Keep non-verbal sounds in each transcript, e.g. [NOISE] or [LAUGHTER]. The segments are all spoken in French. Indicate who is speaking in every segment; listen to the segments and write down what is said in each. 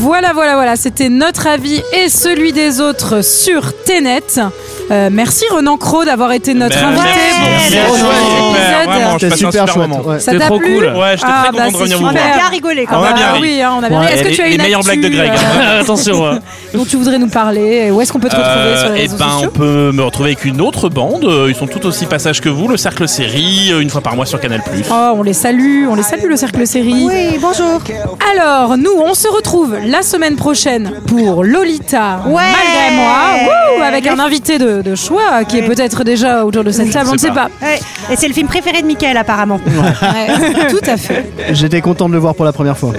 Speaker 1: Voilà, voilà, voilà, c'était notre avis et celui des autres sur Tenet. Euh, merci Renan Cro d'avoir été notre
Speaker 2: Ben,
Speaker 1: invité
Speaker 2: merci,
Speaker 1: pour
Speaker 2: merci,
Speaker 1: ce
Speaker 2: merci.
Speaker 1: premier
Speaker 2: Super,
Speaker 1: épisode.
Speaker 2: vraiment, je
Speaker 3: C'était
Speaker 2: passe un
Speaker 3: super
Speaker 2: super
Speaker 3: chouette.
Speaker 2: moment.
Speaker 3: ouais.
Speaker 1: Ça
Speaker 2: C'était
Speaker 1: t'a
Speaker 2: trop
Speaker 1: plu
Speaker 2: cool. Ouais, j'étais
Speaker 1: Ah,
Speaker 2: très content
Speaker 1: bah,
Speaker 2: de
Speaker 1: c'est
Speaker 2: revenir vous
Speaker 1: super.
Speaker 2: voir.
Speaker 1: Ouais.
Speaker 4: bien rigolé
Speaker 2: Ah,
Speaker 4: quand
Speaker 2: on a
Speaker 4: même.
Speaker 2: bien ri.
Speaker 1: oui, hein, on a bien
Speaker 3: Ouais,
Speaker 1: ri. Est-ce que
Speaker 2: les-
Speaker 1: tu as
Speaker 2: les
Speaker 1: une
Speaker 2: meilleures
Speaker 1: actu
Speaker 2: blagues de Greg, hein.
Speaker 1: euh,
Speaker 5: [LAUGHS] Attention. hein.
Speaker 1: dont tu voudrais nous parler et Où est-ce qu'on peut te retrouver sur les
Speaker 2: et
Speaker 1: réseaux
Speaker 2: ben, on
Speaker 1: sociaux
Speaker 2: peut me retrouver avec une autre bande. Euh, Ils sont tout aussi passages que vous. Le Cercle Série, euh, une fois par mois sur Canal+.
Speaker 1: Oh, on les salue, on les salue le cercle série.
Speaker 4: Oui, bonjour.
Speaker 1: Alors, nous, on se retrouve la semaine prochaine pour Lolita,
Speaker 4: Ouais.
Speaker 1: malgré moi, Wouh, avec un invité de, de choix qui est peut-être déjà autour de cette table, on ne sait pas.
Speaker 4: Ouais. Et c'est le film préféré de Michael apparemment.
Speaker 1: Ouais, [LAUGHS] Tout à fait.
Speaker 3: J'étais content de le voir pour la première fois.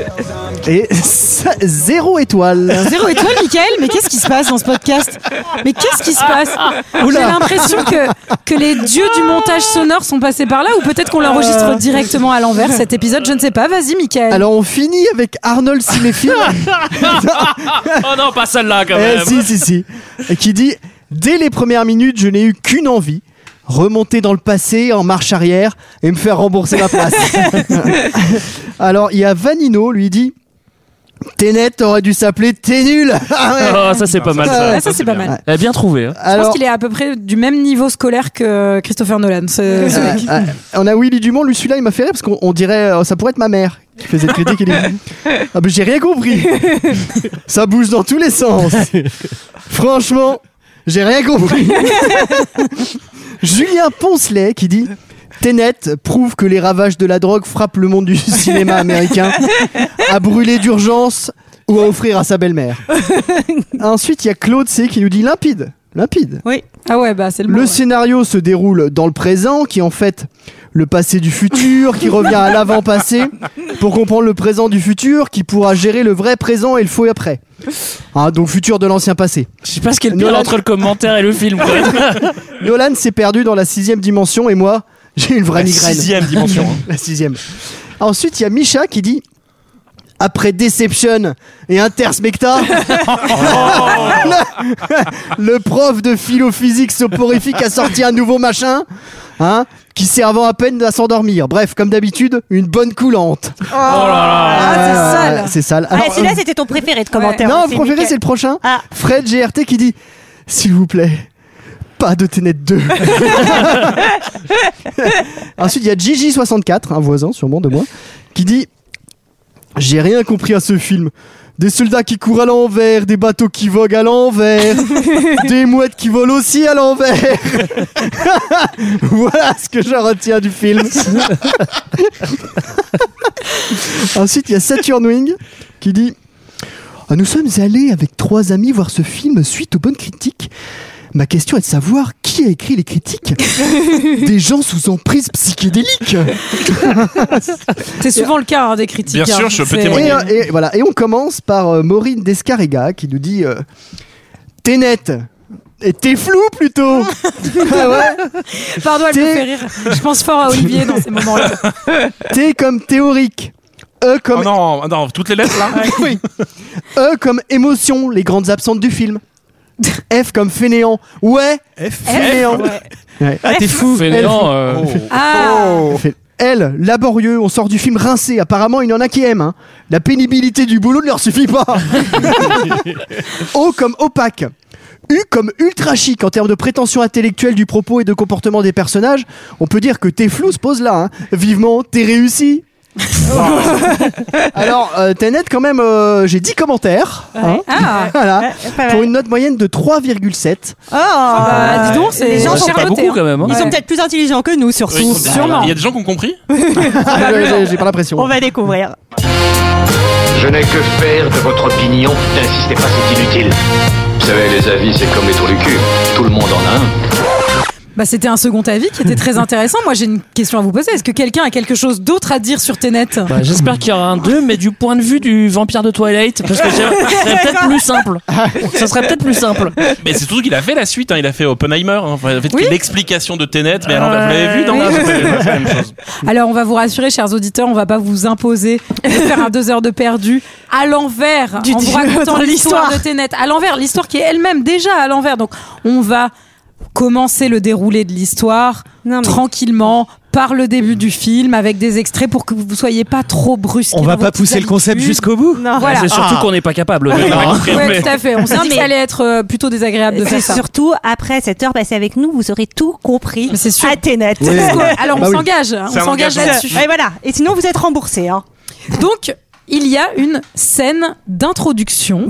Speaker 3: Et ça- zéro étoile.
Speaker 1: Zéro étoile, Michael, mais qu'est-ce qui se passe dans ce podcast Mais qu'est-ce qui se passe J'ai l'impression que, que les dieux du montage sonore sont passés par là, ou peut-être qu'on
Speaker 4: Euh.
Speaker 1: l'enregistre directement à l'envers cet épisode, je ne sais pas. Vas-y, Michael.
Speaker 3: Alors on finit avec Arnold Siméphile.
Speaker 5: Oh non, pas celle-là quand
Speaker 3: Eh,
Speaker 5: même.
Speaker 3: si, si, si. Et qui dit Dès les premières minutes, je n'ai eu qu'une envie remonter dans le passé en marche arrière et me faire rembourser ma place. [LAUGHS] Alors, il y a Vanino, lui il dit Ténet aurait dû s'appeler T'es nul [LAUGHS] Ah ouais.
Speaker 5: Oh, ça c'est pas mal.
Speaker 3: Ah,
Speaker 4: euh,
Speaker 5: Ça.
Speaker 1: Ah, ça, c'est pas mal.
Speaker 3: bien.
Speaker 5: Elle a bien trouvé. hein.
Speaker 1: Je pense
Speaker 3: Alors,
Speaker 1: qu'il est à peu près du même niveau scolaire que Christopher Nolan. ce- ce
Speaker 3: euh,
Speaker 1: mec.
Speaker 3: euh, on a Willy Dumont, lui celui-là il m'a fait rire parce qu'on on dirait euh, ça pourrait être ma mère qui faisait cette critique. Il dit, ah ben j'ai rien compris. ça bouge dans tous les sens. Franchement, j'ai rien compris. Julien Poncelet qui dit Tenet prouve que les ravages de la drogue frappent le monde du cinéma américain à brûler d'urgence ou à offrir à sa belle-mère. Ensuite, il y a Claude C qui nous dit limpide, limpide.
Speaker 1: Ah ouais, bah c'est le,
Speaker 3: Le
Speaker 1: bon, ouais.
Speaker 3: scénario se déroule dans le présent, qui est en fait le passé du futur, qui revient à l'avant-passé, pour comprendre le présent du futur, qui pourra gérer le vrai présent et le faux après. Hein, donc futur de l'ancien passé.
Speaker 5: Je sais pas ce qu'est le
Speaker 3: Non,
Speaker 5: pire
Speaker 3: là-
Speaker 5: entre le commentaire et le film. quoi.
Speaker 3: Nolan s'est perdu dans la sixième dimension et moi, j'ai une vraie
Speaker 2: La
Speaker 3: migraine.
Speaker 2: sixième
Speaker 1: [LAUGHS]
Speaker 2: dimension. hein.
Speaker 3: [LAUGHS] La sixième. Ensuite, il y a Misha qui dit... Après Deception et Intersmecta, [LAUGHS] le, le prof de philo-physique soporifique a sorti un nouveau machin hein, qui servant à peine à s'endormir. Bref, comme d'habitude, une bonne coulante.
Speaker 5: Oh là là.
Speaker 1: Ah, c'est
Speaker 3: Ouais,
Speaker 1: sale.
Speaker 3: ouais, C'est sale.
Speaker 4: Ah,
Speaker 3: Alors,
Speaker 4: celui-là, c'était ton préféré de commentaire.
Speaker 3: non,
Speaker 4: hein,
Speaker 3: vous préférez,
Speaker 4: Michael.
Speaker 3: c'est le prochain.
Speaker 4: Ah.
Speaker 3: Fred GRT qui dit S'il vous plaît, pas de Tenet 2. Ensuite, il y a Gigi64, un voisin sûrement de moi, qui dit J'ai rien compris à ce film. Des soldats qui courent à l'envers, des bateaux qui voguent à l'envers, des mouettes qui volent aussi à l'envers. voilà ce que je retiens du film. Ensuite, il y a Saturn Wing qui dit ah, Nous sommes allés avec trois amis voir ce film suite aux bonnes critiques. Ma question est de savoir qui a écrit les critiques Des gens sous emprise psychédélique
Speaker 1: C'est souvent le cas hein, des critiques.
Speaker 2: Bien
Speaker 1: hein.
Speaker 2: sûr, je peux
Speaker 1: C'est-
Speaker 3: et,
Speaker 2: témoigner.
Speaker 3: euh, et voilà. et on commence par euh, Maureen Descarrega qui nous dit euh, T'es nette et t'es flou plutôt Ah ouais
Speaker 1: [LAUGHS] Pardon, elle me
Speaker 3: T'es-
Speaker 1: fait rire. Je pense fort à Olivier dans ces
Speaker 3: [LAUGHS]
Speaker 1: moments-là.
Speaker 3: T'es comme théorique E
Speaker 2: Oh
Speaker 3: comme,
Speaker 2: non, non, toutes les lettres là.
Speaker 3: Oui. E comme émotion, les grandes absentes du film. F comme fainéant. Ouais, fainéant.
Speaker 5: Ah, t'es fou, Vénéant. euh,
Speaker 2: Oh.
Speaker 1: Ah,
Speaker 3: Elle fait, L, laborieux, on sort du film rincé. Apparemment, il y en a qui aiment. hein. La pénibilité du boulot ne leur suffit pas.
Speaker 4: [LAUGHS]
Speaker 3: o comme opaque. U comme ultra chic en termes de prétention intellectuelle du propos et de comportement des personnages. On peut dire que t'es flou se pose là. hein. Vivement,
Speaker 4: [LAUGHS]
Speaker 3: t'es réussi. Alors, euh, t'es net quand même, euh, j'ai 10 commentaires. hein.
Speaker 1: ah.
Speaker 3: Voilà.
Speaker 4: Ouais, pas mal.
Speaker 3: Pour une note moyenne de 3,7.
Speaker 4: Oh,
Speaker 1: Bah, dis donc, c'est
Speaker 4: les gens
Speaker 5: c'est
Speaker 4: sont
Speaker 5: pas
Speaker 1: Charlotte,
Speaker 5: beaucoup
Speaker 1: hein.
Speaker 5: quand même. hein.
Speaker 4: Ils sont
Speaker 1: Ouais.
Speaker 4: peut-être plus intelligents que nous, surtout.
Speaker 2: Oui, ils sont-
Speaker 1: Sûrement.
Speaker 2: Il y a des gens qui ont compris.
Speaker 3: [LAUGHS] J'ai j'ai pas l'impression.
Speaker 4: Ah, On va découvrir.
Speaker 6: Je n'ai que faire de votre opinion. N'insistez pas, c'est inutile. Vous savez, les avis, c'est comme les trous du cul. Tout le monde en a un.
Speaker 1: Bah, c'était un second avis qui était très intéressant. Moi, j'ai une question à vous poser. Est-ce que quelqu'un a quelque chose d'autre à dire sur Tenet
Speaker 5: Bah, J'espère qu'il y aura un 2, mais du point de vue du vampire de Twilight, parce que j'aime- ça serait peut-être plus simple. Ça serait peut-être plus simple.
Speaker 2: Mais c'est surtout qu'il a fait la suite. hein. Il a fait Oppenheimer. hein. Enfin, en fait,
Speaker 1: Oui.
Speaker 2: l'explication de Tenet. Mais à l'envers. vous l'avez vu dans
Speaker 1: Oui.
Speaker 2: la- [LAUGHS] c'est la même chose.
Speaker 1: Alors, on va vous rassurer, chers auditeurs, on va pas vous imposer de faire un deux heures de perdu à l'envers
Speaker 4: Du-
Speaker 1: en vous
Speaker 4: du-
Speaker 1: racontant
Speaker 4: dans
Speaker 1: l'histoire
Speaker 4: l'histoire.
Speaker 1: de Tenet, à l'envers, l'histoire qui est elle-même déjà à l'envers. Donc, on va commencer le déroulé de l'histoire
Speaker 4: Non, mais-
Speaker 1: tranquillement par le début du film avec des extraits pour que vous soyez pas trop brusque.
Speaker 3: On va pas pousser le concept jusqu'au Ah, bout.
Speaker 1: [LAUGHS]
Speaker 4: Non.
Speaker 1: Voilà.
Speaker 5: C'est surtout qu'on n'est pas capable. hein. de-
Speaker 1: Ouais, tout à fait. On s'est dit que ça allait être euh, plutôt désagréable de
Speaker 4: C'est
Speaker 1: faire ça.
Speaker 4: surtout après cette heure passée avec nous, vous aurez tout compris.
Speaker 1: Mais c'est sûr.
Speaker 4: À tes [LAUGHS] notes.
Speaker 7: Oui.
Speaker 1: Alors
Speaker 7: Bah
Speaker 1: on
Speaker 7: oui.
Speaker 1: s'engage, hein,
Speaker 2: C'est
Speaker 1: on
Speaker 2: un
Speaker 1: s'engage
Speaker 2: engagement.
Speaker 1: là-dessus.
Speaker 4: Et voilà. Et sinon, vous êtes remboursé. Hein.
Speaker 1: Donc il y a une scène d'introduction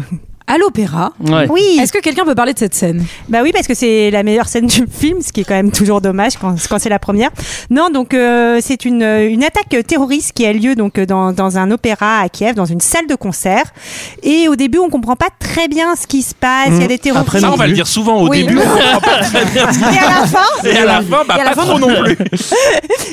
Speaker 1: à l'opéra.
Speaker 5: Ouais.
Speaker 4: Oui.
Speaker 1: Est-ce que quelqu'un peut parler de cette scène
Speaker 4: Bah oui, parce que c'est la meilleure scène du film, ce qui est quand même toujours dommage quand, quand c'est la première. Non, donc euh, c'est une, une attaque terroriste qui a lieu donc euh, dans, dans un opéra à Kiev, dans une salle de concert. Et au début, on comprend pas très bien ce qui se passe.
Speaker 2: Mmh.
Speaker 4: Il y a des terroristes.
Speaker 2: Ça, on va le dire souvent au
Speaker 1: Oui. [LAUGHS]
Speaker 2: début. on comprend pas très bien ce
Speaker 4: Et à la fin,
Speaker 2: qu'il y a. Et à la fin, bah,
Speaker 1: Et à la
Speaker 2: pas
Speaker 1: fin,
Speaker 2: trop non plus.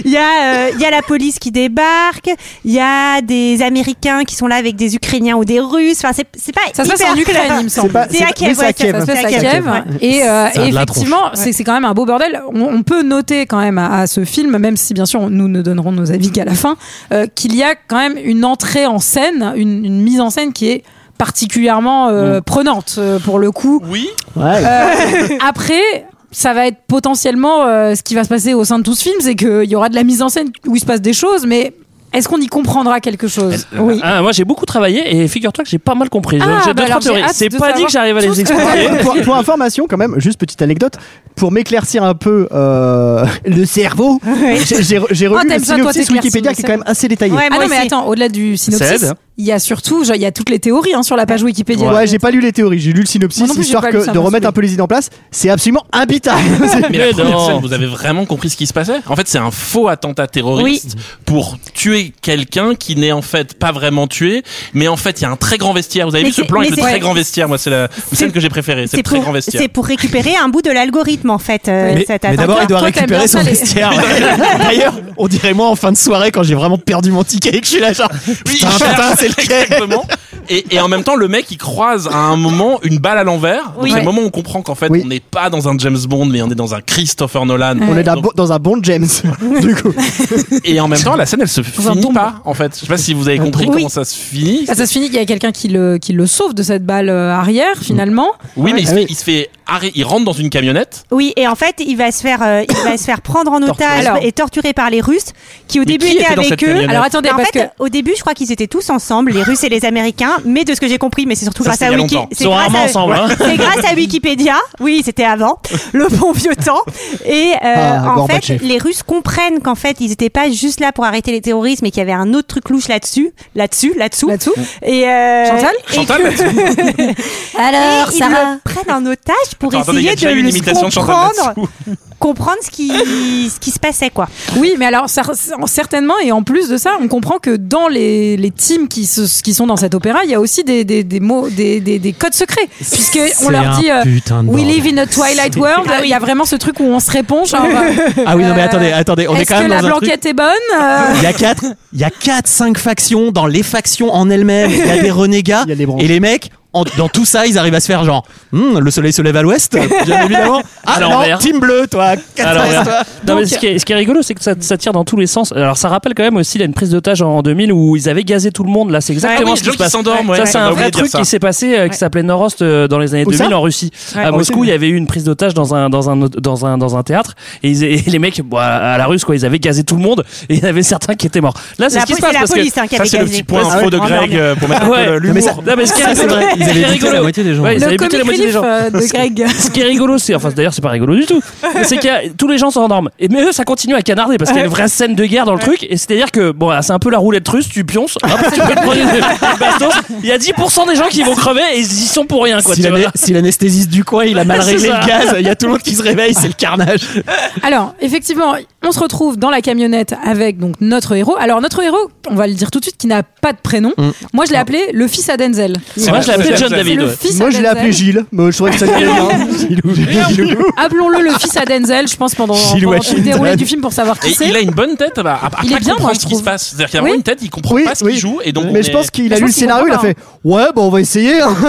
Speaker 4: il y, a, euh, il y a la police qui débarque, il y a des Américains qui sont là avec des Ukrainiens ou des Russes. Enfin, c'est c'est pas
Speaker 1: Ça se passe
Speaker 4: hyper
Speaker 1: en Ukraine,
Speaker 4: clair.
Speaker 1: il me semble.
Speaker 7: pas-
Speaker 4: C'est à
Speaker 7: oui,
Speaker 4: Kiev,
Speaker 7: c'est à
Speaker 4: ouais,
Speaker 7: Kiev.
Speaker 1: Ça se passe à
Speaker 4: C'est à
Speaker 1: Kiev.
Speaker 4: Kiev,
Speaker 1: Et, euh,
Speaker 3: Ça a
Speaker 1: et
Speaker 3: de la
Speaker 1: effectivement, c'est c'est quand même un beau bordel. On, on peut noter quand même à, à ce film, même si bien sûr nous ne donnerons nos avis qu'à la fin, euh, qu'il y a quand même une entrée en scène, une, une mise en scène qui est particulièrement
Speaker 3: Mm.
Speaker 1: euh, prenante euh, pour le coup.
Speaker 2: Oui.
Speaker 7: Ouais.
Speaker 1: Après. Ça va être potentiellement euh, ce qui va se passer au sein de tout ce film, c'est qu'il y aura de la mise en scène où il se passe des choses, mais est-ce qu'on y comprendra quelque chose Oui.
Speaker 5: Ah, moi j'ai beaucoup travaillé et figure-toi que j'ai pas mal compris. J'ai-
Speaker 1: Ah,
Speaker 5: j'ai
Speaker 1: bah
Speaker 5: deux,
Speaker 1: alors,
Speaker 5: trois
Speaker 1: j'ai
Speaker 5: théories.
Speaker 1: hâte
Speaker 5: C'est
Speaker 1: de
Speaker 5: pas dit
Speaker 1: savoir
Speaker 5: que j'arrive à les expliquer.
Speaker 7: pour, pour information, quand même, juste petite anecdote, pour m'éclaircir un peu euh, le cerveau, [LAUGHS] j'ai- j'ai re- j'ai
Speaker 1: Ah,
Speaker 7: relu
Speaker 1: t'aimes
Speaker 7: le
Speaker 1: ça, toi,
Speaker 7: synopsis
Speaker 1: t'éclaircir
Speaker 7: Wikipédia
Speaker 1: le
Speaker 7: qui est
Speaker 1: cerveau.
Speaker 7: quand même assez détaillé.
Speaker 4: Ouais,
Speaker 1: Ah
Speaker 4: moi
Speaker 1: non, mais
Speaker 4: aussi.
Speaker 1: attends, au-delà du synopsis,
Speaker 5: aide.
Speaker 1: il y a surtout, genre, il y a toutes les théories hein, sur la page Wikipédia.
Speaker 7: Ouais, j'ai pas lu les théories, j'ai lu le synopsis
Speaker 1: Moi non plus, j'ai
Speaker 7: histoire
Speaker 1: pas lu
Speaker 7: que
Speaker 1: ça,
Speaker 7: de
Speaker 1: moi,
Speaker 7: remettre
Speaker 1: c'est-
Speaker 7: un peu les idées en place. C'est absolument imbitable. [LAUGHS] C'est-
Speaker 2: Mais la
Speaker 5: Mais
Speaker 2: première
Speaker 5: non.
Speaker 2: scène, vous avez vraiment compris ce qui se passait En fait, c'est un faux attentat terroriste pour tuer quelqu'un qui n'est en fait pas vraiment tué, mais en fait, il y a un très grand vestiaire. Vous avez
Speaker 4: Mais
Speaker 2: vu ce
Speaker 4: c'est-
Speaker 2: plan avec
Speaker 4: mais
Speaker 2: le
Speaker 4: c'est-
Speaker 2: très grand vestiaire Moi, c'est la
Speaker 4: C'est-
Speaker 2: scène que j'ai préférée. C'est le très
Speaker 4: pour,
Speaker 2: grand vestiaire.
Speaker 4: c'est pour récupérer un bout de l'algorithme en fait. euh,
Speaker 3: Mais,
Speaker 4: cette
Speaker 3: mais
Speaker 4: attaque.
Speaker 3: d'abord, il doit
Speaker 1: Toi, t'aimes bien
Speaker 3: récupérer son
Speaker 1: ça, les- [LAUGHS]
Speaker 3: vestiaire. D'ailleurs, on dirait moi en fin de soirée quand j'ai vraiment perdu mon ticket et que je suis là
Speaker 7: [LAUGHS]
Speaker 3: genre.
Speaker 2: Oui,
Speaker 3: Putain,
Speaker 2: il cherche,
Speaker 3: putain, c'est lequel
Speaker 2: exactement. Et, et en même temps, le mec, il croise à un moment une balle à l'envers. Donc,
Speaker 1: Oui. Ouais.
Speaker 2: C'est le moment où on comprend qu'en fait,
Speaker 7: Oui.
Speaker 2: on n'est pas dans un James Bond, mais on est dans un Christopher Nolan.
Speaker 7: On est dans, un
Speaker 2: Donc-
Speaker 7: bon- dans un bon James, [LAUGHS] du coup.
Speaker 2: et en même temps, la scène, elle se
Speaker 1: un
Speaker 2: finit
Speaker 1: tombe.
Speaker 2: pas. En fait, je sais pas si vous avez compris
Speaker 1: tombe.
Speaker 2: comment ça se finit.
Speaker 1: Ah, ça se finit qu'il y a quelqu'un qui le, qui le sauve de cette balle euh, arrière, finalement.
Speaker 3: Mm.
Speaker 2: Oui, mais il se,
Speaker 7: Ah
Speaker 2: fait,
Speaker 7: oui.
Speaker 2: il se fait arrêt- il rentre dans une camionnette.
Speaker 4: Oui, et en fait, il va se faire, euh, il va se faire prendre en otage
Speaker 1: Alors.
Speaker 4: et torturer par les Russes, qui au
Speaker 2: Mais
Speaker 4: début
Speaker 2: qui
Speaker 4: étaient
Speaker 2: était dans
Speaker 4: avec
Speaker 2: cette
Speaker 4: eux.
Speaker 2: camionnette
Speaker 1: Alors attendez,
Speaker 4: Mais en
Speaker 1: parce
Speaker 4: fait,
Speaker 1: que.
Speaker 4: au début, je crois qu'ils étaient tous ensemble, les Russes et les Américains. Mais de ce que j'ai compris, mais c'est surtout
Speaker 2: Ça,
Speaker 4: grâce
Speaker 2: c'est
Speaker 4: à
Speaker 2: il y a
Speaker 4: Wiki-
Speaker 2: longtemps.
Speaker 4: c'est
Speaker 5: Ils sont
Speaker 4: grâce
Speaker 5: rarement
Speaker 4: à-
Speaker 5: ensemble. hein.
Speaker 4: [LAUGHS] C'est grâce à Wikipédia, oui
Speaker 2: [LAUGHS]
Speaker 4: c'était avant, le bon vieux temps. Et euh,
Speaker 7: Ah,
Speaker 4: en fait,
Speaker 7: Gorbatchev.
Speaker 4: les Russes comprennent qu'en fait, ils n'étaient pas juste là pour arrêter les terroristes, mais qu'il y avait un autre truc louche là-dessus, là-dessus, là-dessous.
Speaker 1: Là-dessous
Speaker 4: Et euh,
Speaker 1: Chantal
Speaker 4: et
Speaker 2: Chantal
Speaker 4: que- [LAUGHS]
Speaker 1: Alors,
Speaker 4: et ils le prennent en otage pour
Speaker 2: Attends, attendez, il y
Speaker 4: essayer
Speaker 2: a déjà eu
Speaker 4: de
Speaker 2: une
Speaker 4: le
Speaker 2: imitation de Chantal
Speaker 4: comprendre,
Speaker 2: là-dessous.
Speaker 4: [LAUGHS] comprendre ce qui, ce qui se passait quoi.
Speaker 1: Oui, mais alors, ça- certainement, et en plus de ça, on comprend que dans les, les teams qui, se- qui sont dans cet opéra, il y a aussi des, des, des mots, des, des, des codes secrets. Puisqu'on
Speaker 3: C'est
Speaker 1: leur
Speaker 3: un
Speaker 1: dit. euh,
Speaker 3: putain de
Speaker 1: We
Speaker 3: bordel.
Speaker 1: live in a twilight world. Ah Il y a vraiment ce truc où on se répond,
Speaker 3: [LAUGHS]
Speaker 1: genre. euh,
Speaker 3: Ah oui, non mais
Speaker 1: Euh,
Speaker 3: attendez, attendez, on est
Speaker 1: Est-ce
Speaker 3: quand
Speaker 1: que
Speaker 3: même
Speaker 1: la
Speaker 3: dans un truc.
Speaker 1: blanquette est bonne Euh,
Speaker 3: Il y a quatre, il y a quatre, cinq factions dans les factions en elles-mêmes. Il y a des renégats
Speaker 7: Il y a des branches.
Speaker 3: et les mecs. en- dans tout ça, ils arrivent à se faire genre Hmm, le soleil se lève à l'ouest, bien évidemment. Ah
Speaker 5: À
Speaker 3: non,
Speaker 5: l'envers.
Speaker 3: team bleu, toi.
Speaker 2: Ah,
Speaker 3: quatre
Speaker 5: Alors,
Speaker 3: restes, toi.
Speaker 5: Non, mais
Speaker 1: Donc-
Speaker 5: ce, qui est, ce qui est rigolo, c'est que ça, ça tire dans tous les sens. Alors, ça rappelle quand même aussi là, une prise d'otage en 2000 où ils avaient gazé tout le monde. Là, c'est exactement
Speaker 2: Ah oui,
Speaker 5: ce
Speaker 2: les
Speaker 5: qui se
Speaker 2: gens qui
Speaker 5: passe.
Speaker 2: s'endorment, ouais.
Speaker 5: ça, c'est
Speaker 2: On a
Speaker 5: un
Speaker 2: oublié de
Speaker 5: vrai
Speaker 2: dire
Speaker 5: truc
Speaker 2: ça.
Speaker 5: qui s'est passé, euh, qui s'appelait Norost euh, dans les années
Speaker 7: Où ça
Speaker 5: 2000 en Russie. À Moscou, il y avait eu une prise d'otage dans un, dans un, autre- dans un, dans un théâtre. Et, ils- et les mecs, bon, à- à la russe, quoi, ils avaient gazé tout le monde. Et il y en avait certains qui étaient morts. Là, c'est
Speaker 4: La
Speaker 5: ce qui se
Speaker 4: po- c'est
Speaker 5: passe.
Speaker 4: la
Speaker 5: parce que-
Speaker 4: police hein, qui
Speaker 2: Ça,
Speaker 4: avait
Speaker 2: c'est le
Speaker 4: gagné.
Speaker 2: petit point
Speaker 4: Parce-
Speaker 2: info de Greg euh, pour mettre
Speaker 5: Ah
Speaker 2: un peu
Speaker 5: ouais.
Speaker 2: le-
Speaker 5: Non, mais
Speaker 2: l'humour.
Speaker 5: ça- non, mais ce qui est-
Speaker 3: C'est vrai, ils avaient
Speaker 5: ce qui est
Speaker 3: buté
Speaker 5: rigolo-
Speaker 3: la moitié des gens. hein.
Speaker 5: Ouais, ils avaient
Speaker 1: Le
Speaker 5: buté la
Speaker 1: comic
Speaker 5: moitié des
Speaker 1: relief
Speaker 5: gens.
Speaker 1: euh,
Speaker 3: [LAUGHS]
Speaker 1: de Greg.
Speaker 5: Ce qui est rigolo, c'est enfin d'ailleurs c'est pas rigolo du tout, mais c'est qu'il y a- tous les gens s'endorment. Et mais eux, ça continue à canarder parce qu'il y a une vraie scène de guerre dans le truc. Et c'est-à-dire que bon, c'est un peu la roulette russe, tu pionces, hop, tu peux te prendre une- une bastos. Il y a 10% des gens qui vont crever et ils y sont pour rien quoi.
Speaker 3: Si
Speaker 5: tu vois.
Speaker 3: l'ané- si l'anesthésiste du coin il a mal
Speaker 5: [LAUGHS] C'est
Speaker 3: réglé
Speaker 5: ça.
Speaker 3: le gaz, il y a tout le monde qui se réveille, c'est le carnage.
Speaker 1: Alors, effectivement, on se retrouve dans la camionnette avec donc notre héros. Alors, notre héros, on va le dire tout de suite, qui n'a pas de prénom.
Speaker 5: Mm.
Speaker 1: Moi, je l'ai appelé le fils à Denzel.
Speaker 5: Moi Ah. je l'appelais
Speaker 2: C'est
Speaker 5: John
Speaker 2: vrai.
Speaker 5: David.
Speaker 1: le
Speaker 5: ouais.
Speaker 1: fils
Speaker 7: Moi,
Speaker 1: à
Speaker 7: je l'ai
Speaker 1: Denzel.
Speaker 7: appelé Gilles, mais je
Speaker 3: [LAUGHS]
Speaker 7: trouvais que ça lui allait bien.
Speaker 1: Appelons-le le fils à Denzel, je pense, pendant,
Speaker 3: Gilles
Speaker 1: pendant tout le
Speaker 3: Washington.
Speaker 1: déroulé du film pour savoir
Speaker 2: Et
Speaker 1: qui c'est.
Speaker 2: il a une bonne tête à, à, à
Speaker 1: Il
Speaker 2: pas
Speaker 1: est bien,
Speaker 2: comprendre
Speaker 1: moi, je
Speaker 2: ce qui se
Speaker 1: trouve.
Speaker 2: passe. C'est-à-dire qu'il a
Speaker 1: Oui.
Speaker 2: vraiment une tête, il comprend
Speaker 7: Oui,
Speaker 2: pas ce
Speaker 7: oui.
Speaker 2: qu'il joue et donc.
Speaker 7: mais
Speaker 2: on
Speaker 7: je
Speaker 2: est-
Speaker 7: pense qu'il
Speaker 1: Je
Speaker 7: a lu
Speaker 1: pense
Speaker 7: le
Speaker 1: qu'il
Speaker 7: scénario, il a
Speaker 1: comprend
Speaker 7: fait Ouais, bah on va essayer, hein.
Speaker 4: [LAUGHS]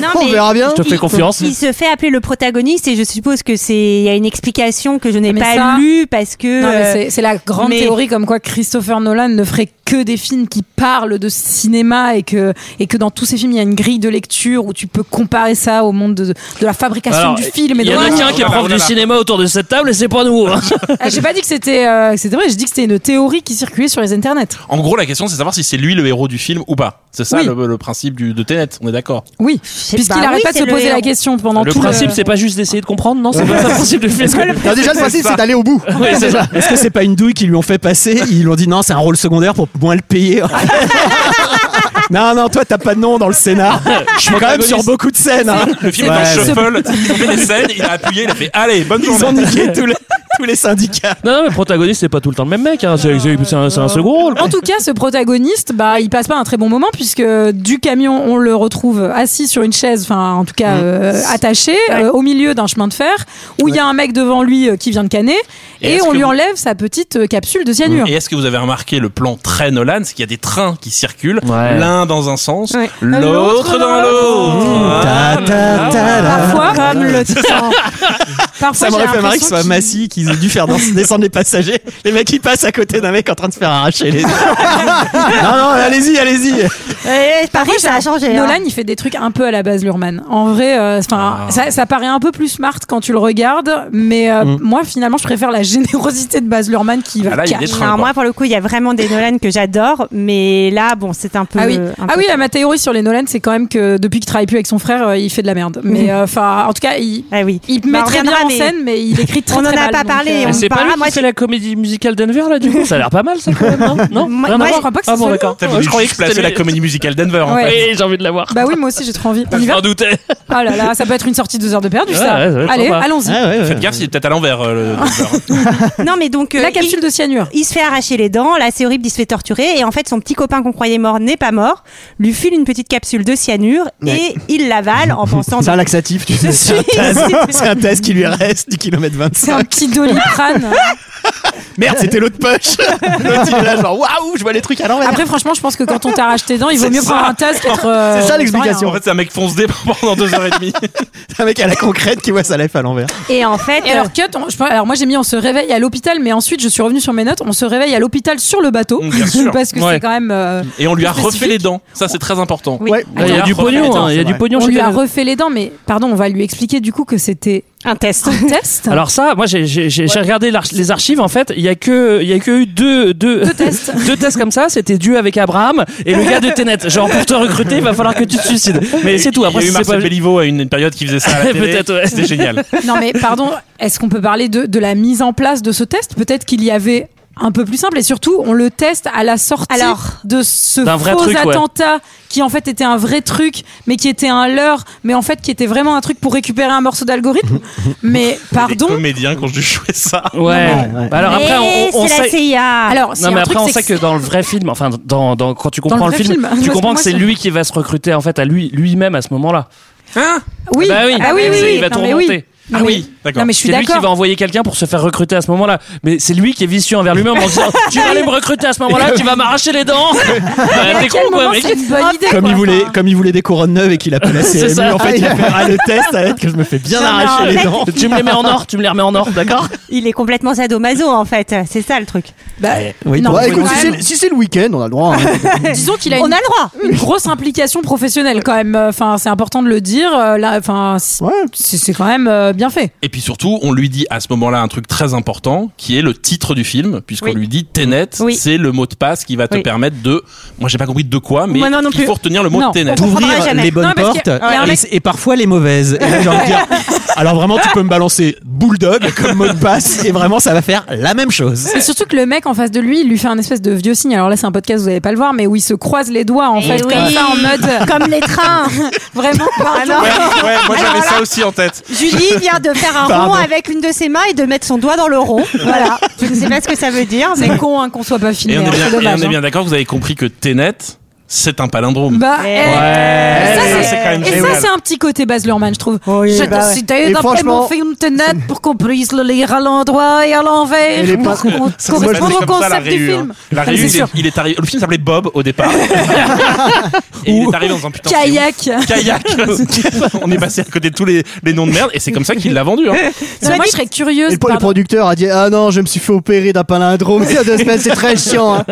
Speaker 4: Non,
Speaker 7: on
Speaker 4: mais
Speaker 7: verra bien.
Speaker 5: Je te fais
Speaker 4: il-
Speaker 5: confiance.
Speaker 4: Il se fait appeler le protagoniste et je suppose que c'est il y a une explication que je n'ai
Speaker 1: Mais
Speaker 4: pas
Speaker 1: ça-
Speaker 4: lue parce que
Speaker 1: Non, mais
Speaker 4: euh,
Speaker 1: c'est- c'est la grande
Speaker 4: mais-
Speaker 1: théorie comme quoi Christopher Nolan ne ferait que des films qui parlent de cinéma et que, et que dans tous ces films il y a une grille de lecture où tu peux comparer ça au monde de, de la fabrication
Speaker 5: Alors,
Speaker 1: du film et
Speaker 5: Il y
Speaker 1: de
Speaker 5: en a
Speaker 1: Ouais.
Speaker 5: qu'un qui est
Speaker 2: Oulala,
Speaker 5: prof de
Speaker 2: oulala.
Speaker 5: cinéma autour de cette table et c'est pas nous. hein.
Speaker 1: Ah, J'ai pas dit que c'était euh, que c'était vrai, j'ai dit que c'était une théorie qui circulait sur les internets.
Speaker 2: En gros, la question, c'est de savoir si c'est lui le héros du film ou pas. C'est ça
Speaker 1: Oui.
Speaker 2: le, le principe du, de Tenet, on est d'accord.
Speaker 1: Oui, puisqu'il
Speaker 4: bah
Speaker 1: arrête
Speaker 4: oui,
Speaker 1: pas de se
Speaker 4: c'est le
Speaker 1: poser la
Speaker 4: héros.
Speaker 1: question pendant
Speaker 5: Le
Speaker 1: tout
Speaker 5: principe, c'est pas juste d'essayer de comprendre, non C'est pas ça le principe du film.
Speaker 7: Non, déjà, le principe, c'est d'aller au bout.
Speaker 5: Ouais, c'est ça.
Speaker 3: Est-ce que c'est pas une douille qu'ils lui ont fait passer Ils lui ont dit non, c'est un rôle secondaire pour moins le payer. non, non, toi, t'as pas de nom dans le scénar. Je suis quand même sur beaucoup de scènes. hein.
Speaker 2: Le film
Speaker 3: Ouais,
Speaker 2: est en
Speaker 3: c'est-
Speaker 2: shuffle, ils ont fait des scènes, il a appuyé, il a fait Allez, bonne
Speaker 3: Ils ont
Speaker 2: journée.
Speaker 3: niqué tous les, tous les syndicats.
Speaker 5: Non, non, mais le protagoniste, c'est pas tout le temps le même mec. hein. C'est c'est- c'est un, c'est un second rôle.
Speaker 1: En tout cas, ce protagoniste, bah, il passe pas un très bon moment puisque du camion, on le retrouve assis sur une chaise, enfin, en tout cas, euh, attaché, euh, au milieu d'un chemin de fer, où il y a un mec devant lui euh, qui vient de canner,
Speaker 2: Et
Speaker 1: et,
Speaker 2: est-ce
Speaker 1: on
Speaker 2: que
Speaker 1: lui
Speaker 2: vous-
Speaker 1: enlève sa petite euh, capsule de cyanure.
Speaker 2: Et est-ce que vous avez remarqué le plan très Nolan C'est qu'il y a des trains qui circulent,
Speaker 5: Ouais.
Speaker 2: l'un dans un sens,
Speaker 1: Ouais.
Speaker 2: l'autre dans l'autre.
Speaker 3: Ta, ta, ta, la.
Speaker 1: Parfois, comme le
Speaker 3: Ça m'aurait fait marrer que ce soit Massy qu'ils aient dû faire dans- descendre les passagers. Les mecs, ils passent à côté d'un mec en train de se faire arracher les. non, non, allez-y, allez-y.
Speaker 4: Eh, Paris, ça a changé. hein.
Speaker 1: Nolan, il fait des trucs un peu à la base Lurman. En vrai, euh,
Speaker 5: Ah.
Speaker 1: enfin, ça, ça paraît un peu plus smart quand tu le regardes, mais euh,
Speaker 5: Mm.
Speaker 1: moi, finalement, je préfère la générosité de Baz Luhrmann qui va
Speaker 2: Ah là, il est
Speaker 1: cash.
Speaker 2: train,
Speaker 4: Non,
Speaker 2: quoi.
Speaker 4: moi, pour le coup, il y a vraiment des Nolan que j'adore, mais là, bon, c'est un peu.
Speaker 1: Ah oui,
Speaker 4: Euh, un
Speaker 1: ah
Speaker 4: peu-
Speaker 1: oui, là, ma théorie sur les Nolan, c'est quand même que depuis qu'il travaille plus avec son frère, euh, il fait de la merde. Mais euh, enfin, en tout cas, il,
Speaker 4: Ah oui.
Speaker 1: il
Speaker 4: Bah,
Speaker 1: met
Speaker 4: on
Speaker 1: très bien en
Speaker 4: reviendra, Mm. mais-
Speaker 1: scène, mais il écrit très
Speaker 4: [LAUGHS] On en
Speaker 1: très
Speaker 4: a
Speaker 1: mal,
Speaker 4: pas
Speaker 1: donc,
Speaker 4: parlé,
Speaker 1: euh,
Speaker 5: Et c'est
Speaker 4: Bah,
Speaker 5: pas lui
Speaker 4: moi,
Speaker 5: qui fait la comédie musicale d'Enver là du coup Ça a l'air pas mal ça quand même, non Non
Speaker 4: Moi-
Speaker 5: Rien
Speaker 4: moi,
Speaker 5: à voir
Speaker 4: je
Speaker 1: Oh, crois pas que
Speaker 5: Ah
Speaker 1: ce
Speaker 5: bon,
Speaker 1: soit
Speaker 5: d'accord.
Speaker 2: T'as voulu
Speaker 5: Je croyais que
Speaker 2: placer
Speaker 5: c'était
Speaker 2: la comédie musicale d'Enver. en
Speaker 1: Ouais.
Speaker 2: fait.
Speaker 5: Oui, j'ai envie de la voir.
Speaker 1: Bah oui, moi aussi, j'ai trop envie. On y
Speaker 5: Je
Speaker 1: va
Speaker 5: m'en doutais.
Speaker 1: Oh là là, ça peut être une sortie de deux heures de perdu,
Speaker 5: Ouais,
Speaker 1: ça.
Speaker 5: ouais, ça va être
Speaker 1: Allez,
Speaker 5: sympa.
Speaker 1: allons-y.
Speaker 3: Ah, ouais, ouais.
Speaker 2: Faites gaffe, il est peut-être à l'envers. euh, le Denver.
Speaker 1: [LAUGHS]
Speaker 4: Non, mais donc. euh,
Speaker 1: La capsule de cyanure.
Speaker 4: Il se fait arracher les dents, là c'est horrible, il se fait torturer et en fait son petit copain qu'on croyait mort n'est pas mort, lui file une petite capsule de cyanure et il l'avale en pensant
Speaker 7: C'est un laxatif, tu sais.
Speaker 4: suis
Speaker 3: C'est un test qui lui reste du kilomètre 25.
Speaker 1: C'est un petit
Speaker 5: [LAUGHS]
Speaker 1: doliprane.
Speaker 3: Merde, c'était l'autre
Speaker 7: [LAUGHS]
Speaker 3: poche. L'autre, il est là, genre, waouh, je vois les trucs à
Speaker 7: Ah,
Speaker 3: l'envers.
Speaker 1: Après, franchement, je pense que quand on t'arrache tes dents, il vaut
Speaker 3: C'est
Speaker 1: mieux
Speaker 3: ça.
Speaker 1: prendre un tas qu'être. euh,
Speaker 3: C'est ça l'explication.
Speaker 2: en fait, c'est un mec fonce-dé [LAUGHS] pendant deux heures et demie.
Speaker 3: Un mec à la concrète qui voit sa life à l'envers.
Speaker 4: et en fait
Speaker 1: hein.
Speaker 4: euh,
Speaker 1: Et alors, cut, on- je- alors moi j'ai mis on se réveille à l'hôpital, mais ensuite je suis revenue sur mes notes, on se réveille à l'hôpital sur le bateau,
Speaker 2: Mm, bien sûr.
Speaker 1: [LAUGHS] parce que
Speaker 5: Ouais.
Speaker 1: c'est quand même... euh,
Speaker 2: Et on lui a
Speaker 1: Plus
Speaker 2: refait les
Speaker 1: spécifique.
Speaker 2: dents. Ça, c'est très important.
Speaker 4: Oui.
Speaker 3: Ouais.
Speaker 1: Ah,
Speaker 5: Il y a
Speaker 2: Attends,
Speaker 5: du
Speaker 2: refais les
Speaker 5: pognon,
Speaker 2: dents,
Speaker 5: hein, il y a
Speaker 2: c'est
Speaker 5: du
Speaker 2: vrai.
Speaker 5: pognon
Speaker 1: on
Speaker 5: chez
Speaker 1: lui a
Speaker 5: Denver.
Speaker 1: refait les dents, mais pardon, on va lui expliquer du coup que c'était
Speaker 4: un test.
Speaker 1: un test.
Speaker 5: Alors ça, moi j'ai j'ai- j'ai- j'ai regardé l'arch- les archives en fait, il y a que il y a que eu deux deux
Speaker 1: Deux tests.
Speaker 5: [LAUGHS] deux tests comme ça, c'était Dieu avec Abraham et le gars de Tenet. Genre pour te recruter, il va falloir que tu te suicides. Mais c'est tout. Après
Speaker 2: il y a eu
Speaker 5: si c'est
Speaker 2: Marcel
Speaker 5: pas
Speaker 2: Bellivo à une, une période qui faisait ça [LAUGHS] à la télé.
Speaker 5: Peut-être, ouais.
Speaker 2: C'était [LAUGHS] génial.
Speaker 1: non mais pardon, est-ce qu'on peut parler de, de la mise en place de ce test Peut-être qu'il y avait un peu plus simple et surtout on le teste à la sortie
Speaker 4: Alors,
Speaker 1: de ce
Speaker 5: d'un vrai
Speaker 1: faux
Speaker 5: truc, ouais.
Speaker 1: attentat qui en fait était un vrai truc mais qui était un leurre mais en fait qui était vraiment un truc pour récupérer un morceau d'algorithme mais
Speaker 2: Les
Speaker 1: pardon
Speaker 2: comédiens qui ont dû jouer ça.
Speaker 5: Ouais.
Speaker 7: Non, non, ouais.
Speaker 5: Bah Alors après
Speaker 4: Et
Speaker 5: on, on
Speaker 4: c'est la
Speaker 5: sait
Speaker 4: CIA.
Speaker 1: alors c'est
Speaker 5: Non
Speaker 1: un
Speaker 5: mais
Speaker 1: truc
Speaker 5: après on sait
Speaker 1: sexy.
Speaker 5: que dans le vrai film, enfin dans, dans quand tu
Speaker 1: le
Speaker 5: comprends le,
Speaker 1: vrai
Speaker 5: film,
Speaker 1: film. Parce
Speaker 5: tu
Speaker 1: que
Speaker 5: comprends
Speaker 1: moi,
Speaker 5: que c'est
Speaker 1: c'est-
Speaker 5: lui qui va se recruter en fait à lui lui-même à ce moment-là.
Speaker 1: oui
Speaker 5: Ah bah oui.
Speaker 1: ah oui,
Speaker 5: Ah
Speaker 1: oui,
Speaker 5: bah,
Speaker 1: oui.
Speaker 5: il va
Speaker 1: Non,
Speaker 5: tout
Speaker 1: mais
Speaker 5: remonter.
Speaker 1: Non,
Speaker 2: Ah
Speaker 1: mais-
Speaker 2: oui, d'accord.
Speaker 1: non mais je suis
Speaker 5: C'est lui qui va
Speaker 1: d'accord
Speaker 5: envoyer quelqu'un pour se faire recruter à ce moment-là. Mais c'est lui qui est vicieux envers lui-même en
Speaker 1: [LAUGHS]
Speaker 5: disant Tu vas aller me recruter à ce moment-là, tu vas m'arracher les dents Bah, T'es con
Speaker 1: quel
Speaker 5: quoi,
Speaker 1: moment
Speaker 5: mec
Speaker 1: c'est une bonne idée
Speaker 3: [LAUGHS] Comme
Speaker 1: quoi,
Speaker 3: il, voulait,
Speaker 1: enfin.
Speaker 3: comme il voulait des couronnes neuves et qu'il appelait
Speaker 7: [LAUGHS]
Speaker 3: la
Speaker 5: C'est
Speaker 3: CMU,
Speaker 5: ça.
Speaker 3: en fait, il a fait ah, le test, ça va être que je me fais bien
Speaker 4: Non,
Speaker 3: arracher
Speaker 4: non,
Speaker 3: les
Speaker 4: mec.
Speaker 3: dents.
Speaker 5: Tu me les mets en or, tu me les remets en or, d'accord
Speaker 4: Il est complètement sadomaso en fait, c'est ça le truc.
Speaker 1: Bah,
Speaker 3: Oui,
Speaker 1: non,
Speaker 7: Ouais,
Speaker 1: mais
Speaker 7: écoute,
Speaker 1: quand
Speaker 7: si
Speaker 1: même.
Speaker 7: c'est- si c'est le week-end, on a le droit.
Speaker 1: [LAUGHS]
Speaker 7: hein.
Speaker 1: Disons qu'il a
Speaker 4: On
Speaker 1: une,
Speaker 4: a le droit.
Speaker 1: une grosse implication professionnelle quand même. Enfin, c'est important de le dire. Euh, Là, enfin, c-
Speaker 7: Ouais.
Speaker 1: c'est c'est quand même euh, bien fait.
Speaker 2: Et puis surtout, on lui dit à ce moment-là un truc très important, qui est le titre du film, puisqu'on
Speaker 4: Oui.
Speaker 2: lui dit Tenet,
Speaker 4: Oui.
Speaker 2: c'est le mot de passe qui va te
Speaker 4: Oui.
Speaker 2: permettre de, moi j'ai pas compris de quoi, mais
Speaker 4: Moi non, non
Speaker 2: il
Speaker 4: plus.
Speaker 2: faut retenir le mot
Speaker 1: Non.
Speaker 2: de
Speaker 1: [LAUGHS]
Speaker 2: Tenet.
Speaker 4: On comprendra jamais.
Speaker 3: bonnes
Speaker 1: Non, parce que- ouais, un
Speaker 3: et-
Speaker 1: mec-
Speaker 3: et, parfois les mauvaises. Et là, j'ai envie de
Speaker 1: [LAUGHS]
Speaker 3: dire, alors vraiment, tu peux me balancer bulldog comme mot de passe et vraiment, ça va faire la même chose.
Speaker 1: Et surtout que le mec en face de lui, il lui fait un espèce de vieux signe. Alors là, c'est un podcast, vous n'allez pas le voir, mais où il se croise les doigts en
Speaker 4: Eh
Speaker 1: fait, comme
Speaker 4: oui.
Speaker 1: ça, en mode
Speaker 4: [LAUGHS] Comme les trains.
Speaker 1: vraiment. pardon.
Speaker 2: [LAUGHS]
Speaker 4: non.
Speaker 2: ouais, moi
Speaker 4: Alors là-
Speaker 2: aussi en tête.
Speaker 4: Julie vient de faire un
Speaker 3: Pardon.
Speaker 4: rond avec une de ses mains et de mettre son doigt dans le rond. Voilà. Je ne sais pas ce que ça veut dire, mais
Speaker 1: C'est con hein, qu'on soit pas filmé.
Speaker 2: Et on est
Speaker 1: hein,
Speaker 2: bien,
Speaker 1: c'est
Speaker 2: et
Speaker 1: dommage,
Speaker 2: on est
Speaker 1: hein.
Speaker 2: bien d'accord, vous avez compris que Tenet, c'est un palindrome.
Speaker 1: Bah,
Speaker 4: Eh.
Speaker 1: eh, ça,
Speaker 5: Ouais.
Speaker 2: Eh,
Speaker 1: c'est-
Speaker 2: c'est quand même
Speaker 1: Et
Speaker 2: génial.
Speaker 1: ça, c'est un petit côté Baz Luhrmann, je trouve.
Speaker 7: Oui,
Speaker 1: Je-
Speaker 7: bah ouais.
Speaker 1: Si t'as
Speaker 7: Et
Speaker 1: eu d'après
Speaker 7: franchement-
Speaker 1: mon film Tenet pour qu'on puisse le lire à l'endroit et à l'envers,
Speaker 7: Et les
Speaker 1: pour
Speaker 7: pas-
Speaker 1: qu'on
Speaker 7: c'est pas
Speaker 1: corresponde au concept du film.
Speaker 2: La
Speaker 1: Ça,
Speaker 2: réu,
Speaker 1: c'est
Speaker 2: il est,
Speaker 1: sûr.
Speaker 2: il est arrivé. Le film s'appelait Bob au départ. [LAUGHS] et il est arrivé dans un putain de
Speaker 1: Kayak. [LAUGHS]
Speaker 2: Kayak. On est passé à côté de tous les, les noms de merde et c'est comme ça qu'il l'a vendu. Hein.
Speaker 1: Non, moi, je serais curieuse.
Speaker 7: Et le, le
Speaker 1: pardon.
Speaker 7: producteur a dit Ah non, je me suis [LAUGHS] fait opérer d'un palindrome il y a deux semaines, c'est très chiant. hein.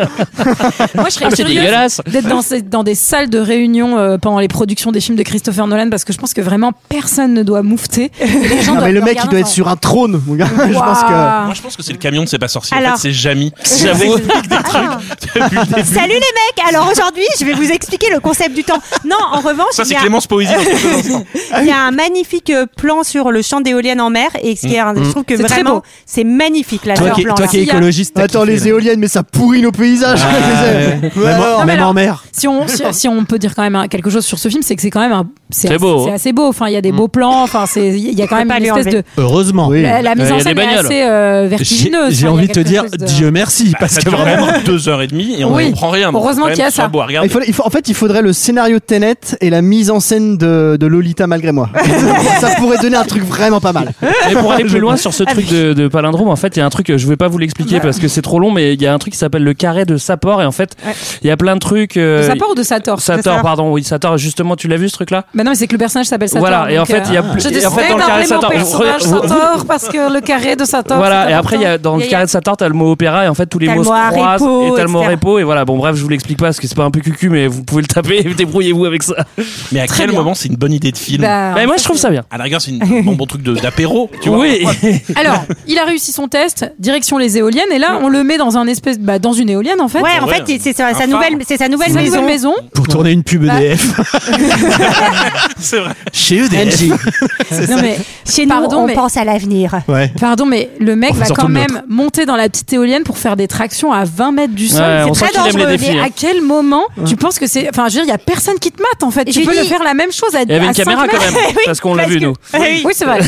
Speaker 1: Moi, je serais
Speaker 5: Ah, C'est
Speaker 1: curieuse
Speaker 5: dégueulasse
Speaker 1: d'être dans c'est dans des salles de réunion euh, pendant les productions des films de Christopher Nolan parce que je pense que vraiment personne ne doit
Speaker 7: [LAUGHS]
Speaker 1: moufter. Les gens
Speaker 7: Ah,
Speaker 1: doivent
Speaker 7: mais le mec, il
Speaker 1: regarder
Speaker 7: doit
Speaker 1: en-
Speaker 7: être sur un trône, mon gars. Je
Speaker 1: Waouh.
Speaker 7: pense que.
Speaker 2: Moi, je pense que c'est le camion de C'est pas sorcier. En
Speaker 4: Alors.
Speaker 2: fait, c'est Jamy. J'avoue. Depuis le début.
Speaker 4: Ah. [LAUGHS] Salut les mecs Alors aujourd'hui, je vais vous expliquer le concept du temps. Non, en revanche,
Speaker 2: Ça,
Speaker 4: il y
Speaker 2: c'est
Speaker 4: a-
Speaker 2: Clémence Poésie. dans quelques instants.
Speaker 4: il y, a un magnifique euh, plan sur le champ d'éoliennes en mer et ce qui est un- je trouve que
Speaker 1: C'est très
Speaker 4: vraiment
Speaker 1: beau.
Speaker 4: c'est magnifique là
Speaker 3: [LAUGHS] Toi
Speaker 4: ce
Speaker 3: qui,
Speaker 4: plan
Speaker 3: toi qui es
Speaker 1: S'il y a-
Speaker 3: écologiste. t'as
Speaker 7: Attends,
Speaker 3: kiffé,
Speaker 7: les [LAUGHS]
Speaker 3: là.
Speaker 7: éoliennes, mais ça pourrit nos paysages.
Speaker 3: Ah, ouais.
Speaker 7: Mais
Speaker 3: Même, en-
Speaker 7: alors-
Speaker 3: même
Speaker 1: alors-
Speaker 3: en mer.
Speaker 1: Si on, si, si on peut dire quand même hein, quelque chose sur ce film, c'est que c'est quand même un, c'est
Speaker 5: C'est
Speaker 1: assez-
Speaker 5: beau,
Speaker 1: c'est
Speaker 5: hein.
Speaker 1: assez beau. Enfin, il y a des beaux plans. Enfin, c'est, il y a quand même
Speaker 4: pas
Speaker 1: une
Speaker 4: lui
Speaker 1: espèce de
Speaker 4: enlever.
Speaker 3: Heureusement.
Speaker 7: [LAUGHS] Oui.
Speaker 1: la, la
Speaker 5: il y
Speaker 1: mise
Speaker 5: a
Speaker 1: en
Speaker 5: des
Speaker 1: scène est
Speaker 5: bagnoles.
Speaker 1: assez euh,
Speaker 3: J'ai
Speaker 1: vertigineuse. Enfin, il
Speaker 3: j'ai
Speaker 1: y a
Speaker 3: envie de te
Speaker 1: quelque
Speaker 3: dire
Speaker 1: chose de- Ah,
Speaker 3: Dieu merci parce
Speaker 2: ça
Speaker 3: que
Speaker 2: dure
Speaker 3: vraiment
Speaker 2: vraiment deux heures et demie et on
Speaker 1: Oui.
Speaker 2: comprend rien. donc
Speaker 1: Heureusement
Speaker 2: quand même,
Speaker 1: qu'il y a
Speaker 2: c'est
Speaker 5: Ah
Speaker 1: ça.
Speaker 2: beau
Speaker 1: [LAUGHS]
Speaker 2: à regarder.
Speaker 7: Ah, Il faudrait- il faut- en fait, il faudrait le scénario Tenet et la mise en scène de, de Lolita malgré moi. [LAUGHS] ça pourrait donner un truc vraiment pas mal.
Speaker 5: Mais pour aller plus loin sur ce truc de, de palindrome, en fait, il y a un truc, euh, je vais pas vous l'expliquer parce que c'est trop long, mais il y a un truc qui s'appelle le carré de Sapor, et en fait,
Speaker 4: Ouais.
Speaker 5: il y a plein de trucs.
Speaker 1: de
Speaker 5: euh,
Speaker 1: Sator ou de Sator
Speaker 5: Sator, pardon, oui, Sator, justement, tu l'as vu ce truc-là
Speaker 1: Bah non, mais c'est que le personnage s'appelle Sator.
Speaker 5: Voilà, et en
Speaker 1: donc,
Speaker 5: fait, il y a.
Speaker 1: euh,
Speaker 5: pl-
Speaker 1: Je
Speaker 5: et en
Speaker 1: déteste
Speaker 5: fait, dans le carré de
Speaker 1: énormément
Speaker 5: Sator,
Speaker 1: le
Speaker 5: vous-
Speaker 1: personnage
Speaker 5: vous- [LAUGHS]
Speaker 1: Sator parce que le carré de Sator.
Speaker 5: Voilà,
Speaker 1: c'est
Speaker 5: et après, il y a,
Speaker 1: important.
Speaker 5: dans le
Speaker 1: Il y a-
Speaker 5: carré de Sator, t'as le mot opéra, et en fait, tous les
Speaker 4: T'as le
Speaker 5: mots se
Speaker 4: mot à
Speaker 5: croisent,
Speaker 4: repo,
Speaker 5: et t'as le mot
Speaker 4: etc.
Speaker 5: repo, et voilà, bon, bref, je vous l'explique pas parce que c'est pas un peu cucu, mais vous pouvez le taper, [LAUGHS] débrouillez-vous avec ça.
Speaker 2: Mais à
Speaker 1: Très
Speaker 2: quel
Speaker 1: bien.
Speaker 2: moment c'est une bonne idée de film
Speaker 1: Bah,
Speaker 5: Mais moi, je trouve ça bien.
Speaker 2: À la rigueur, c'est une- [LAUGHS] un bon, bon truc de- d'apéro. Tu vois
Speaker 5: Oui, [LAUGHS]
Speaker 1: Alors, il a réussi son test, direction les éoliennes, et là, on le met dans un espèce, bah, dans une éolienne en fait.
Speaker 4: Ouais, en
Speaker 2: Ouais.
Speaker 4: fait, c'est sa, sa
Speaker 2: Un
Speaker 4: nouvelle,
Speaker 2: phare.
Speaker 4: c'est sa nouvelle
Speaker 1: Sa nouvelle
Speaker 4: maison.
Speaker 1: maison.
Speaker 3: pour tourner une pub
Speaker 1: Bah.
Speaker 3: EDF
Speaker 1: [LAUGHS]
Speaker 2: c'est vrai.
Speaker 3: chez E EDF.
Speaker 1: Non, mais,
Speaker 4: Chez nous,
Speaker 1: Pardon,
Speaker 4: on
Speaker 1: mais-
Speaker 4: pense à l'avenir.
Speaker 3: Ouais.
Speaker 1: pardon, mais le mec
Speaker 3: On fait
Speaker 1: va
Speaker 3: surtout
Speaker 1: quand
Speaker 3: le
Speaker 1: même monter dans la petite éolienne pour faire des tractions à 20 mètres du sol.
Speaker 5: Ouais, on
Speaker 1: c'est
Speaker 5: sent
Speaker 1: très
Speaker 5: qu'il aime
Speaker 1: dangereux.
Speaker 5: les défis,
Speaker 1: mais
Speaker 5: hein.
Speaker 1: à quel moment tu penses que c'est. Enfin, je veux dire, il y a personne qui te mate en fait. Tu peux
Speaker 4: Julie-
Speaker 1: le faire la même chose à
Speaker 5: il y avait
Speaker 1: à
Speaker 5: une
Speaker 1: cinq
Speaker 5: caméra quand
Speaker 1: mètres.
Speaker 5: même,
Speaker 1: [LAUGHS]
Speaker 5: parce qu'on l'a
Speaker 4: parce
Speaker 5: vu,
Speaker 4: que-
Speaker 5: nous.
Speaker 4: [LAUGHS] Oui.
Speaker 1: Oui, c'est vrai.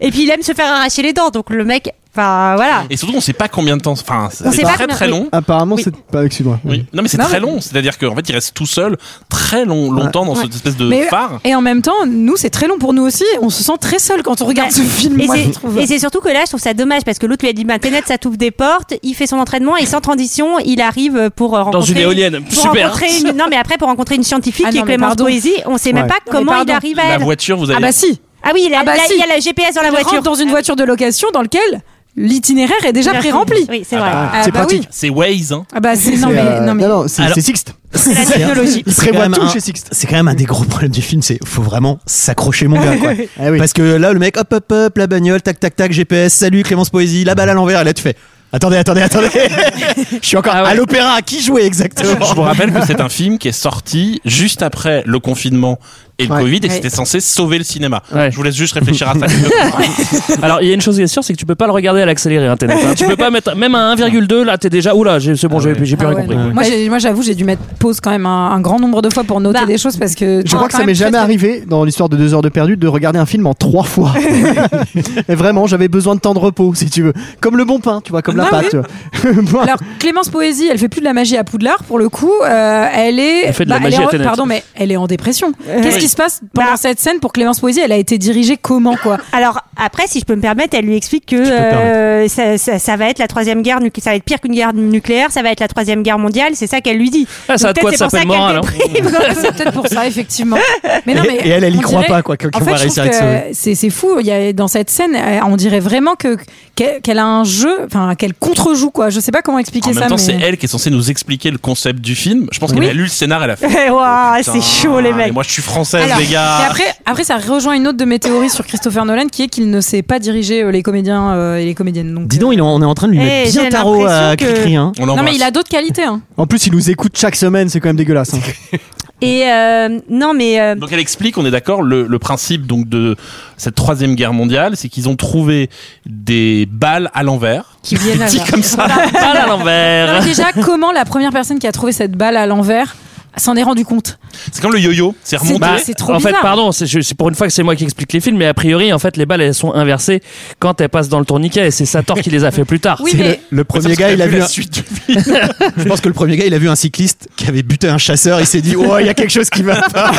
Speaker 4: Et puis il aime se faire arracher les dents, donc le mec, enfin voilà.
Speaker 2: Et surtout, on sait pas combien de temps. Enfin,
Speaker 4: On
Speaker 2: c'est
Speaker 4: sait pas
Speaker 2: très
Speaker 4: combien-
Speaker 2: très long.
Speaker 7: Apparemment,
Speaker 4: Oui.
Speaker 7: c'est pas excuse-moi.
Speaker 2: Oui. Non, mais c'est
Speaker 1: Non,
Speaker 2: très
Speaker 1: mais-
Speaker 2: long. C'est-à-dire qu'en fait, il reste tout seul très long, longtemps dans cette espèce de
Speaker 1: Mais-
Speaker 2: phare.
Speaker 1: Et en même temps, nous, c'est très long pour nous aussi. On se sent très seul quand on regarde ce film.
Speaker 4: Et
Speaker 1: moi,
Speaker 4: c'est-
Speaker 1: je trouve.
Speaker 4: et c'est surtout que là, je trouve ça dommage parce que l'autre lui a dit bah, Tenet, ça t'ouvre des portes. Il fait son entraînement et sans transition, il arrive pour euh, rencontrer.
Speaker 5: Dans une éolienne,
Speaker 4: pour
Speaker 5: super.
Speaker 4: rencontrer une- Non, mais après, pour rencontrer une scientifique
Speaker 1: Ah
Speaker 4: qui est
Speaker 1: non, mais
Speaker 4: Clémence
Speaker 1: pardon.
Speaker 4: Poésie, on sait même
Speaker 7: Ouais.
Speaker 4: pas
Speaker 1: mais
Speaker 4: comment il
Speaker 1: pardon.
Speaker 4: arrive à
Speaker 2: La
Speaker 4: elle.
Speaker 2: voiture, vous avez.
Speaker 1: Ah bah si.
Speaker 4: Ah oui, il a,
Speaker 1: Ah bah
Speaker 4: il a-
Speaker 1: si.
Speaker 4: il y a la GPS dans la
Speaker 1: Je
Speaker 4: voiture.
Speaker 1: rentre dans une voiture de location dans laquelle l'itinéraire est déjà pré-rempli.
Speaker 4: Oui, c'est
Speaker 2: Ah
Speaker 4: vrai.
Speaker 2: bah,
Speaker 1: Ah
Speaker 3: C'est
Speaker 1: bah
Speaker 3: pratique.
Speaker 1: oui.
Speaker 2: C'est Waze, hein.
Speaker 1: Ah bah c'est non
Speaker 7: C'est,
Speaker 1: mais
Speaker 7: euh,
Speaker 1: non mais
Speaker 7: c'est
Speaker 3: Alors-
Speaker 7: c'est Sixte.
Speaker 4: C'est la technologie.
Speaker 7: Il
Speaker 3: C'est quand
Speaker 7: prévoit
Speaker 3: même
Speaker 7: tout
Speaker 3: un-
Speaker 7: chez Sixte.
Speaker 3: C'est quand même un des gros problèmes du film, c'est faut vraiment s'accrocher mon gars
Speaker 1: [LAUGHS]
Speaker 3: quoi.
Speaker 7: Ah oui.
Speaker 3: Parce que là le mec hop hop hop la bagnole tac tac tac GPS salut Clémence Poésie la balle à l'envers et là tu fais attendez attendez attendez
Speaker 1: [LAUGHS]
Speaker 3: je suis encore
Speaker 5: Ah ouais.
Speaker 3: à l'opéra à qui
Speaker 2: Je
Speaker 3: jouer
Speaker 2: vous
Speaker 3: exactement
Speaker 2: rappelle que c'est un film qui est sorti juste après le confinement et le
Speaker 7: Ouais.
Speaker 2: Covid et
Speaker 1: Ouais.
Speaker 2: c'était censé sauver le cinéma.
Speaker 5: Ouais.
Speaker 2: Je vous laisse juste réfléchir à ça.
Speaker 5: Alors, il y a une chose qui est sûre, c'est que tu peux pas le regarder à l'accéléré Internet. hein. Tu peux pas mettre même à 1,2, là, t'es déjà. Oula, j'ai- c'est bon, j'ai j'ai plus
Speaker 1: Ah
Speaker 5: rien
Speaker 1: ouais,
Speaker 5: compris.
Speaker 1: non. Moi, j'ai- moi, j'avoue, j'ai dû mettre pause quand même un, un grand nombre de fois pour noter
Speaker 4: Bah,
Speaker 1: des choses parce que.
Speaker 7: Je crois que ça m'est jamais arrivé dans l'histoire de deux heures de perdu de regarder un film en
Speaker 3: [LAUGHS]
Speaker 7: trois fois. Et vraiment, j'avais besoin de temps de repos, si tu veux. Comme le bon pain, tu vois, comme la
Speaker 1: Bah
Speaker 7: pâte. tu vois. Moi,
Speaker 1: Alors Clémence Poésie, elle fait plus de la magie à Poudlard pour le coup. euh, elle est,
Speaker 5: Elle fait de la
Speaker 1: bah,
Speaker 5: magie
Speaker 1: est
Speaker 5: à
Speaker 1: en-
Speaker 5: Tenet.
Speaker 1: pardon, mais elle est en dépression.
Speaker 3: Euh,
Speaker 1: Qu'est-ce qui se passe pendant
Speaker 4: Bah.
Speaker 1: cette scène pour Clémence Poésie Elle a été dirigée comment
Speaker 3: [LAUGHS]
Speaker 1: quoi
Speaker 4: Alors après, si je peux me permettre, elle lui explique que
Speaker 3: me
Speaker 4: euh, ça, ça- ça va être la troisième guerre, nucléaire, ça va être pire qu'une guerre nucléaire, ça va être la troisième guerre mondiale. C'est ça qu'elle lui dit. [LAUGHS]
Speaker 5: Ah, ça a
Speaker 4: Donc,
Speaker 5: de quoi de
Speaker 4: peut-être c'est
Speaker 5: s'appeler
Speaker 4: pour ça
Speaker 5: morale,
Speaker 4: qu'elle déprime.
Speaker 1: C'est peut-être pour ça effectivement. Mais non,
Speaker 3: bah. et,
Speaker 1: mais
Speaker 3: et elle elle y
Speaker 1: on
Speaker 3: croit
Speaker 1: dirait-
Speaker 3: pas quoi qu'on
Speaker 1: En fait,
Speaker 3: va
Speaker 1: je trouve
Speaker 3: réussir à être sauvé.
Speaker 1: que c'est c'est fou. Il y a, dans cette scène, euh, on dirait vraiment que qu'elle qu'elle a un jeu, enfin qu'elle contre-joue quoi. Je sais pas comment expliquer
Speaker 2: En
Speaker 1: ça.
Speaker 2: même temps,
Speaker 1: mais-
Speaker 2: c'est elle qui est censée nous expliquer le concept du film. Je pense
Speaker 1: Oui.
Speaker 2: qu'elle a lu le scénar, elle a fait.
Speaker 4: Waouh, c'est
Speaker 2: Putain,
Speaker 4: chaud
Speaker 5: Ah,
Speaker 4: les
Speaker 2: et
Speaker 4: mecs.
Speaker 2: Moi, je suis française,
Speaker 1: Alors,
Speaker 2: les
Speaker 1: et
Speaker 2: gars.
Speaker 1: après, après, ça rejoint une autre de mes théories sur Christopher Nolan qui est qu'il ne sait pas diriger euh, les comédiens euh, et les comédiennes. Donc, euh,
Speaker 3: Dis donc il en- on est en train de lui
Speaker 4: Eh,
Speaker 3: mettre bien
Speaker 4: j'ai
Speaker 3: tarot à
Speaker 4: l'impression que-
Speaker 3: Cricri hein.
Speaker 2: On
Speaker 1: non,
Speaker 2: l'embrasse.
Speaker 1: mais il a d'autres qualités. hein.
Speaker 7: En plus, il nous écoute chaque semaine, c'est quand même dégueulasse. hein.
Speaker 4: Et euh, non, mais euh,
Speaker 2: Donc elle explique, on est d'accord, le, le principe donc de cette troisième guerre mondiale, c'est qu'ils ont trouvé des balles à l'envers,
Speaker 1: Qui viennent à
Speaker 2: [LAUGHS] dit comme ça.
Speaker 5: Pas à
Speaker 1: Non,
Speaker 5: hein. Ah,
Speaker 1: [LAUGHS]
Speaker 5: l'envers.
Speaker 1: mais déjà, comment la première personne qui a trouvé cette balle à l'envers s'en est rendu compte
Speaker 2: C'est comme le yo-yo, c'est
Speaker 1: C'est
Speaker 2: remonté.
Speaker 1: c'est trop
Speaker 5: Bah, en fait,
Speaker 1: bizarre.
Speaker 5: pardon, c'est je- c'est pour une fois que c'est moi qui explique les films, mais a priori, en fait, les balles elles sont inversées quand elles passent dans le tourniquet et c'est Sator qui les a fait plus tard.
Speaker 1: Oui,
Speaker 3: C'est
Speaker 1: mais-
Speaker 3: le, le premier
Speaker 2: Parce
Speaker 3: gars
Speaker 2: que
Speaker 3: il a
Speaker 2: t'as
Speaker 3: vu
Speaker 2: la
Speaker 3: un-
Speaker 2: suite du film.
Speaker 3: je pense que le premier gars il a vu un cycliste qui avait buté un chasseur il s'est dit oh il y a quelque chose qui va pas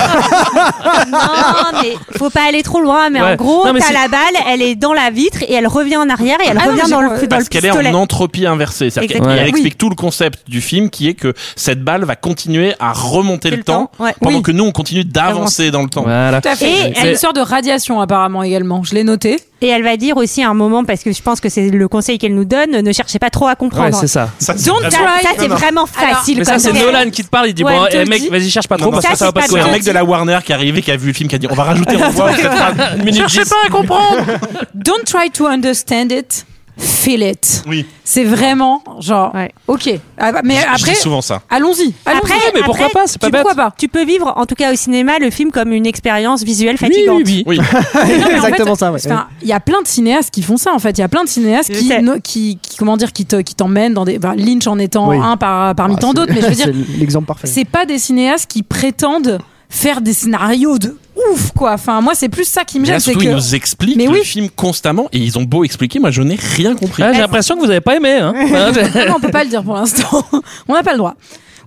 Speaker 4: non, mais faut pas aller trop loin. Mais
Speaker 5: Ouais.
Speaker 4: en gros,
Speaker 5: Non, mais
Speaker 4: t'as
Speaker 5: c'est-
Speaker 4: la balle, elle est dans la vitre et elle revient en arrière et elle
Speaker 1: Ah non,
Speaker 4: revient
Speaker 1: mais
Speaker 4: dans
Speaker 1: j'ai-
Speaker 4: le, dans le
Speaker 2: Parce qu'elle est
Speaker 4: pistolet.
Speaker 2: en entropie inversée. C'est-à-dire qu'elle-
Speaker 5: Exactement.
Speaker 2: Elle
Speaker 5: Ouais.
Speaker 2: explique tout le concept du film qui est que cette balle va continuer à faire remonter le,
Speaker 4: le
Speaker 2: temps,
Speaker 4: temps, ouais.
Speaker 2: pendant
Speaker 4: Oui.
Speaker 2: que nous on continue d'avancer dans le temps.
Speaker 5: Voilà.
Speaker 1: Tout à fait.
Speaker 5: Et-
Speaker 1: Il y a une histoire de radiation apparemment également. Je l'ai noté.
Speaker 4: Et elle va dire aussi à un moment, parce que je pense que c'est le conseil qu'elle nous donne, ne cherchez pas trop à
Speaker 5: Ouais,
Speaker 4: comprendre.
Speaker 5: c'est ça.
Speaker 2: Ça, c'est
Speaker 4: Donc
Speaker 2: vraiment-
Speaker 4: ça,
Speaker 1: try.
Speaker 4: ça, c'est
Speaker 2: Non, non.
Speaker 4: vraiment
Speaker 1: Alors,
Speaker 4: facile.
Speaker 5: Mais ça,
Speaker 4: comme
Speaker 5: c'est
Speaker 4: ça.
Speaker 5: Nolan qui te parle. Il dit
Speaker 1: Ouais,
Speaker 5: bon,
Speaker 1: elle te
Speaker 5: eh,
Speaker 1: le
Speaker 5: mec,
Speaker 1: dit.
Speaker 5: vas-y, cherche pas trop
Speaker 2: non,
Speaker 5: parce
Speaker 4: ça,
Speaker 5: que ça va
Speaker 4: c'est
Speaker 5: pas te
Speaker 4: pas
Speaker 2: C'est
Speaker 5: coller.
Speaker 2: un mec de la Warner qui est arrivé, qui a vu le film, qui a dit on va rajouter un voix, etc.
Speaker 5: Une minute dix.
Speaker 1: pas à
Speaker 5: [LAUGHS]
Speaker 1: comprendre. Don't try to understand it. Feel it.
Speaker 2: Oui,
Speaker 1: C'est vraiment genre.
Speaker 4: Ouais.
Speaker 1: Ok. Ah, bah, Mais
Speaker 2: je dis
Speaker 1: après,
Speaker 2: souvent ça.
Speaker 1: allons-y.
Speaker 4: Après,
Speaker 1: Allons-y.
Speaker 5: mais pourquoi
Speaker 4: après,
Speaker 5: pas, c'est pas
Speaker 4: tu-
Speaker 5: bête.
Speaker 4: pourquoi pas Tu peux vivre, en tout cas au cinéma, le film comme une expérience visuelle
Speaker 5: Oui,
Speaker 4: fatigante.
Speaker 5: oui,
Speaker 2: Oui.
Speaker 5: oui.
Speaker 7: [LAUGHS]
Speaker 1: Non, mais en
Speaker 7: Exactement
Speaker 1: fait,
Speaker 7: ça, ouais.
Speaker 1: enfin, Il y a plein de cinéastes qui font ça en fait. Il y a plein de cinéastes
Speaker 4: Je
Speaker 1: qui,
Speaker 4: sais.
Speaker 1: no- qui, qui- comment dire, qui te- qui t'emmènent dans des. enfin, Lynch en étant
Speaker 7: Oui. Ah,
Speaker 1: un par, parmi tant d'autres, mais je veux dire,
Speaker 7: [LAUGHS] C'est l'exemple parfait.
Speaker 1: c'est pas des cinéastes qui prétendent faire des scénarios de ouf quoi. Enfin, moi, c'est plus ça qui me
Speaker 2: Mais
Speaker 1: gêne,
Speaker 2: là,
Speaker 1: c'est
Speaker 2: surtout, ils
Speaker 1: que.
Speaker 2: nous expliquent
Speaker 1: Mais
Speaker 2: le
Speaker 1: oui.
Speaker 2: film constamment et ils ont beau expliquer, moi je n'ai rien compris.
Speaker 5: Ah, J'ai l'impression que vous avez pas aimé.
Speaker 1: [LAUGHS]
Speaker 5: Hein. Hein,
Speaker 1: [LAUGHS]
Speaker 5: j'ai-
Speaker 1: Non, on peut pas le dire pour l'instant. [LAUGHS] On n'a pas le droit.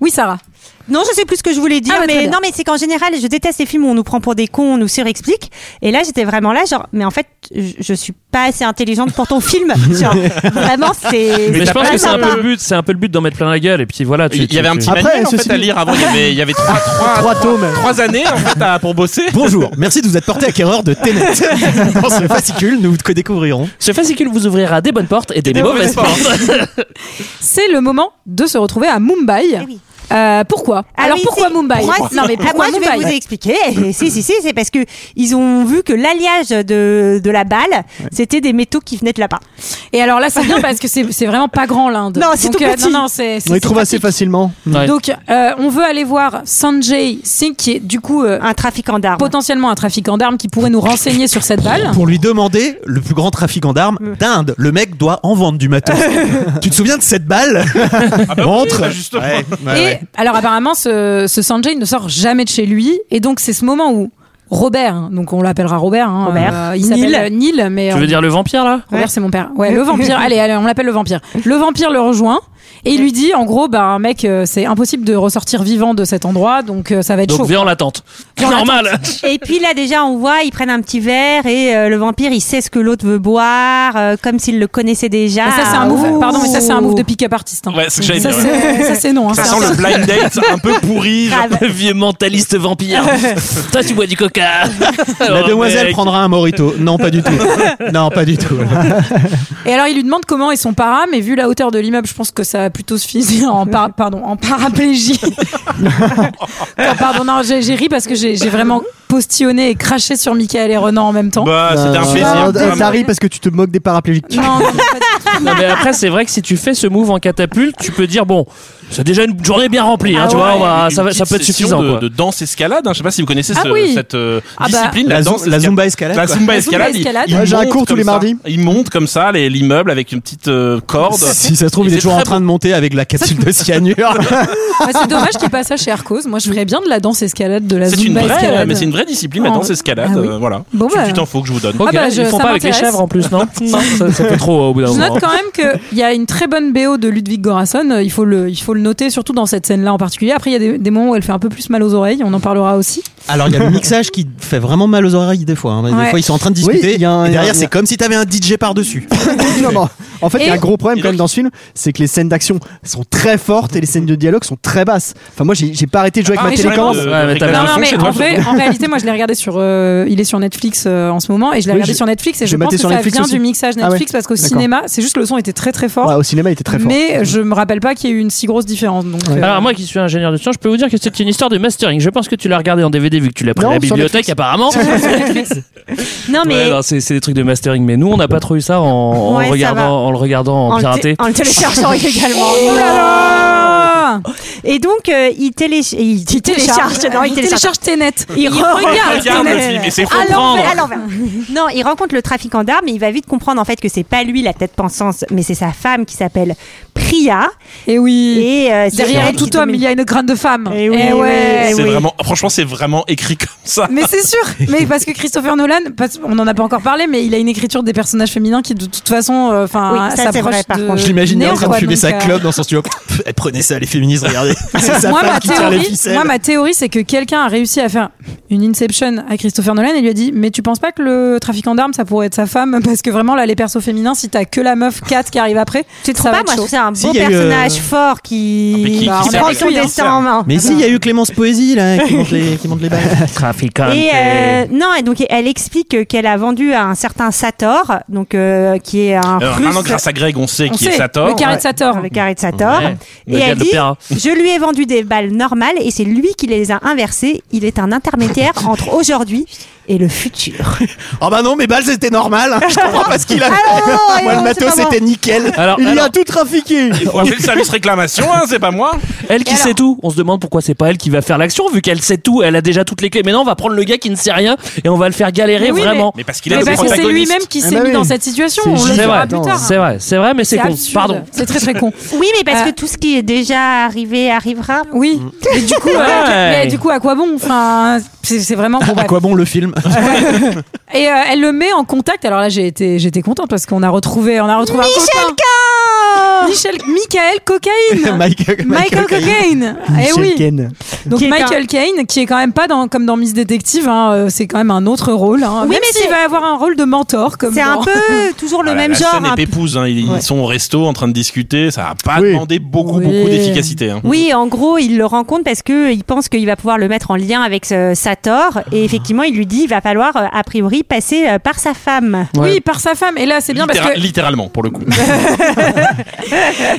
Speaker 1: Oui, Sarah.
Speaker 4: Non, je sais plus ce que je voulais dire,
Speaker 1: Ah, bah, très
Speaker 4: mais
Speaker 1: bien.
Speaker 4: non, mais c'est qu'en général, je déteste les films où on nous prend pour des cons, on nous surexplique. Et là, j'étais vraiment là, genre, mais en fait, je, je suis pas assez intelligente pour ton film.
Speaker 5: [LAUGHS]
Speaker 4: Genre, vraiment, c'est.
Speaker 5: Mais je pense
Speaker 4: pas
Speaker 5: que c'est un
Speaker 4: sympa.
Speaker 5: peu le but. C'est un peu le but d'en mettre plein la gueule. Et puis voilà. tu-
Speaker 2: Il y
Speaker 5: tu-
Speaker 2: avait un
Speaker 5: tu-
Speaker 2: petit
Speaker 7: Après,
Speaker 2: manuel en
Speaker 7: ceci
Speaker 2: fait à
Speaker 7: dit-
Speaker 2: lire avant. Il y avait, il y avait trois, trois,
Speaker 7: Trois tomes.
Speaker 2: trois années en fait à- pour bosser.
Speaker 3: Bonjour, merci de vous être porté acquéreur de Tenet. [LAUGHS] Dans ce fascicule, nous vous découvrirons.
Speaker 5: Ce fascicule vous ouvrira des bonnes portes et des, mauvaises portes.
Speaker 1: C'est le moment de se retrouver à Mumbai.
Speaker 4: Eh oui.
Speaker 1: Euh, pourquoi
Speaker 4: Ah
Speaker 1: Alors
Speaker 4: oui,
Speaker 1: pourquoi
Speaker 4: si.
Speaker 1: Mumbai
Speaker 4: Moi, si.
Speaker 1: Bah, Non mais
Speaker 4: Ah,
Speaker 1: pourquoi
Speaker 4: moi, je vais vous
Speaker 1: Mumbai
Speaker 4: expliquer. [LAUGHS] Et si, si, si, c'est parce que ils ont vu que l'alliage de, de la balle, c'était des métaux qui venaient de là-bas.
Speaker 1: Et alors là, c'est bien parce que c'est c'est vraiment pas grand l'Inde.
Speaker 4: Non, c'est
Speaker 1: Donc, euh,
Speaker 4: tout petit.
Speaker 1: non, non, c'est. c'est-
Speaker 7: On
Speaker 1: c'est
Speaker 7: les trouve assez
Speaker 1: pratique.
Speaker 7: facilement. [LAUGHS]
Speaker 5: Ouais.
Speaker 1: Donc euh, on veut aller voir Sanjay Singh qui est du coup euh,
Speaker 4: Un trafiquant d'armes.
Speaker 1: potentiellement un trafiquant d'armes qui pourrait nous renseigner sur cette balle.
Speaker 3: Pour lui demander le plus grand trafiquant d'armes d'Inde. Le mec doit en vendre du matos. tu te souviens de cette balle [LAUGHS] Montre
Speaker 2: bah justement.
Speaker 3: Ouais, ouais,
Speaker 1: Et
Speaker 3: ouais.
Speaker 1: alors apparemment, ce, ce Sanjay ne sort jamais de chez lui, et donc c'est ce moment où Robert, hein, donc on l'appellera Robert, hein,
Speaker 4: Robert.
Speaker 1: il
Speaker 4: Neil.
Speaker 1: s'appelle euh, Neil, mais
Speaker 5: Tu
Speaker 1: on-
Speaker 5: veux dire le vampire là
Speaker 1: Robert c'est mon père. Ouais, le vampire. allez, allez, on l'appelle le vampire. Le vampire le rejoint et il lui dit, en gros, bah mec, euh, c'est impossible de ressortir vivant de cet endroit, donc euh, ça va être
Speaker 5: Donc
Speaker 1: chaud.
Speaker 5: viens en l'attente.
Speaker 1: Viens en
Speaker 5: Normal. [LAUGHS]
Speaker 4: Et puis là, déjà, on voit, ils prennent un petit verre et euh, le vampire, il sait ce que l'autre veut boire, euh, comme s'il le connaissait déjà.
Speaker 1: Mais ça c'est un
Speaker 4: Ouh.
Speaker 1: move. Pardon, mais ça c'est un move de pick-up artiste. hein.
Speaker 2: Ouais, c'est ce que j'allais
Speaker 1: ça
Speaker 2: dire,
Speaker 1: c'est ça, c'est non. hein,
Speaker 2: Ça
Speaker 1: c'est
Speaker 2: sent
Speaker 1: un-
Speaker 2: le blind date un peu pourri. genre.
Speaker 4: Grave.
Speaker 5: Le vieux mentaliste vampire. Toi, tu bois du coca.
Speaker 3: La demoiselle prendra un morito. Non, pas du tout. non, pas du tout.
Speaker 1: Et alors, il lui demande comment est son para, mais vu la hauteur de l'immeuble, je pense que ça va plutôt se finir en, par-
Speaker 2: [LAUGHS]
Speaker 1: pardon, en paraplégie. Non, pardon, non, j'ai j'ai ri parce que j'ai j'ai vraiment postillonné et craché sur Michael et Renan en même temps.
Speaker 2: Bah, c'était un
Speaker 7: Euh,
Speaker 2: plaisir.
Speaker 7: euh,
Speaker 2: Vraiment.
Speaker 7: T'arrives parce que tu te moques des paraplégiques.
Speaker 1: Non, non, pas du tout.
Speaker 5: Non, mais après, c'est vrai que si tu fais ce move en catapulte, tu peux dire bon, c'est déjà une journée bien remplie. hein,
Speaker 1: Ah
Speaker 5: tu vois,
Speaker 1: ouais.
Speaker 5: on va-
Speaker 2: Une
Speaker 5: ça, va- ça
Speaker 2: petite
Speaker 5: peut être
Speaker 2: session
Speaker 5: suffisant.
Speaker 2: de,
Speaker 5: quoi.
Speaker 2: de danse escalade. hein. Je sais pas si vous connaissez
Speaker 1: Ah
Speaker 2: ce-
Speaker 1: oui.
Speaker 2: cette euh,
Speaker 1: Ah bah.
Speaker 2: discipline,
Speaker 3: La,
Speaker 2: la,
Speaker 3: zo-
Speaker 2: danse,
Speaker 3: la
Speaker 2: escalade.
Speaker 3: Zumba escalade.
Speaker 2: La
Speaker 3: quoi.
Speaker 2: Zumba
Speaker 1: Zumba
Speaker 2: escalade, il-
Speaker 1: escalade.
Speaker 2: il
Speaker 7: Ouais, j'ai un
Speaker 2: monte
Speaker 7: cours tous
Speaker 2: comme
Speaker 7: les
Speaker 2: ça.
Speaker 7: mardis.
Speaker 2: Il monte comme ça les- l'immeuble avec une petite euh, corde.
Speaker 3: Si ça se trouve,
Speaker 2: Et
Speaker 3: il est
Speaker 2: c'est
Speaker 3: toujours en
Speaker 2: très
Speaker 3: train de monter avec la capsule de cyanure.
Speaker 1: Ouais, Bah, c'est dommage qu'il n'y ait pas ça chez Arcos. Moi, je ferais bien de la danse escalade, de la
Speaker 2: C'est une
Speaker 1: zumba
Speaker 2: vraie,
Speaker 1: escalade.
Speaker 2: mais c'est une vraie discipline la
Speaker 1: Ah.
Speaker 2: danse escalade.
Speaker 1: Ah oui.
Speaker 2: euh, voilà.
Speaker 1: Bon,
Speaker 2: C'est une
Speaker 1: bah.
Speaker 2: petite info que je vous donne.
Speaker 5: Ok,
Speaker 1: bah, je-
Speaker 5: ils font
Speaker 1: ça
Speaker 5: pas avec les
Speaker 1: m'intéresse.
Speaker 5: chèvres en plus,
Speaker 1: [LAUGHS]
Speaker 5: non Non, ça, ça fait trop euh, au bout d'un
Speaker 1: Je
Speaker 5: moment.
Speaker 1: note quand même qu'il y a une très bonne BO de Ludwig Göransson. Euh, Il faut le, il faut le noter, surtout dans cette scène-là en particulier. Après, il y a des, des moments où elle fait un peu plus mal aux oreilles. On en parlera aussi.
Speaker 3: Alors il y a le mixage qui fait vraiment mal aux oreilles des fois. hein. Des
Speaker 1: Ouais.
Speaker 3: fois ils sont en train de discuter
Speaker 7: Oui, il y a un-
Speaker 3: et
Speaker 7: il y a
Speaker 3: derrière
Speaker 7: un-
Speaker 3: c'est comme si t'avais un DJ par dessus.
Speaker 7: Non, non. En fait, il y a
Speaker 1: Et-
Speaker 7: un gros problème
Speaker 2: Et
Speaker 7: quand même
Speaker 2: donc-
Speaker 7: dans ce film, c'est que les scènes d'action sont très fortes et les scènes de dialogue sont très basses. Enfin, moi, j'ai j'ai pas arrêté de jouer
Speaker 2: Ah,
Speaker 7: avec ma
Speaker 1: mais
Speaker 2: je-
Speaker 7: télécommande.
Speaker 2: euh,
Speaker 5: Ouais, mais t'as
Speaker 2: réclamer
Speaker 5: bien
Speaker 1: Non,
Speaker 2: un
Speaker 1: non,
Speaker 2: son
Speaker 1: mais
Speaker 2: chez
Speaker 1: en,
Speaker 2: toi,
Speaker 1: vrai- en réalité, moi, je l'ai regardé sur. euh, il est sur Netflix euh, en ce moment et je l'ai
Speaker 7: Oui,
Speaker 1: regardé
Speaker 7: j'ai-
Speaker 1: sur Netflix et
Speaker 7: j'ai
Speaker 1: je pense
Speaker 7: maté
Speaker 1: que
Speaker 7: sur
Speaker 1: ça
Speaker 7: Netflix
Speaker 1: vient
Speaker 7: aussi.
Speaker 1: du mixage
Speaker 7: Ah
Speaker 1: Netflix
Speaker 7: ouais.
Speaker 1: parce qu'au
Speaker 7: D'accord.
Speaker 1: cinéma, c'est juste que le son était très très fort.
Speaker 7: Ouais, au cinéma, il était très fort.
Speaker 1: Mais je me rappelle pas qu'il y ait eu une si grosse différence. Donc, euh,
Speaker 5: Alors moi qui suis ingénieur de son, je peux vous dire que c'est une histoire de mastering. Je pense que tu l'as regardé en DVD vu que tu l'as pris
Speaker 7: Non,
Speaker 5: à la
Speaker 7: sur
Speaker 1: [LAUGHS]
Speaker 5: bibliothèque apparemment.
Speaker 4: Non,
Speaker 5: Ouais,
Speaker 4: mais.
Speaker 5: alors, c'est c'est des trucs de mastering, mais nous on n'a pas trouvé ça en, en
Speaker 4: Ouais, ça va.
Speaker 5: regardant, en le regardant en
Speaker 4: en, le té-
Speaker 5: piraté.
Speaker 4: en le
Speaker 1: [LAUGHS]
Speaker 4: téléchargeant également.
Speaker 1: Oh là là
Speaker 4: Et donc, euh, il, télé- il, il télécharge. non, il télécharge.
Speaker 1: Tenet.
Speaker 4: Il
Speaker 2: Il regarde le
Speaker 4: Tenet.
Speaker 2: film et c'est faux.
Speaker 4: À l'envers,
Speaker 1: Oh.
Speaker 5: prendre.
Speaker 4: à l'envers. Non, il rencontre le trafiquant d'armes et il va vite comprendre en fait que c'est pas lui la tête pensante, mais c'est sa femme qui s'appelle Priya.
Speaker 1: Et Eh oui.
Speaker 4: Et euh, c'est
Speaker 1: Mm. Derrière
Speaker 4: elle qui
Speaker 1: tout homme,
Speaker 4: domine.
Speaker 1: il y a une grande femme.
Speaker 4: Eh oui,
Speaker 1: Eh ouais.
Speaker 4: oui,
Speaker 2: C'est
Speaker 4: oui.
Speaker 2: vraiment, franchement, c'est vraiment écrit comme ça.
Speaker 1: Mais c'est sûr, mais parce que Christopher Nolan, parce- on en a pas encore parlé, mais il a une écriture des personnages féminins qui de toute façon, euh, enfin,
Speaker 4: Oui, ça, c'est
Speaker 1: s'approche
Speaker 4: vrai, par
Speaker 1: de
Speaker 4: contre.
Speaker 3: Je l'imagine bien en
Speaker 1: Euh, Néo,
Speaker 3: train de
Speaker 1: quoi,
Speaker 3: fumer
Speaker 1: donc,
Speaker 3: sa
Speaker 1: euh,
Speaker 3: clope dans son studio. Pff, Elle prenait ça les féministes, regardez. c'est c'est sa
Speaker 1: Moi
Speaker 3: femme
Speaker 1: ma,
Speaker 3: qui tire les
Speaker 1: théorie,
Speaker 3: ficelles.
Speaker 1: moi, ma théorie, c'est que quelqu'un a réussi à faire une inception à Christopher Nolan et lui a dit Mais tu penses pas que le trafiquant d'armes, ça pourrait être sa femme [LAUGHS] Parce que vraiment, là, les persos féminins, si t'as que la meuf 4 qui arrive après,
Speaker 4: Tu
Speaker 1: ça
Speaker 4: trouves
Speaker 1: va
Speaker 4: pas
Speaker 1: être
Speaker 4: Moi, je
Speaker 1: chaud.
Speaker 4: trouve c'est un beau
Speaker 3: Si, il y a eu,
Speaker 4: personnage
Speaker 3: euh,
Speaker 4: fort qui,
Speaker 2: mais qui-
Speaker 4: bah,
Speaker 2: qui sait
Speaker 4: prend
Speaker 2: rien
Speaker 4: son
Speaker 2: faire.
Speaker 4: destin en main.
Speaker 3: Mais si, il y a eu Clémence Poésie là, qui monte les, qui monte les balles.
Speaker 5: Traficante.
Speaker 4: Et euh, non, et donc elle explique qu'elle a vendu à un certain Sator, donc euh, qui est un
Speaker 2: Alors,
Speaker 4: russe
Speaker 2: un an grâce à Greg, on sait
Speaker 1: On
Speaker 2: qui
Speaker 1: sait,
Speaker 2: est Sator.
Speaker 1: le carré de Sator.
Speaker 4: avec Harry de Sator.
Speaker 5: Ouais.
Speaker 4: Et
Speaker 5: Le gars
Speaker 4: elle
Speaker 5: de
Speaker 4: dit,
Speaker 5: l'opéra.
Speaker 4: je lui ai vendu des balles normales et c'est lui qui les a inversées. Il est un intermédiaire entre aujourd'hui et le futur.
Speaker 3: Oh bah non, mes balles c'était normal. Je comprends pas ce qu'il a fait.
Speaker 4: Alors,
Speaker 3: Moi, le
Speaker 4: alors, c'est
Speaker 3: matos
Speaker 4: pas moi.
Speaker 3: c'était nickel.
Speaker 5: Alors,
Speaker 7: [LAUGHS] Il
Speaker 5: alors,
Speaker 7: a tout trafiqué.
Speaker 2: Faut appeler le service réclamation, hein, c'est pas moi.
Speaker 5: elle qui
Speaker 4: alors-
Speaker 5: sait tout, on se demande pourquoi c'est pas elle qui va faire l'action, vu qu'elle sait tout, elle a déjà toutes les clés. Mais non, on va prendre le gars qui ne sait rien et on va le faire galérer
Speaker 1: Mais oui,
Speaker 5: vraiment.
Speaker 2: Mais parce qu'il est
Speaker 1: Mais
Speaker 2: le
Speaker 1: parce que c'est
Speaker 2: protagoniste.
Speaker 1: lui-même qui
Speaker 7: Ah
Speaker 1: s'est
Speaker 7: bah
Speaker 1: mis
Speaker 7: oui.
Speaker 1: dans cette situation.
Speaker 7: C'est
Speaker 1: On le
Speaker 7: juste-
Speaker 5: C'est
Speaker 1: verra
Speaker 5: vrai,
Speaker 1: plus tard.
Speaker 5: c'est vrai, c'est vrai, mais c'est con.
Speaker 1: absurde.
Speaker 5: Pardon.
Speaker 1: C'est très très con.
Speaker 4: Oui, mais parce
Speaker 1: Euh,
Speaker 4: que tout ce qui est déjà arrivé arrivera.
Speaker 1: Oui.
Speaker 3: Mm.
Speaker 1: Et du coup, euh,
Speaker 5: Ouais.
Speaker 1: mais du coup, à quoi bon Enfin, c'est c'est vraiment. bon,
Speaker 3: À
Speaker 1: bref.
Speaker 3: quoi bon le film
Speaker 1: [LAUGHS] Et euh, elle le met en contact. Alors là, j'ai été, j'étais contente parce qu'on a retrouvé, on a retrouvé un copain. Michel, Michael
Speaker 3: Ah, [LAUGHS]
Speaker 1: Cocaine.
Speaker 3: Michael,
Speaker 1: Michael Cocaine. Eh
Speaker 7: Michel
Speaker 1: oui.
Speaker 7: Ken.
Speaker 1: Donc
Speaker 4: Qui est
Speaker 1: Michael Caine, qui est quand même pas dans, comme dans Miss Détective, hein, euh, c'est quand même un autre rôle. Hein,
Speaker 4: Oui,
Speaker 1: même
Speaker 4: mais
Speaker 1: s'il
Speaker 4: c'est-
Speaker 1: va avoir un rôle de mentor, comme
Speaker 4: C'est un
Speaker 1: dans- [LAUGHS]
Speaker 4: peu toujours le
Speaker 2: Voilà,
Speaker 4: même
Speaker 2: la
Speaker 4: genre.
Speaker 2: scène
Speaker 4: un
Speaker 2: est
Speaker 4: peu.
Speaker 2: pépouse, hein, ils, ils sont au resto en train de discuter, ça a pas
Speaker 7: Oui.
Speaker 2: demandé beaucoup,
Speaker 1: Oui.
Speaker 2: beaucoup d'efficacité. hein.
Speaker 4: Oui, en gros, il le rencontre parce que il pense qu'il va pouvoir le mettre en lien avec euh, Sator. Et effectivement, il lui dit, il va falloir, euh, a priori, passer euh, par sa femme.
Speaker 1: Oui, par sa femme. Et là, c'est bien parce
Speaker 2: Littéra-
Speaker 1: que.
Speaker 2: Littéralement, pour le coup.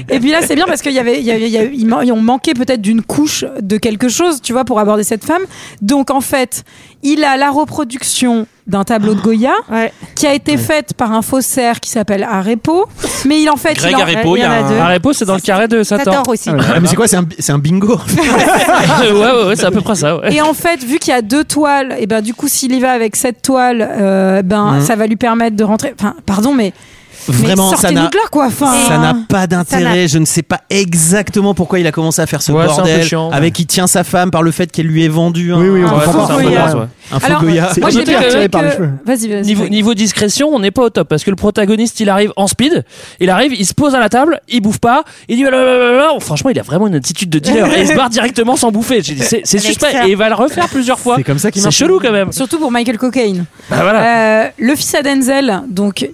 Speaker 1: Et puis là, c'est bien parce qu'il y avait, il y avait- il y avait- ils man- ils ont manqué peut-être d'une couche de quelque chose, tu vois, pour aborder cette femme. Donc en fait, il a la reproduction d'un tableau de Goya
Speaker 4: Ouais.
Speaker 1: qui a été faite par un faussaire qui s'appelle Arepo. Mais il en fait,
Speaker 2: Greg
Speaker 1: il en-
Speaker 2: Arepo,
Speaker 4: il
Speaker 2: il y
Speaker 4: y en
Speaker 2: a
Speaker 4: a
Speaker 2: un-
Speaker 4: deux.
Speaker 5: La réponse, c'est dans le carré de [LAUGHS] Satan.
Speaker 4: Sator
Speaker 1: Ah
Speaker 4: aussi.
Speaker 3: Ah, mais c'est quoi C'est un, c'est un bingo.
Speaker 5: ouais, ouais, ouais, c'est à peu près ça. ouais.
Speaker 1: Et en fait, vu qu'il y a deux toiles, et ben du coup, s'il y va avec cette toile, euh, ben ça va lui permettre de rentrer. Enfin, pardon, mais, mais
Speaker 3: Vraiment, ça
Speaker 1: sortez-nous
Speaker 3: n'a
Speaker 1: de là, quoi. Enfin,
Speaker 3: ça n'a pas d'intérêt. Je ne sais pas exactement pourquoi il a commencé à faire ce
Speaker 5: Ouais, c'est un peu
Speaker 3: bordel.
Speaker 5: chiant.
Speaker 3: Avec il tient sa femme par le fait qu'elle lui est vendue. un-
Speaker 7: Oui, oui, on
Speaker 3: un
Speaker 7: comprend
Speaker 3: faux
Speaker 7: pas.
Speaker 3: Goya.
Speaker 7: Faux Goya.
Speaker 3: Un faux
Speaker 1: Alors,
Speaker 3: Goya.
Speaker 1: moi, j'ai
Speaker 5: Notez
Speaker 1: bien
Speaker 5: que-
Speaker 1: tiré
Speaker 7: par les cheveux.
Speaker 1: Vas-y, vas-y.
Speaker 5: Niveau, niveau discrétion, on n'est pas au top parce que le protagoniste, il arrive en speed, il arrive, il se pose à la table, il bouffe pas, il dit blablabla. franchement, il a vraiment une attitude de dealer et il se barre directement sans bouffer. J'ai dit, c'est c'est
Speaker 4: Avec
Speaker 5: suspect
Speaker 4: ça.
Speaker 5: et il va le refaire plusieurs fois.
Speaker 3: C'est comme ça qu'il
Speaker 5: C'est
Speaker 3: marche.
Speaker 5: chelou quand même.
Speaker 1: Surtout pour Michael Cocaine.
Speaker 5: Ah,
Speaker 2: [LAUGHS]
Speaker 5: voilà.
Speaker 1: Euh, le fils à Denzel, donc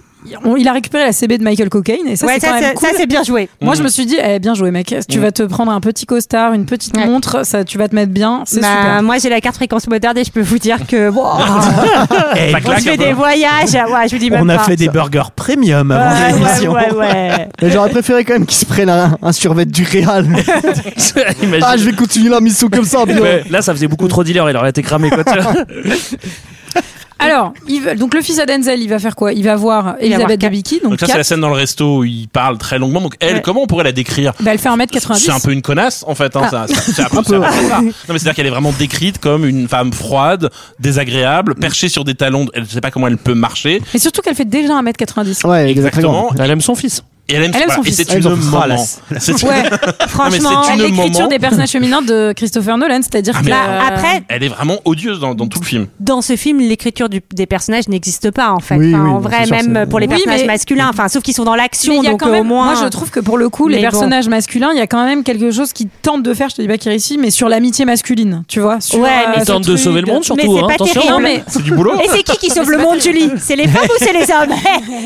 Speaker 1: on- il a récupéré la CB de Michael Cocaine et ça
Speaker 4: Ouais,
Speaker 1: c'est quand
Speaker 4: ça,
Speaker 1: même
Speaker 4: c'est-
Speaker 1: cool.
Speaker 4: ça, c'est bien joué.
Speaker 1: Moi
Speaker 2: Mm.
Speaker 1: je me suis dit eh, bien joué mec, tu vas te prendre un petit costard, une petite
Speaker 4: Ouais.
Speaker 1: montre, ça tu vas te mettre bien, c'est
Speaker 4: Bah,
Speaker 1: super.
Speaker 4: Moi, j'ai la carte fréquence moderne et je peux vous dire que bon,
Speaker 3: Eh,
Speaker 2: Ça
Speaker 4: on
Speaker 2: claque un
Speaker 5: hein,
Speaker 4: fait
Speaker 2: peu.
Speaker 4: des voyages. Ah, Ouais, je vous dis même
Speaker 3: on a
Speaker 4: pas.
Speaker 3: fait des burgers premium avant
Speaker 4: Ouais, ouais,
Speaker 3: l'émission.
Speaker 1: [LAUGHS]
Speaker 4: ouais, ouais.
Speaker 7: Mais J'aurais préféré quand même qu'il se prenne un, un survêt du Real.
Speaker 5: [LAUGHS] Imagine.
Speaker 7: Ah, je vais continuer la mission comme ça. bien.
Speaker 5: Ouais, Là, ça faisait beaucoup trop dealer, il aurait été cramé.
Speaker 1: [LAUGHS]
Speaker 5: Quoi, tu vois.
Speaker 1: Alors, il va- donc le fils à Denzel, il va faire quoi Il va voir
Speaker 4: Il va voir
Speaker 1: Elisabeth
Speaker 4: Kat.
Speaker 1: Debicki, donc,
Speaker 2: Donc ça, c'est
Speaker 1: Kat.
Speaker 2: la scène dans le resto où il parle très longuement. Donc elle,
Speaker 4: Ouais.
Speaker 2: comment on pourrait la décrire
Speaker 1: Bah, elle fait 1m90.
Speaker 2: c'est un peu une connasse en fait, hein, ça, ça-
Speaker 7: [LAUGHS]
Speaker 2: c'est un peu,
Speaker 7: Un
Speaker 2: c'est
Speaker 7: peu.
Speaker 2: un peu ça. Non mais c'est-à-dire qu'elle est vraiment décrite comme une femme froide, désagréable, perchée sur des talons. Elle ne sait pas comment elle peut marcher.
Speaker 1: Mais surtout qu'elle fait déjà 1m90.
Speaker 7: Ouais,
Speaker 2: Exactement.
Speaker 5: Elle aime son fils.
Speaker 2: Et elle aime,
Speaker 1: Elle aime
Speaker 2: voilà,
Speaker 1: son
Speaker 2: et
Speaker 1: fils.
Speaker 2: c'est
Speaker 7: Elle
Speaker 2: une
Speaker 7: aime son fils. Ah, là,
Speaker 2: maman. C'est- [LAUGHS]
Speaker 1: Ouais,
Speaker 4: Franchement,
Speaker 2: c'est une
Speaker 1: l'écriture
Speaker 2: moment.
Speaker 1: des personnages féminins de Christopher Nolan, c'est-à-dire
Speaker 2: Ah,
Speaker 1: que
Speaker 2: mais
Speaker 4: bah, après,
Speaker 2: Elle est vraiment odieuse dans, dans tout le film.
Speaker 4: dans ce film, l'écriture du- des personnages n'existe pas en fait.
Speaker 7: Oui,
Speaker 4: Enfin,
Speaker 7: oui,
Speaker 4: en
Speaker 7: non,
Speaker 4: vrai,
Speaker 7: c'est sûr,
Speaker 4: même
Speaker 7: c'est-
Speaker 4: pour les
Speaker 1: Oui,
Speaker 4: personnages
Speaker 1: mais-
Speaker 4: masculins. Enfin, sauf qu'ils sont dans
Speaker 1: Mais
Speaker 4: l'action,
Speaker 1: il y a
Speaker 4: donc euh,
Speaker 1: quand
Speaker 4: au
Speaker 1: même-
Speaker 4: moins.
Speaker 1: moi je trouve que pour le coup, les
Speaker 4: Mais bon.
Speaker 1: personnages masculins, il y a quand même quelque chose qui tente de faire, je te dis pas qu'il réussit, mais sur l'amitié masculine, tu vois. Sur,
Speaker 4: Ouais, mais
Speaker 1: ce
Speaker 5: Il tente de
Speaker 1: truc
Speaker 5: sauver le monde,
Speaker 4: mais
Speaker 5: surtout.
Speaker 4: c'est
Speaker 5: hein,
Speaker 4: pas
Speaker 5: attention.
Speaker 4: terrible.
Speaker 1: euh, Non, mais-
Speaker 4: [LAUGHS]
Speaker 2: C'est du boulot.
Speaker 4: Et
Speaker 1: [LAUGHS]
Speaker 4: c'est qui qui sauve le monde, Julie C'est les femmes ou c'est les hommes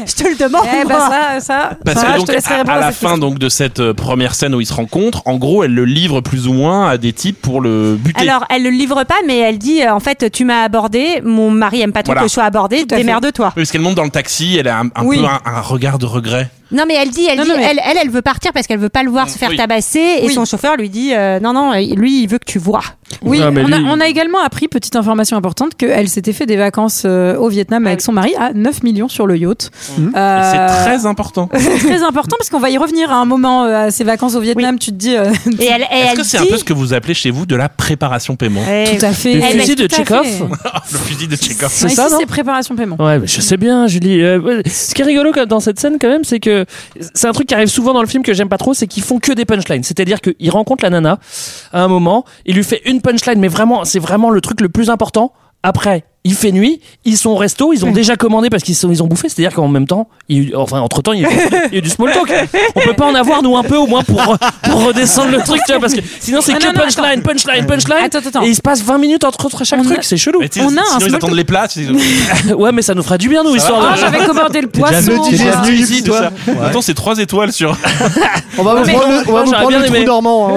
Speaker 4: Eh, Je te le demande.
Speaker 1: Eh ben
Speaker 4: moi.
Speaker 1: ça, ça,
Speaker 2: Parce
Speaker 1: ça,
Speaker 2: que
Speaker 1: je
Speaker 2: donc,
Speaker 1: te laisserai
Speaker 2: à,
Speaker 1: répondre
Speaker 2: à
Speaker 1: à,
Speaker 2: la
Speaker 1: cette
Speaker 2: fin
Speaker 1: question.
Speaker 2: donc de cette euh, première scène où ils se rencontrent, en gros, elle le livre plus ou moins à des types pour le buter.
Speaker 4: Alors, elle le livre pas, mais elle dit euh, en fait, tu m'as abordé. Mon mari aime pas trop
Speaker 2: Voilà.
Speaker 4: que je sois abordée.
Speaker 1: Tout à fait.
Speaker 4: Démerde-toi.
Speaker 2: Oui, parce qu'elle monte dans le taxi, elle a un, un
Speaker 1: Oui.
Speaker 2: peu un, un regard de regret.
Speaker 4: Non, mais elle dit, elle
Speaker 1: Non,
Speaker 4: dit,
Speaker 1: non, mais-
Speaker 4: elle, elle, elle veut partir parce qu'elle veut pas le voir se faire
Speaker 2: Oui.
Speaker 4: tabasser. Et
Speaker 1: Oui.
Speaker 4: son chauffeur lui dit, euh, non, non, lui, il veut que tu vois.
Speaker 1: Oui,
Speaker 5: Ah, mais
Speaker 1: on, a,
Speaker 5: lui-
Speaker 1: on a également appris, petite information importante, qu'elle s'était fait des vacances euh, au Vietnam
Speaker 4: Ah
Speaker 1: avec
Speaker 4: oui.
Speaker 1: son mari à 9 millions sur le yacht.
Speaker 2: Et
Speaker 1: Euh,
Speaker 2: C'est très important.
Speaker 1: c'est très important parce qu'on va y revenir à un moment euh, à ces vacances au Vietnam. Tu te dis, euh,
Speaker 4: Et elle, et
Speaker 2: Est-ce
Speaker 4: elle
Speaker 2: que c'est un
Speaker 4: dit-
Speaker 2: peu ce que vous appelez chez vous de la préparation paiement
Speaker 4: Eh,
Speaker 1: tout à fait.
Speaker 5: Le
Speaker 1: Eh ben,
Speaker 5: fusil de
Speaker 1: tout à
Speaker 5: Tchekhov.
Speaker 1: fait.
Speaker 2: [LAUGHS] Le fusil de Tchekhov.
Speaker 5: C'est
Speaker 1: Ouais,
Speaker 5: ça,
Speaker 1: ici,
Speaker 5: non
Speaker 1: Euh, C'est préparation paiement.
Speaker 5: Ouais, mais je sais bien, Julie. Euh, ouais, ce qui est rigolo quand- dans cette scène, quand même, c'est que c'est un truc qui arrive souvent dans le film que j'aime pas trop, c'est qu'ils font que des punchlines. C'est-à-dire qu'ils rencontrent la nana à un moment, il lui fait une punchline, mais vraiment, c'est vraiment le truc le plus important. Après, il fait nuit, ils sont au resto, ils ont déjà commandé parce qu'ils sont- ils ont bouffé. C'est-à-dire qu'en même temps, il y a eu- enfin entre temps, il y, a eu- il y a eu du small talk. On peut pas en avoir nous un peu au moins pour pour redescendre le truc, tu vois, parce que sinon c'est
Speaker 1: Ah,
Speaker 5: que
Speaker 1: non, non,
Speaker 5: punchline, punchline, punchline.
Speaker 1: Attends, attends, attends.
Speaker 5: Et il se passe 20 minutes entre autres à chaque
Speaker 1: On
Speaker 5: truc,
Speaker 1: a-
Speaker 5: c'est chelou.
Speaker 2: Mais tu sais,
Speaker 1: On a
Speaker 2: sinon,
Speaker 1: un small
Speaker 2: ils attendent les
Speaker 1: [LAUGHS]
Speaker 2: plats. tu sais, ils-
Speaker 5: [LAUGHS] Ouais, mais ça nous fera du bien nous histoire
Speaker 1: Ah,
Speaker 5: de-
Speaker 1: j'avais commandé le
Speaker 7: déjà
Speaker 1: poisson.
Speaker 7: venu,
Speaker 1: moi.
Speaker 7: déjà
Speaker 2: Déjà
Speaker 7: venu.
Speaker 2: venu
Speaker 7: ici,
Speaker 2: ici, tout
Speaker 7: toi.
Speaker 2: ça. Attends, c'est trois étoiles sur.
Speaker 7: On va vous
Speaker 1: mais-
Speaker 7: prendre le, on va
Speaker 5: Moi,
Speaker 7: vous
Speaker 5: j'aurais
Speaker 7: prendre
Speaker 5: bien
Speaker 7: le trou
Speaker 5: aimé.
Speaker 7: dormant.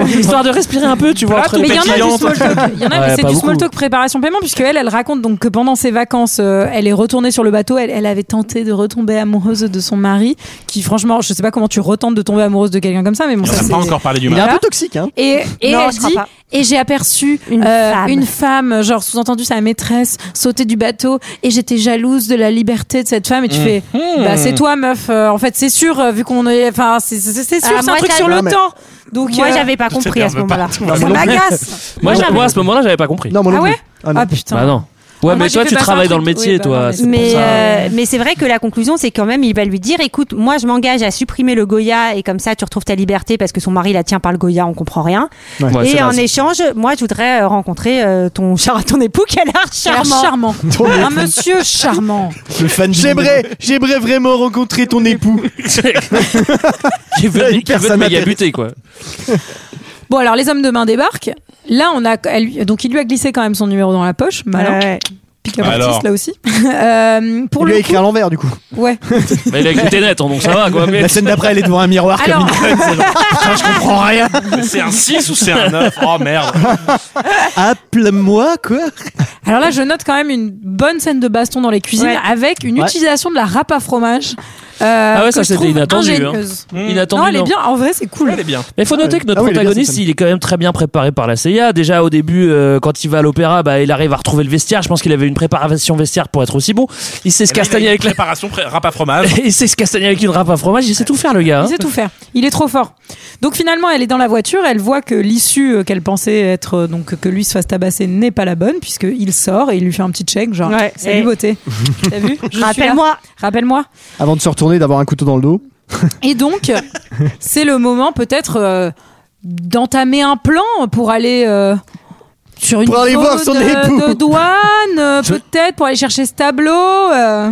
Speaker 1: [LAUGHS]
Speaker 7: [LAUGHS] hein.
Speaker 5: histoire de respirer un peu, tu vois. entre-
Speaker 1: Mais il y en a du
Speaker 2: pétillante.
Speaker 1: small talk. Il y en a,
Speaker 5: [LAUGHS] Ouais,
Speaker 1: mais c'est
Speaker 5: pas
Speaker 1: du
Speaker 5: beaucoup.
Speaker 1: small talk préparation paiement, puisque elle, elle raconte donc que pendant ses vacances, euh, elle est retournée sur le bateau. Elle, elle avait tenté de retomber amoureuse de son mari, qui franchement, je sais pas comment tu retentes de tomber amoureuse de quelqu'un comme ça, mais bon,
Speaker 2: On
Speaker 1: ça
Speaker 2: n'a
Speaker 1: c'est.
Speaker 2: pas encore parlé du
Speaker 7: Il est
Speaker 2: mal.
Speaker 7: un peu toxique, hein.
Speaker 1: Et, et
Speaker 4: Non,
Speaker 1: elle
Speaker 4: je crois
Speaker 1: dit,
Speaker 4: pas.
Speaker 1: et j'ai aperçu
Speaker 4: Une
Speaker 1: une,
Speaker 4: femme.
Speaker 1: femme. une femme, genre sous-entendu sa maîtresse, sauter du bateau, et j'étais jalouse de la liberté de cette femme. Et tu fais,
Speaker 5: Mhm.
Speaker 1: bah c'est toi meuf. Euh, en fait, c'est sûr, euh, vu qu'on est, enfin c'est c'est- c'est sûr,
Speaker 4: Ah,
Speaker 1: c'est
Speaker 4: moi,
Speaker 1: un truc
Speaker 4: t'as-
Speaker 1: sur le
Speaker 7: Non, mais-
Speaker 1: temps. Donc
Speaker 4: Moi,
Speaker 1: euh,
Speaker 4: j'avais pas compris à ce
Speaker 2: t'énerve pas,
Speaker 4: moment-là.
Speaker 2: tout va
Speaker 4: Ça
Speaker 5: bien.
Speaker 4: m'agace.
Speaker 5: Moi, j'avais- moi, à ce moment-là, j'avais pas compris.
Speaker 7: Non, mon
Speaker 1: Ah ouais
Speaker 7: Ah non.
Speaker 1: Ah putain.
Speaker 5: Bah non. Ouais,
Speaker 1: Ah, moi,
Speaker 5: mais
Speaker 1: j'ai
Speaker 5: toi,
Speaker 1: fait
Speaker 5: tu
Speaker 1: passer un
Speaker 5: travailles dans le
Speaker 1: truc.
Speaker 5: métier,
Speaker 1: Oui, bah non,
Speaker 5: toi.
Speaker 1: mais
Speaker 5: c'est pour
Speaker 1: c'est
Speaker 4: Mais,
Speaker 5: ça.
Speaker 4: euh, mais c'est vrai que la conclusion, c'est quand même, il va lui dire, écoute, moi, je m'engage à supprimer le Goya et comme ça, tu retrouves ta liberté parce que son mari la tient par le Goya, on comprend rien.
Speaker 5: Ouais, c'est
Speaker 4: et
Speaker 5: vrai,
Speaker 4: en
Speaker 5: c'est-
Speaker 4: échange, moi, je voudrais euh, rencontrer euh, ton, [LAUGHS] char ton époux qui a l'air
Speaker 1: Il a l'air charmant.
Speaker 4: charmant.
Speaker 1: Un monsieur charmant.
Speaker 7: Le fan J'aimerais, j'aimerais vraiment rencontrer ton époux.
Speaker 5: qui veut,
Speaker 7: Une
Speaker 5: qui veut
Speaker 7: personne
Speaker 5: te méga
Speaker 7: intéressée.
Speaker 5: buter, quoi.
Speaker 1: Bon, alors les hommes de main débarquent. Là, on a, elle lui- donc il lui a glissé quand même son numéro dans la poche. Malin.
Speaker 4: Ouais.
Speaker 1: Pick up artist,
Speaker 2: Alors.
Speaker 1: là aussi. Euh, pour
Speaker 7: Il lui a
Speaker 1: le
Speaker 7: écrit à l'envers, du coup.
Speaker 1: coup, ouais.
Speaker 5: Mais il a écouté net, hein, donc ça va, quoi. Mais...
Speaker 3: La scène d'après, elle est devant un miroir
Speaker 1: Alors,
Speaker 3: comme une prend
Speaker 5: [LAUGHS]
Speaker 3: rien.
Speaker 2: C'est un 6 ou c'est
Speaker 1: [LAUGHS]
Speaker 2: un 9 Oh merde.
Speaker 3: Appelle-moi, quoi.
Speaker 1: alors là, je note quand même une bonne scène de baston dans les cuisines
Speaker 4: Ouais.
Speaker 1: avec une
Speaker 7: Ouais.
Speaker 1: utilisation de la râpe à fromage. euh,
Speaker 5: Ah ouais, ça, c'était inattendu, hein. Inattendu,
Speaker 1: non, elle est
Speaker 5: non.
Speaker 1: bien. En vrai, c'est cool.
Speaker 2: Elle est bien.
Speaker 5: Mais faut noter que notre
Speaker 7: Ah oui, il est bien,
Speaker 5: protagoniste,
Speaker 7: cette
Speaker 5: il est quand même très bien préparé par la CIA. Déjà au début, euh, quand il va à l'opéra, bah, il arrive à retrouver le vestiaire. Je pense qu'il avait une préparation vestiaire pour être aussi bon. Il
Speaker 2: Eh
Speaker 5: sait se
Speaker 2: ben,
Speaker 5: castagner avec la...
Speaker 2: préparation pré- rap à fromage.
Speaker 5: [LAUGHS] Il sait se castagner avec une râpe à fromage. Il sait tout faire, le gars. hein.
Speaker 1: Il sait tout faire. Il est trop fort. Donc finalement, elle est dans la voiture. Elle voit que l'issue euh, qu'elle pensait être euh, donc que lui se fasse tabasser n'est pas la bonne puisque il sort et il lui fait un petit check genre
Speaker 4: Ouais.
Speaker 1: salut
Speaker 4: Et-
Speaker 1: beauté. T'as vu Je suis là.
Speaker 4: Rappelle-moi.
Speaker 1: Rappelle-moi.
Speaker 7: Avant de se retourner, d'avoir un couteau dans le dos.
Speaker 1: Et donc, c'est le moment peut-être euh, d'entamer un plan pour aller euh, sur une
Speaker 7: Pour aller
Speaker 1: zone
Speaker 7: voir son époux.
Speaker 1: de, de douane, euh, peut-être pour aller chercher ce tableau. euh.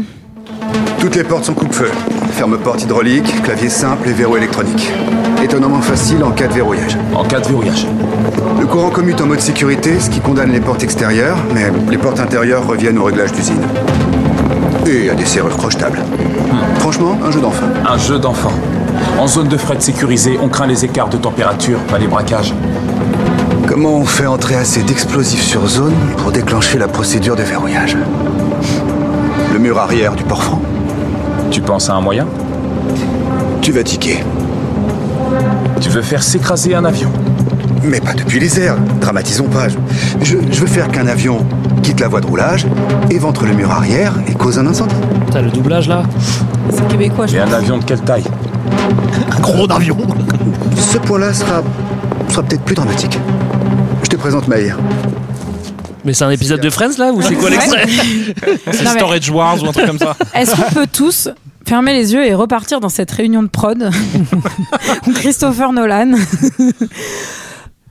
Speaker 8: Toutes les portes sont coupe-feu. Ferme porte hydraulique, clavier simple et verrou électronique. Étonnamment facile en cas de verrouillage.
Speaker 9: En cas de verrouillage.
Speaker 8: Le courant commute en mode sécurité, ce qui condamne les portes extérieures, mais les portes intérieures reviennent au réglage d'usine. Et à des serrures crochetables.
Speaker 9: Hmm.
Speaker 8: Franchement, un jeu d'enfant.
Speaker 9: Un jeu d'enfant. En zone de fret sécurisée, on craint les écarts de température, pas les braquages.
Speaker 8: Comment on fait entrer assez d'explosifs sur zone pour déclencher la procédure de verrouillage Le mur arrière du port franc
Speaker 9: Tu penses à un moyen
Speaker 8: Tu vas tiquer.
Speaker 9: Tu veux faire s'écraser un avion
Speaker 8: Mais pas depuis les airs, dramatisons pas. Je, je- je veux faire qu'un avion quitte la voie de roulage, éventre le mur arrière et cause un incendie.
Speaker 5: Putain, le doublage là.
Speaker 1: C'est québécois, je
Speaker 9: Et un
Speaker 1: pense.
Speaker 9: avion de quelle taille
Speaker 3: Un gros avion.
Speaker 8: Ce point-là sera, sera peut-être plus dramatique. Je te présente Maïr.
Speaker 5: Mais c'est un épisode de Friends là ou c'est quoi
Speaker 1: Ouais.
Speaker 5: l'extrait
Speaker 2: hein, C'est
Speaker 1: Non, mais-
Speaker 2: Storage Wars ou un truc comme ça.
Speaker 1: Est-ce qu'on peut tous fermer les yeux et repartir dans cette réunion de prod [LAUGHS] où Christopher Nolan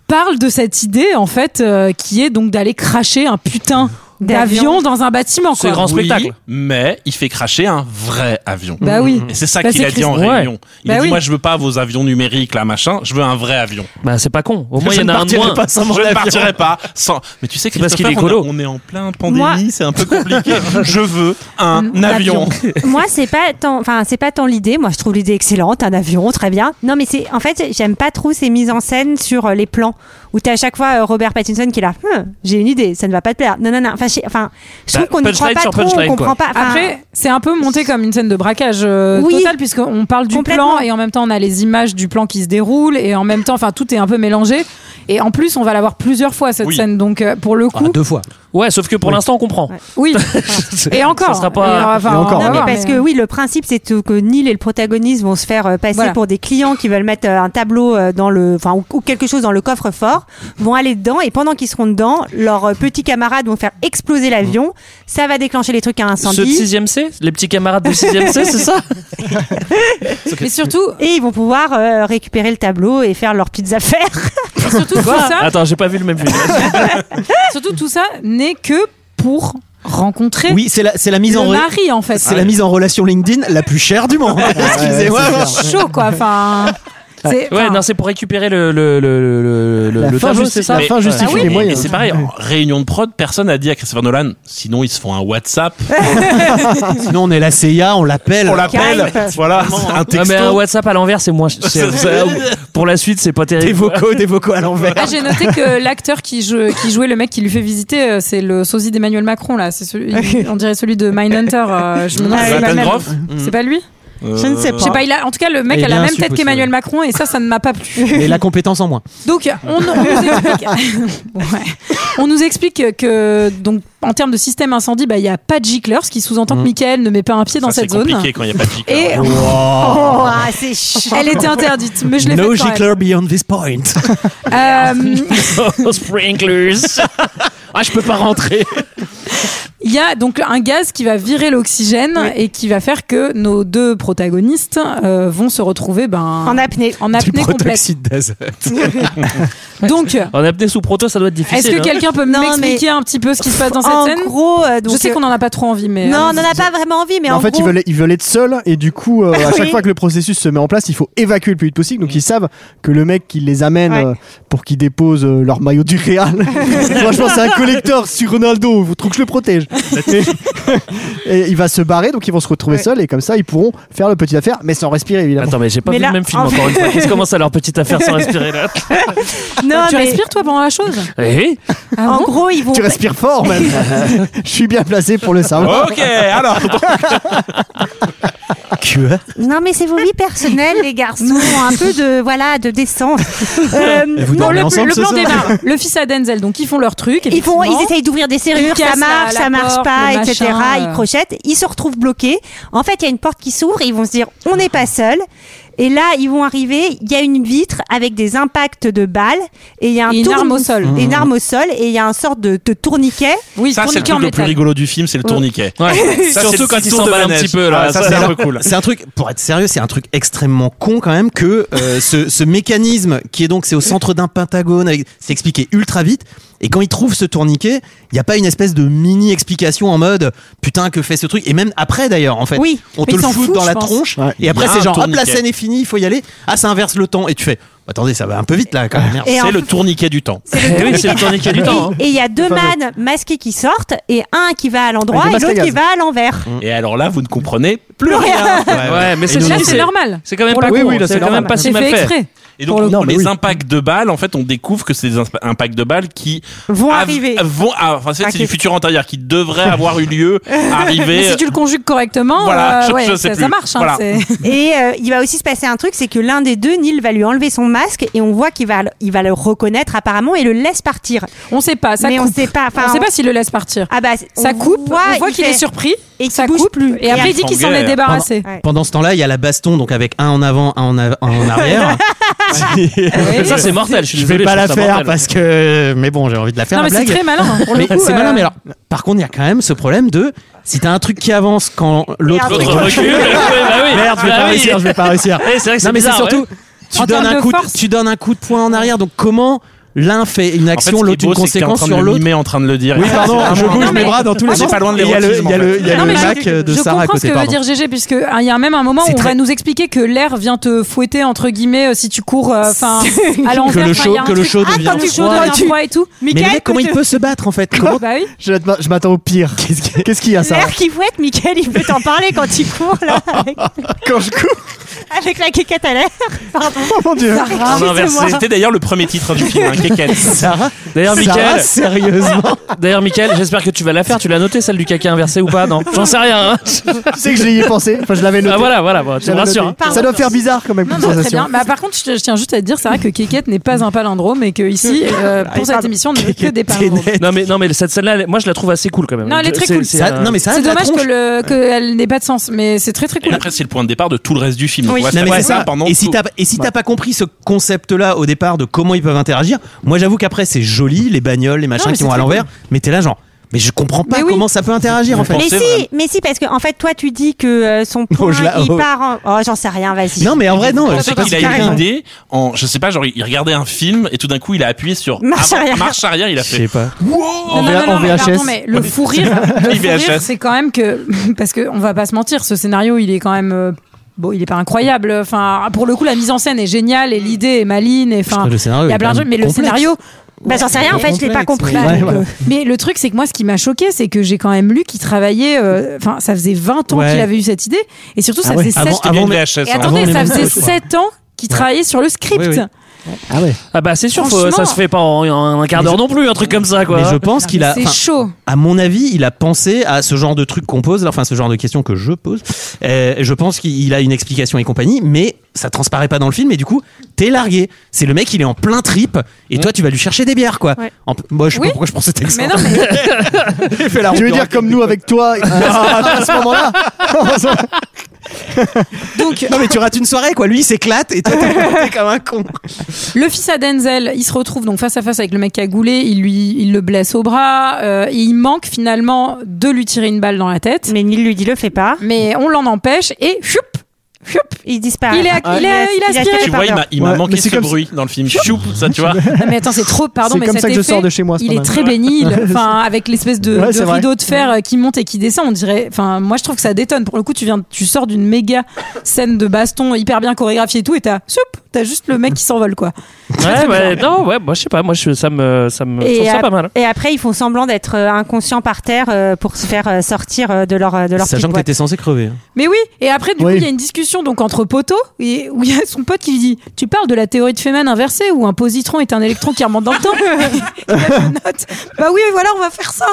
Speaker 1: parle de cette idée en fait euh, qui est donc d'aller cracher un putain
Speaker 4: D'avion.
Speaker 1: d'avion dans un bâtiment
Speaker 5: Ce
Speaker 1: quoi.
Speaker 5: grand- En
Speaker 2: Oui,
Speaker 5: spectacle.
Speaker 2: Mais il fait cracher un vrai avion.
Speaker 1: Bah oui.
Speaker 2: Et c'est ça
Speaker 1: Bah,
Speaker 2: qu'il
Speaker 1: c'est
Speaker 2: a dit en
Speaker 1: Christ-
Speaker 5: Ouais.
Speaker 2: réunion. Il a
Speaker 1: Bah
Speaker 2: dit
Speaker 1: oui.
Speaker 2: Moi, je veux pas vos avions numériques, là, machin. Je veux un vrai avion.
Speaker 5: Bah c'est pas con. Au moins il y en
Speaker 3: ne
Speaker 5: a un de
Speaker 3: partirai
Speaker 5: moins.
Speaker 3: pas sans
Speaker 2: [LAUGHS]
Speaker 3: mon
Speaker 2: je ne
Speaker 3: avion.
Speaker 2: partirai pas sans. Mais tu sais,
Speaker 5: C'est parce qu'il
Speaker 2: Christopher,
Speaker 5: est
Speaker 2: on a-
Speaker 5: écolo.
Speaker 2: On est en plein
Speaker 4: Moi-
Speaker 2: pandémie, c'est un
Speaker 1: [LAUGHS]
Speaker 2: peu compliqué. je veux un
Speaker 1: Un
Speaker 2: avion.
Speaker 1: avion. [LAUGHS]
Speaker 4: Moi, c'est pas tant, enfin, c'est pas tant l'idée. Moi, je trouve l'idée excellente, un avion, très bien. Non, mais c'est, en fait, j'aime pas trop ces mises en scène sur euh, les plans où t'as à chaque fois euh, Robert Pattinson qui est là. Hum, j'ai une idée, ça ne va pas te plaire. Non, non, non. Enfin, je, enfin, je trouve
Speaker 5: Bah,
Speaker 4: qu'on ne
Speaker 5: punchline
Speaker 4: croit pas
Speaker 5: sur
Speaker 4: trop, on
Speaker 5: punchline,
Speaker 4: comprend pas. Enfin,
Speaker 1: Après, c'est un peu monté comme une scène de braquage euh,
Speaker 4: Ah. Oui.
Speaker 1: total puisqu'on parle du
Speaker 4: Complètement.
Speaker 1: plan et en même temps on a les images du plan qui se déroule et en même temps, enfin tout est un peu mélangé et en plus on va l'avoir plusieurs fois cette
Speaker 2: Oui.
Speaker 1: scène donc euh, pour le coup,
Speaker 3: deux fois.
Speaker 5: Ouais, sauf que pour l'instant on comprend.
Speaker 1: oui.
Speaker 5: [LAUGHS]
Speaker 1: Et encore,
Speaker 5: Ça sera pas.
Speaker 1: Et, enfin,
Speaker 7: Et
Speaker 1: on
Speaker 7: encore.
Speaker 1: va
Speaker 4: Non, mais
Speaker 1: voir,
Speaker 4: parce que oui, le principe, c'est tout- que Neil et le protagoniste vont se faire euh, passer
Speaker 1: Voilà.
Speaker 4: pour des clients qui veulent mettre euh, un tableau euh, dans le, enfin, ou, ou quelque chose dans le coffre-fort, vont aller dedans et pendant qu'ils seront dedans, leurs euh, petits camarades vont faire exploser l'avion. Ça va déclencher les trucs à
Speaker 5: Ceux de
Speaker 4: incendie.
Speaker 5: 6ème C, les petits camarades de 6ème C, c'est ça
Speaker 1: Mais surtout,
Speaker 4: Et ils vont pouvoir euh, récupérer le tableau et faire leurs petites affaires. [LAUGHS]
Speaker 1: surtout tout ça,
Speaker 5: Attends, j'ai pas vu le même film.
Speaker 1: Surtout tout ça n'est que pour rencontrer
Speaker 3: Oui, c'est la, c'est la mise
Speaker 1: le
Speaker 3: en re- Ah,
Speaker 1: mari en fait.
Speaker 3: c'est la mise en relation LinkedIn la plus chère du monde. Excusez-moi.
Speaker 1: C'est chaud quoi.
Speaker 3: [LAUGHS]
Speaker 1: Enfin, c'est-
Speaker 5: [LAUGHS] Ouais,
Speaker 1: enfin,
Speaker 5: non, c'est pour récupérer le, le, le, le, le,
Speaker 7: La
Speaker 5: le
Speaker 7: fin
Speaker 5: tableau,
Speaker 7: justi-
Speaker 5: c'est ça
Speaker 7: la fin justifie
Speaker 1: Ah oui,
Speaker 7: les
Speaker 1: mais-
Speaker 2: Et
Speaker 7: moyens.
Speaker 2: c'est pareil, en réunion de prod, personne n'a dit à Christopher Nolan, sinon ils se font un WhatsApp.
Speaker 3: Sinon, on est la CIA, on l'appelle.
Speaker 2: On
Speaker 3: [LAUGHS]
Speaker 2: l'appelle,
Speaker 4: Skype.
Speaker 2: voilà, un
Speaker 5: Ouais,
Speaker 2: texto.
Speaker 5: mais un WhatsApp à l'envers, c'est
Speaker 2: [LAUGHS]
Speaker 5: moins. c'est- c'est- pour la suite, c'est pas
Speaker 3: Des
Speaker 5: terrible.
Speaker 3: vocaux, des vocaux à l'envers.
Speaker 1: Ah, j'ai noté que l'acteur qui, joue- qui jouait le mec qui lui fait visiter, euh, c'est le sosie d'Emmanuel Macron là. C'est celui,
Speaker 3: Ah
Speaker 1: il- on dirait celui de Mindhunter. euh, je me demande si c'est pas le même.
Speaker 2: Vattengroff
Speaker 1: C'est pas lui
Speaker 4: Je ne
Speaker 2: Euh,
Speaker 4: sais
Speaker 1: Je
Speaker 3: Euh.
Speaker 1: sais pas. Il a, en tout cas, le mec
Speaker 3: Il
Speaker 1: a la
Speaker 3: a un
Speaker 1: même tête
Speaker 3: supposé.
Speaker 1: qu'Emmanuel Macron et ça, ça ne m'a pas
Speaker 3: [LAUGHS]
Speaker 1: plu.
Speaker 3: Et la compétence en moins.
Speaker 1: Donc, on, on nous explique, [LAUGHS] Ouais. on nous explique que donc en termes de système incendie, bah, il n'y a pas de gicleurs, ce qui sous-entend
Speaker 3: Mm.
Speaker 1: que Michael ne met pas un pied dans
Speaker 2: Ça,
Speaker 1: cette
Speaker 2: C'est
Speaker 1: zone.
Speaker 2: compliqué quand il n'y a pas de piqueur.
Speaker 1: Et
Speaker 4: Oh, ah, c'est chiant.
Speaker 1: [LAUGHS] elle était interdite, mais je l'ai
Speaker 3: No
Speaker 1: fait quand même.
Speaker 3: Gickler beyond this point.
Speaker 1: Euh,
Speaker 5: [LAUGHS]
Speaker 2: [LAUGHS]
Speaker 5: Oh, Sprinklers. ah, je peux pas rentrer.
Speaker 1: Il y a donc un gaz qui va virer l'oxygène et qui va faire que nos deux protagonistes euh, vont se retrouver ben,
Speaker 4: En apnée.
Speaker 1: en
Speaker 3: du
Speaker 1: apnée complète.
Speaker 3: protoxyde d'azote.
Speaker 1: Donc,
Speaker 5: [LAUGHS] En apnée sous proto, ça doit être difficile. hein.
Speaker 1: est-ce que quelqu'un peut
Speaker 4: Non,
Speaker 1: m'expliquer un petit peu ce qui se passe dans cette
Speaker 4: en
Speaker 1: scène
Speaker 4: gros, euh, donc,
Speaker 1: Je sais qu'on n'en a pas trop envie, mais.
Speaker 4: Non, on
Speaker 1: euh,
Speaker 4: n'en a pas vraiment envie, mais
Speaker 7: en,
Speaker 4: en,
Speaker 7: fait,
Speaker 4: gros,
Speaker 7: ils veulent, ils veulent être seuls et du
Speaker 1: [LAUGHS]
Speaker 7: coup, euh, à
Speaker 4: Oui.
Speaker 7: chaque fois que le processus se met en place, il faut évacuer le plus vite possible. Donc, ils savent que le mec qui les amène
Speaker 4: Ouais.
Speaker 7: euh, pour qu'ils déposent euh, leur maillot du
Speaker 1: [LAUGHS]
Speaker 7: Real. Franchement, c'est un collecteur sur Ronaldo. Vous trouvez que je le protège et, [LAUGHS] et il va se barrer, donc ils vont se retrouver
Speaker 4: Ouais.
Speaker 7: seuls et comme ça, ils pourront faire le petit affaire, mais sans respirer évidemment.
Speaker 5: Attends, mais j'ai pas
Speaker 4: Mais
Speaker 5: vu
Speaker 4: là,
Speaker 5: le même film
Speaker 4: en
Speaker 5: encore une fois. Ils se commencent à leur petite affaire sans respirer là.
Speaker 4: non,
Speaker 1: Tu
Speaker 4: mais
Speaker 1: respires toi pendant la
Speaker 4: [LAUGHS]
Speaker 1: chose
Speaker 5: Eh
Speaker 1: Ah
Speaker 4: En
Speaker 1: bon
Speaker 4: gros, ils vont.
Speaker 1: [LAUGHS]
Speaker 7: Tu respires fort, même. [LAUGHS] Je suis bien placé pour le savoir.
Speaker 2: Ok, alors
Speaker 3: Quoi
Speaker 4: Non, mais c'est vos vies personnelles, les garçons. Un
Speaker 1: [LAUGHS]
Speaker 4: peu de, voilà, de décence. Euh,
Speaker 3: vous
Speaker 1: Non,
Speaker 3: dormez
Speaker 1: le,
Speaker 3: ensemble
Speaker 1: le
Speaker 3: ce
Speaker 1: plan
Speaker 3: soir
Speaker 1: démarre. Le fils à Denzel, donc ils font leur truc.
Speaker 4: ils font, ils
Speaker 1: effectivement.
Speaker 4: essayent d'ouvrir des
Speaker 1: Ils
Speaker 4: serrures,
Speaker 1: cassent
Speaker 4: ça
Speaker 1: la-
Speaker 4: marche,
Speaker 1: la
Speaker 4: ça marche
Speaker 1: porte,
Speaker 4: pas,
Speaker 1: le
Speaker 4: etc.
Speaker 1: machin, euh.
Speaker 4: Ils crochetent, ils se retrouvent bloqués. En fait, il y a une porte qui s'ouvre, et ils vont se dire, on n'est pas seul. Et là, ils vont arriver, il y a une vitre avec des impacts de balles, et il y a un
Speaker 1: Et une
Speaker 4: tourni-
Speaker 1: arme au sol.
Speaker 5: Mmh.
Speaker 4: et une arme au sol, et il y a un sorte de, de tourniquet.
Speaker 1: Oui,
Speaker 2: Ça, c'est le
Speaker 1: tourniquet en
Speaker 2: truc le plus
Speaker 1: métal.
Speaker 2: rigolo du film, c'est le tourniquet.
Speaker 5: ouais.
Speaker 2: Ça, c'est
Speaker 5: Surtout
Speaker 2: le
Speaker 5: quand
Speaker 2: petit
Speaker 5: ils
Speaker 2: tour de
Speaker 5: s'emballent un
Speaker 2: manège.
Speaker 5: petit peu là.
Speaker 2: Ah, ça,
Speaker 5: Ça,
Speaker 2: c'est
Speaker 5: ça-
Speaker 2: un peu cool.
Speaker 3: C'est un truc, pour être sérieux, c'est un truc extrêmement con quand même que euh, ce, ce mécanisme qui est donc c'est au centre d'un pentagone, avec- c'est expliqué ultra vite. Et quand ils trouvent ce tourniquet, il n'y a pas une espèce de mini explication en mode putain que fait ce truc. Et même après d'ailleurs en fait,
Speaker 4: Oui,
Speaker 3: on
Speaker 1: mais
Speaker 3: te
Speaker 1: ils
Speaker 3: le
Speaker 1: s'en
Speaker 3: fout
Speaker 1: foutent,
Speaker 3: dans
Speaker 1: je
Speaker 3: la
Speaker 1: pense.
Speaker 3: tronche.
Speaker 7: Ouais.
Speaker 3: Et après
Speaker 2: Il y a
Speaker 3: c'est
Speaker 2: un
Speaker 3: genre hop
Speaker 2: tourniquet.
Speaker 3: la scène est finie, il faut y aller. Ah ça inverse le temps et tu fais bah, attendez ça va un peu vite là quand même. merde.
Speaker 4: Et en
Speaker 2: C'est le tourniquet du temps.
Speaker 5: Eh oui, c'est le tourniquet du temps. hein.
Speaker 4: Et il y a deux man masqués qui sortent, et un qui va à l'endroit,
Speaker 5: Ah,
Speaker 7: Avec
Speaker 4: et
Speaker 7: des masques à
Speaker 4: l'autre qui
Speaker 7: gaz.
Speaker 4: va à l'envers.
Speaker 5: Mmh.
Speaker 2: Et alors là, vous ne comprenez
Speaker 4: Plus rien.
Speaker 5: Ouais, mais c'est
Speaker 1: Là,
Speaker 5: joli,
Speaker 1: c'est normal.
Speaker 5: C'est quand même
Speaker 1: Pour
Speaker 5: pas
Speaker 1: le coup.
Speaker 5: con, hein. c'est quand même pas si
Speaker 1: C'est
Speaker 5: mal
Speaker 1: fait
Speaker 5: fait.
Speaker 1: exprès.
Speaker 2: Et donc,
Speaker 1: Pour le
Speaker 2: non,
Speaker 1: coup.
Speaker 2: les impacts de balles, en fait, on découvre que c'est des imp- impacts de balles qui
Speaker 4: Vont
Speaker 2: av-
Speaker 4: arriver.
Speaker 2: Vont, ah, enfin, c'est c'est du
Speaker 4: Inquiète.
Speaker 2: futur antérieur qui devrait avoir eu
Speaker 3: [LAUGHS]
Speaker 2: lieu,
Speaker 1: Mais
Speaker 2: arriver.
Speaker 1: si
Speaker 3: euh,
Speaker 1: tu le conjugues correctement,
Speaker 2: Voilà,
Speaker 1: euh,
Speaker 2: je-
Speaker 1: ouais,
Speaker 2: je sais
Speaker 1: ça,
Speaker 2: plus.
Speaker 1: ça marche. hein,
Speaker 2: Voilà.
Speaker 1: c'est- [LAUGHS]
Speaker 4: Et euh, il va aussi se passer un truc, c'est que l'un des deux, Neil, va lui enlever son masque et on voit qu'il va, il va le reconnaître apparemment et le laisse partir.
Speaker 1: On sait pas. Ça
Speaker 4: Mais on
Speaker 1: coupe.
Speaker 4: sait pas. Enfin,
Speaker 1: on sait
Speaker 4: on-
Speaker 1: pas s'il le laisse partir.
Speaker 4: Ah bah,
Speaker 1: ça
Speaker 4: on
Speaker 1: coupe, on voit
Speaker 4: il
Speaker 1: qu'il
Speaker 4: fait-
Speaker 1: est surpris
Speaker 4: et qu'il
Speaker 1: ça
Speaker 4: bouge
Speaker 1: coupe
Speaker 4: plus.
Speaker 1: et après
Speaker 4: Et
Speaker 1: il dit qu'il s'en
Speaker 2: après,
Speaker 1: est
Speaker 2: on
Speaker 1: débarrassé.
Speaker 4: Ouais.
Speaker 3: Pendant ce temps-là, il y a la baston donc avec un en avant, un en, av- un
Speaker 1: [LAUGHS]
Speaker 3: en arrière.
Speaker 1: Ah,
Speaker 5: Mais Ça, c'est mortel. Je suis
Speaker 3: Je
Speaker 5: désolé,
Speaker 3: vais pas
Speaker 5: je
Speaker 3: la
Speaker 5: trouve ça
Speaker 3: faire
Speaker 5: mortel.
Speaker 3: parce que mais bon j'ai envie de la faire
Speaker 1: Non
Speaker 3: la
Speaker 1: mais c'est
Speaker 3: blague.
Speaker 1: très malin. Pour le
Speaker 3: Mais
Speaker 1: coup,
Speaker 3: c'est
Speaker 1: euh,
Speaker 3: malin, mais alors, par contre, il y a quand même ce problème de si t'as un truc qui avance quand l'autre.
Speaker 4: Et un truc
Speaker 5: L'autre recule. Ouais, bah
Speaker 3: [LAUGHS]
Speaker 5: oui.
Speaker 1: Ah
Speaker 3: Merde, je vais
Speaker 5: Bah
Speaker 3: pas
Speaker 5: oui.
Speaker 3: réussir, je vais pas
Speaker 1: [LAUGHS]
Speaker 3: réussir.
Speaker 5: Eh, C'est vrai que
Speaker 3: Non, mais c'est
Speaker 5: c'est bizarre, ouais.
Speaker 3: surtout, tu
Speaker 1: En
Speaker 3: donnes,
Speaker 1: termes
Speaker 3: un
Speaker 1: de
Speaker 3: coup de,
Speaker 1: force.
Speaker 3: tu donnes un coup de poing en arrière, donc comment l'un fait une
Speaker 2: En fait, ce
Speaker 3: action,
Speaker 2: qui est
Speaker 3: l'autre
Speaker 2: beau,
Speaker 3: une
Speaker 2: c'est que t'es en
Speaker 3: conséquence
Speaker 2: train de
Speaker 3: sur
Speaker 2: le
Speaker 3: l'autre
Speaker 2: mimer en train de le dire.
Speaker 3: Oui,
Speaker 2: [LAUGHS]
Speaker 3: pardon, je
Speaker 1: vraiment-
Speaker 3: bouge
Speaker 1: Non,
Speaker 3: mes
Speaker 1: mais-
Speaker 3: bras dans tous les
Speaker 2: On est
Speaker 3: sens.
Speaker 2: pas loin de
Speaker 3: Et Il y a le,
Speaker 2: l'érotisme,
Speaker 3: il y a
Speaker 2: en
Speaker 3: le,
Speaker 2: fait.
Speaker 3: il y a
Speaker 1: Non,
Speaker 3: le
Speaker 1: mais je-
Speaker 3: Mac euh, de
Speaker 1: je
Speaker 3: Sarah à
Speaker 1: comprends
Speaker 3: côté.
Speaker 1: ce que veut
Speaker 3: pardon.
Speaker 1: dire GG puisque hein, il y a même un moment où
Speaker 3: C'est
Speaker 1: on
Speaker 3: très-
Speaker 1: va nous expliquer que l'air vient te fouetter entre guillemets euh, si tu cours
Speaker 4: [LAUGHS]
Speaker 1: euh, enfin à l'envers.
Speaker 3: le
Speaker 1: enfin,
Speaker 3: chaud-
Speaker 1: il y a un
Speaker 3: que le
Speaker 1: truc-
Speaker 3: chaud
Speaker 1: Ah,
Speaker 3: devient
Speaker 1: quand le chaud
Speaker 3: froid.
Speaker 1: devient froid et tout.
Speaker 3: Mais le mec, comment il peut se battre
Speaker 1: [LAUGHS]
Speaker 3: en fait Comment-
Speaker 1: Bah oui.
Speaker 7: Je m'attends- je m'attends au pire. Qu'est-ce qu'il y a, Sarah
Speaker 4: L'air qui fouette, Michael, il peut t'en parler quand il court là, avec,
Speaker 7: Quand je cours
Speaker 4: avec la quéquette à l'air. Pardon.
Speaker 7: Oh mon dieu
Speaker 3: ah,
Speaker 2: En inverse. C'était d'ailleurs le premier titre du
Speaker 3: [LAUGHS]
Speaker 2: film, hein, Kékette.
Speaker 3: Sarah,
Speaker 5: D'ailleurs,
Speaker 3: Sarah,
Speaker 7: Ah,
Speaker 5: Michael,
Speaker 3: sérieusement,
Speaker 5: d'ailleurs, Michael, j'espère que tu vas la faire. Tu l'as noté celle du caca inversé ou pas Non, j'en sais rien. hein.
Speaker 7: Tu sais que j'y ai pensé. Enfin, je l'avais noté.
Speaker 5: Ah voilà, voilà, bon, tu me
Speaker 7: J'avais
Speaker 5: rassures. hein.
Speaker 7: noté.
Speaker 4: Pardon.
Speaker 7: Ça doit faire bizarre quand même.
Speaker 1: Non,
Speaker 7: comme
Speaker 1: non, très
Speaker 7: sensation.
Speaker 1: bien. Bah, par contre, je, je tiens juste à te dire, c'est vrai que Kékette n'est pas un palindrome et que ici, euh, pour cette émission, on ne fait que des palindromes.
Speaker 5: Non mais non mais cette scène-là, elle- moi je la trouve assez cool quand même.
Speaker 1: Non, elle est très
Speaker 5: C'est-
Speaker 1: cool.
Speaker 5: c'est
Speaker 3: Ça-
Speaker 5: un-
Speaker 3: non mais ça,
Speaker 1: C'est
Speaker 3: la
Speaker 1: dommage
Speaker 3: tronche.
Speaker 1: que le qu'elle n'ait pas de sens, mais c'est très très
Speaker 2: Et
Speaker 1: cool.
Speaker 2: après, c'est le point de départ de tout le reste du film.
Speaker 4: Oui.
Speaker 2: On va se
Speaker 3: Non, mais
Speaker 2: taper
Speaker 3: c'est ça.
Speaker 2: ça pendant
Speaker 3: Et si
Speaker 2: tout-
Speaker 3: t'as et si t'as pas compris ce concept-là au départ de comment ils peuvent interagir, moi j'avoue qu'après c'est joli, les bagnoles, les
Speaker 1: Non,
Speaker 3: machins
Speaker 1: mais
Speaker 3: qui
Speaker 1: c'est
Speaker 3: vont à
Speaker 1: très
Speaker 3: l'envers, mais t'es là genre Mais je comprends pas
Speaker 4: Mais oui.
Speaker 3: comment ça peut interagir en fait.
Speaker 4: Mais
Speaker 2: pensez,
Speaker 4: si,
Speaker 2: madame
Speaker 4: mais si, parce que en fait, toi, tu dis que euh, son point,
Speaker 3: je la-
Speaker 4: il
Speaker 3: oh.
Speaker 4: part. En... Oh, j'en sais rien, vas-y.
Speaker 3: Non, mais en vrai, non.
Speaker 2: Je
Speaker 3: je
Speaker 2: sais
Speaker 3: sais pas
Speaker 2: qu'il
Speaker 3: si
Speaker 2: a eu
Speaker 3: quelqu'un-
Speaker 2: une idée en, je sais pas, genre, il regardait un film et tout d'un coup, il a appuyé sur
Speaker 4: Marche
Speaker 2: avant-
Speaker 4: arrière.
Speaker 2: marche arrière, il a
Speaker 3: Je
Speaker 2: fait.
Speaker 3: sais pas.
Speaker 1: Non, non,
Speaker 7: V-
Speaker 1: non,
Speaker 7: en
Speaker 1: non, mais
Speaker 7: VHS.
Speaker 1: pardon, mais le fou rire, le fou
Speaker 2: VHS.
Speaker 1: rire, c'est quand même que [LAUGHS] parce que on va pas se mentir, ce scénario, il est quand même euh, bon, il est pas incroyable. Enfin, pour le coup, la mise en scène est géniale et l'idée est maligne. Et enfin,
Speaker 3: Parce que le scénario
Speaker 1: il y a
Speaker 3: est
Speaker 1: plein de
Speaker 3: quand
Speaker 1: trucs,
Speaker 3: même
Speaker 1: mais le
Speaker 3: complexe.
Speaker 1: scénario.
Speaker 4: Bah, j'en sais rien, en fait, je l'ai pas compris.
Speaker 1: Bah,
Speaker 3: Ouais,
Speaker 1: donc,
Speaker 3: voilà.
Speaker 1: euh, Mais le truc, c'est que moi, ce qui m'a choqué, c'est que j'ai quand même lu qu'il travaillait. euh, Enfin, ça faisait 20 ans
Speaker 3: Ouais. Ah
Speaker 1: qu'il avait eu cette idée, et surtout, ça
Speaker 3: ouais.
Speaker 1: faisait
Speaker 3: Avant-
Speaker 1: 7
Speaker 2: C'était bien une
Speaker 3: mais-
Speaker 2: VHS.
Speaker 1: Et
Speaker 2: hein.
Speaker 1: attendez,
Speaker 3: les
Speaker 1: ça
Speaker 3: mêmes
Speaker 1: faisait
Speaker 3: choses, quoi.
Speaker 1: 7 ans qu'il travaillait sur le script.
Speaker 3: Oui, oui. Ah ouais.
Speaker 5: Ah bah c'est sûr, faut-
Speaker 1: Franchement.
Speaker 5: ça se fait pas en, en un quart d'heure non plus, un truc comme ça quoi.
Speaker 3: Mais je pense qu'il a.
Speaker 1: C'est
Speaker 3: enfin, [LAUGHS]
Speaker 1: chaud.
Speaker 3: à mon avis, il a pensé à ce genre de truc qu'on pose, enfin ce genre de questions que je pose. Euh, je pense qu'il a une explication et compagnie, mais ça transparaît pas dans le film. Et du coup, t'es largué. C'est le mec, il est en plein trip, et toi, tu vas lui chercher des bières, quoi.
Speaker 4: Ouais.
Speaker 3: En p- moi, je sais
Speaker 1: Oui.
Speaker 3: pas pourquoi je pense que c'était
Speaker 1: Mais non,
Speaker 3: [LAUGHS]
Speaker 1: mais
Speaker 7: Tu veux dire comme nous avec toi à ce moment-là
Speaker 1: [LAUGHS] donc,
Speaker 3: Non, mais tu rates une soirée, quoi. Lui, il s'éclate, et toi,
Speaker 1: [LAUGHS]
Speaker 3: t'es comme un con.
Speaker 1: Le fils à Denzel, il se retrouve donc face à face avec le mec cagoulé, il lui, il le blesse au bras, euh, et il manque finalement de lui tirer une balle dans la
Speaker 3: Mm.
Speaker 1: tête,
Speaker 4: Mais Neil lui dit le fais pas.
Speaker 1: mais on l'en empêche et choup, choup,
Speaker 4: Il disparaît.
Speaker 1: Il est- il est- il est aspiré.
Speaker 2: Tu vois, il m'a, il m'a
Speaker 7: Ouais,
Speaker 2: manqué
Speaker 7: mais c'est
Speaker 2: ce
Speaker 7: comme-
Speaker 2: bruit dans le film. Choup, ça,
Speaker 7: [LAUGHS]
Speaker 2: tu vois.
Speaker 1: Ah, mais attends, c'est trop, pardon,
Speaker 7: C'est
Speaker 1: mais
Speaker 7: comme
Speaker 1: cet
Speaker 7: ça que je
Speaker 1: effet,
Speaker 7: sors de chez moi, ce
Speaker 1: Il est
Speaker 7: matin.
Speaker 1: très bénil,
Speaker 7: [LAUGHS]
Speaker 1: enfin, avec l'espèce de,
Speaker 7: Ouais,
Speaker 1: de
Speaker 7: c'est vrai.
Speaker 1: rideau de fer euh, qui monte et qui descend, on dirait, enfin, moi je trouve que ça détonne. Pour le coup, tu viens, tu sors d'une méga scène de baston hyper bien chorégraphiée et tout, et t'as, soup, t'as juste le mec qui s'envole, quoi.
Speaker 5: Ouais, bah, non, ouais, moi je sais pas, moi je, ça me, ça me, je trouve
Speaker 4: Et,
Speaker 5: ça
Speaker 4: ap-
Speaker 5: pas mal.
Speaker 4: et après, ils font semblant d'être euh, inconscients par terre euh, pour se faire euh, sortir euh, de leur, euh, de leur petite
Speaker 3: Sachant que
Speaker 4: boîte.
Speaker 3: t'étais censé crever. hein.
Speaker 1: Mais oui, et après, du
Speaker 7: Oui.
Speaker 1: coup, il y a une discussion donc entre poteaux, et où il y a son pote qui lui dit Tu parles de la théorie de Feynman inversée, où un positron est un électron qui remonte dans le temps Il a fait une note. Bah oui, voilà, on va faire ça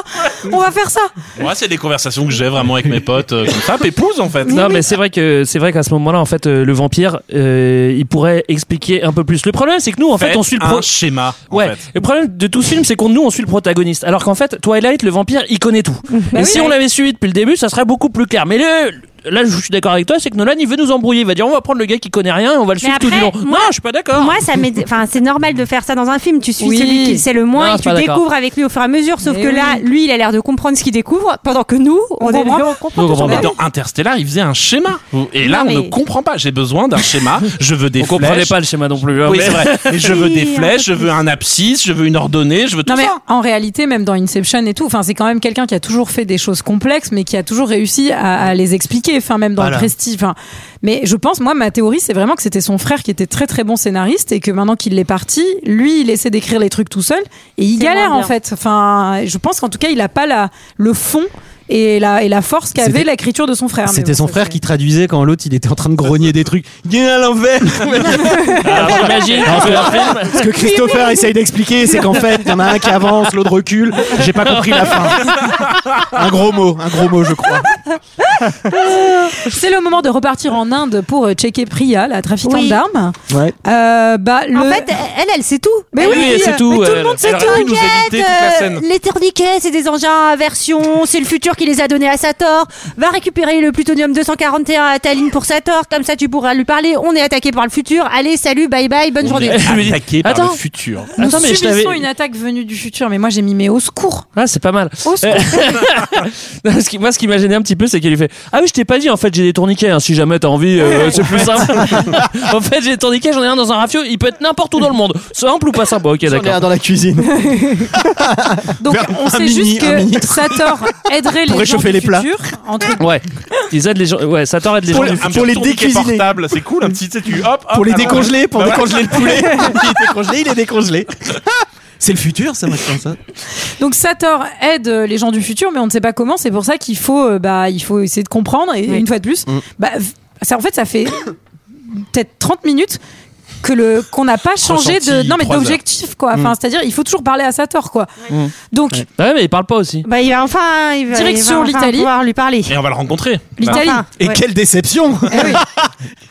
Speaker 1: On va faire ça
Speaker 2: Moi, c'est des conversations que j'ai vraiment avec mes potes, euh, comme ça, pépouse, en fait.
Speaker 5: non, mais c'est vrai que c'est vrai qu'à ce moment-là, en fait, euh, le vampire, euh, il pourrait expliquer un peu plus. Le problème, c'est que nous, en fait,
Speaker 2: Faites
Speaker 5: on suit le pro-
Speaker 2: un schéma. en
Speaker 5: Ouais.
Speaker 2: fait.
Speaker 5: Le problème de tout ce film, c'est qu'on nous, on suit le protagoniste. Alors qu'en fait, Twilight, le vampire, il connaît tout.
Speaker 1: Bah
Speaker 5: Et
Speaker 1: oui,
Speaker 5: si
Speaker 1: ouais.
Speaker 5: on l'avait suivi depuis le début, ça serait beaucoup plus clair. Mais le- Là, je suis d'accord avec toi, c'est que Nolan, il veut nous embrouiller. Il va dire, on va prendre le gars qui connaît rien et on va le suivre tout du long.
Speaker 4: après, moi-
Speaker 5: non, je suis pas d'accord.
Speaker 4: Moi, ça m'est- enfin, c'est normal de faire ça dans un film. Tu suis
Speaker 1: Oui.
Speaker 4: celui qui le sait le moins
Speaker 5: Non,
Speaker 4: et
Speaker 5: c'est
Speaker 4: tu
Speaker 5: Ah, pas d'accord.
Speaker 4: découvres avec lui au fur et à mesure. Sauf
Speaker 1: Mais
Speaker 4: que
Speaker 1: oui.
Speaker 4: là, lui, il a l'air de comprendre ce qu'il découvre, pendant que nous, on, est-
Speaker 1: comprend.
Speaker 4: on comprend
Speaker 5: Nous, on
Speaker 4: tout
Speaker 5: comprend
Speaker 4: ça.
Speaker 2: Mais dans Interstellar, il faisait un schéma. Et là,
Speaker 4: Non,
Speaker 2: on
Speaker 4: mais-
Speaker 2: ne comprend pas. J'ai besoin d'un schéma. Je veux des
Speaker 5: on comprenait
Speaker 2: flèches.
Speaker 5: pas le schéma non plus. hein,
Speaker 2: Oui,
Speaker 5: mais-
Speaker 2: c'est
Speaker 5: [LAUGHS]
Speaker 2: vrai. Et je veux des
Speaker 4: Oui, un
Speaker 2: flèches, je veux un abscisse, je veux une ordonnée, je veux tout
Speaker 1: Non mais
Speaker 2: ça.
Speaker 1: en réalité, même dans Inception et tout, enfin c'est quand même quelqu'un qui a toujours fait des choses complexes, mais qui a toujours réussi à, à les expliquer. Enfin même dans
Speaker 3: Voilà.
Speaker 1: le Prestige. Enfin, mais je pense, moi, ma théorie, c'est vraiment que c'était son frère qui était très très bon scénariste et que maintenant qu'il est parti, lui, il essaie d'écrire les trucs tout seul et il
Speaker 4: C'est
Speaker 1: galère
Speaker 4: moins
Speaker 1: en
Speaker 4: bien.
Speaker 1: fait. Enfin, je pense qu'en tout cas, il a pas la le fond et la et la force qu'avait
Speaker 3: C'était-
Speaker 1: l'écriture de son frère. Ah, Mais
Speaker 3: C'était
Speaker 1: bon,
Speaker 3: son
Speaker 1: ça,
Speaker 3: frère
Speaker 1: c'est-
Speaker 3: qui traduisait quand l'autre, il était en train de grogner des trucs. Il est à l'envers
Speaker 5: Alors, j'imagine que le film-
Speaker 3: Ce que Christopher essaye d'expliquer, c'est qu'en fait, il y en a un qui avance, l'autre recule. J'ai pas compris la fin. Un gros mot, un gros mot, je crois.
Speaker 1: [LAUGHS] C'est le moment de repartir en Inde pour euh, checker Priya, la trafiquante
Speaker 4: Oui.
Speaker 1: d'armes.
Speaker 3: Ouais.
Speaker 1: Euh, bah le.
Speaker 4: En fait, elle, elle sait tout.
Speaker 1: mais
Speaker 4: Elle
Speaker 1: oui,
Speaker 5: Oui, c'est tout.
Speaker 1: mais tout
Speaker 5: elle-
Speaker 1: le monde sait
Speaker 5: elle
Speaker 1: tout.
Speaker 5: aurait pu nous
Speaker 4: T'inquiète,
Speaker 5: éviter toute la
Speaker 4: euh,
Speaker 5: scène.
Speaker 4: les tourniquets, c'est des engins à version, c'est le futur qui les a donnés à Sator. Va récupérer le plutonium 241 à Taline pour Sator, comme ça tu pourras lui parler. On est attaqué par le futur. Allez, salut, bye bye, bonne journée.
Speaker 5: Je me dis,
Speaker 2: Attaqué par
Speaker 5: attends.
Speaker 2: le futur.
Speaker 1: Nous
Speaker 5: Attends, mais je
Speaker 1: subissons
Speaker 5: t'avais.
Speaker 1: une attaque venue du futur, mais moi j'ai mis mes au secours.
Speaker 5: Ah, c'est pas mal.
Speaker 1: Au secours.
Speaker 5: Non, [LAUGHS] ce qui- moi, ce qui m'a gêné un petit peu, c'est qu'il lui fait Ah oui, je t'ai pas dit, en fait, j'ai des tourniquets. hein, si jamais t'as envie, euh, c'est plus simple. [LAUGHS] en fait, j'ai des tourniquets, j'en ai un dans un rafio. Il peut être n'importe où dans le monde. Simple ou pas simple Ok,
Speaker 7: J'en ai un
Speaker 5: d'accord.
Speaker 7: dans la cuisine.
Speaker 1: [LAUGHS] Donc
Speaker 3: Faire
Speaker 1: on
Speaker 3: un
Speaker 1: sait
Speaker 3: mini-
Speaker 1: juste
Speaker 3: un mini
Speaker 1: que Sator aiderait
Speaker 3: Pour
Speaker 1: les gens
Speaker 3: réchauffer
Speaker 1: du
Speaker 3: les plats.
Speaker 1: futur. Entre...
Speaker 5: Ouais, ils aident les gens. Ouais, ça t'arrête les gens.
Speaker 7: Pour les-
Speaker 5: du
Speaker 2: Un
Speaker 5: futur.
Speaker 7: pour les
Speaker 2: tourniquet
Speaker 7: décuisiner.
Speaker 2: portable, c'est cool, un petit, tu sais, tu hop, hop,
Speaker 3: Pour les
Speaker 2: alors-
Speaker 3: décongeler, pour
Speaker 2: Bah ouais.
Speaker 3: décongeler le poulet. Il est décongelé, il est décongelé. C'est le futur, ça, maintenant, ça.
Speaker 1: Donc Sator aide euh, les gens du futur, mais on ne sait pas comment. C'est pour ça qu'il faut, euh, bah, il faut essayer de comprendre. Et
Speaker 4: Oui.
Speaker 1: une fois de plus, bah, v- ça, en fait, ça fait peut-être 30 minutes que le qu'on n'a pas changé de
Speaker 2: Ressenti
Speaker 1: non mais
Speaker 2: trois heures.
Speaker 1: d'objectif quoi. Enfin, c'est-à-dire, il faut toujours parler à Sator quoi. Donc
Speaker 5: Ouais, mais ils parlent pas aussi.
Speaker 4: Bah, il va enfin, il va,
Speaker 1: Direction
Speaker 4: il va enfin
Speaker 1: l'Italie.
Speaker 4: pouvoir lui parler.
Speaker 2: Et on va le rencontrer. Bah,
Speaker 1: l'Italie.
Speaker 4: Enfin,
Speaker 3: Et
Speaker 4: ouais.
Speaker 3: quelle déception
Speaker 1: Eh oui.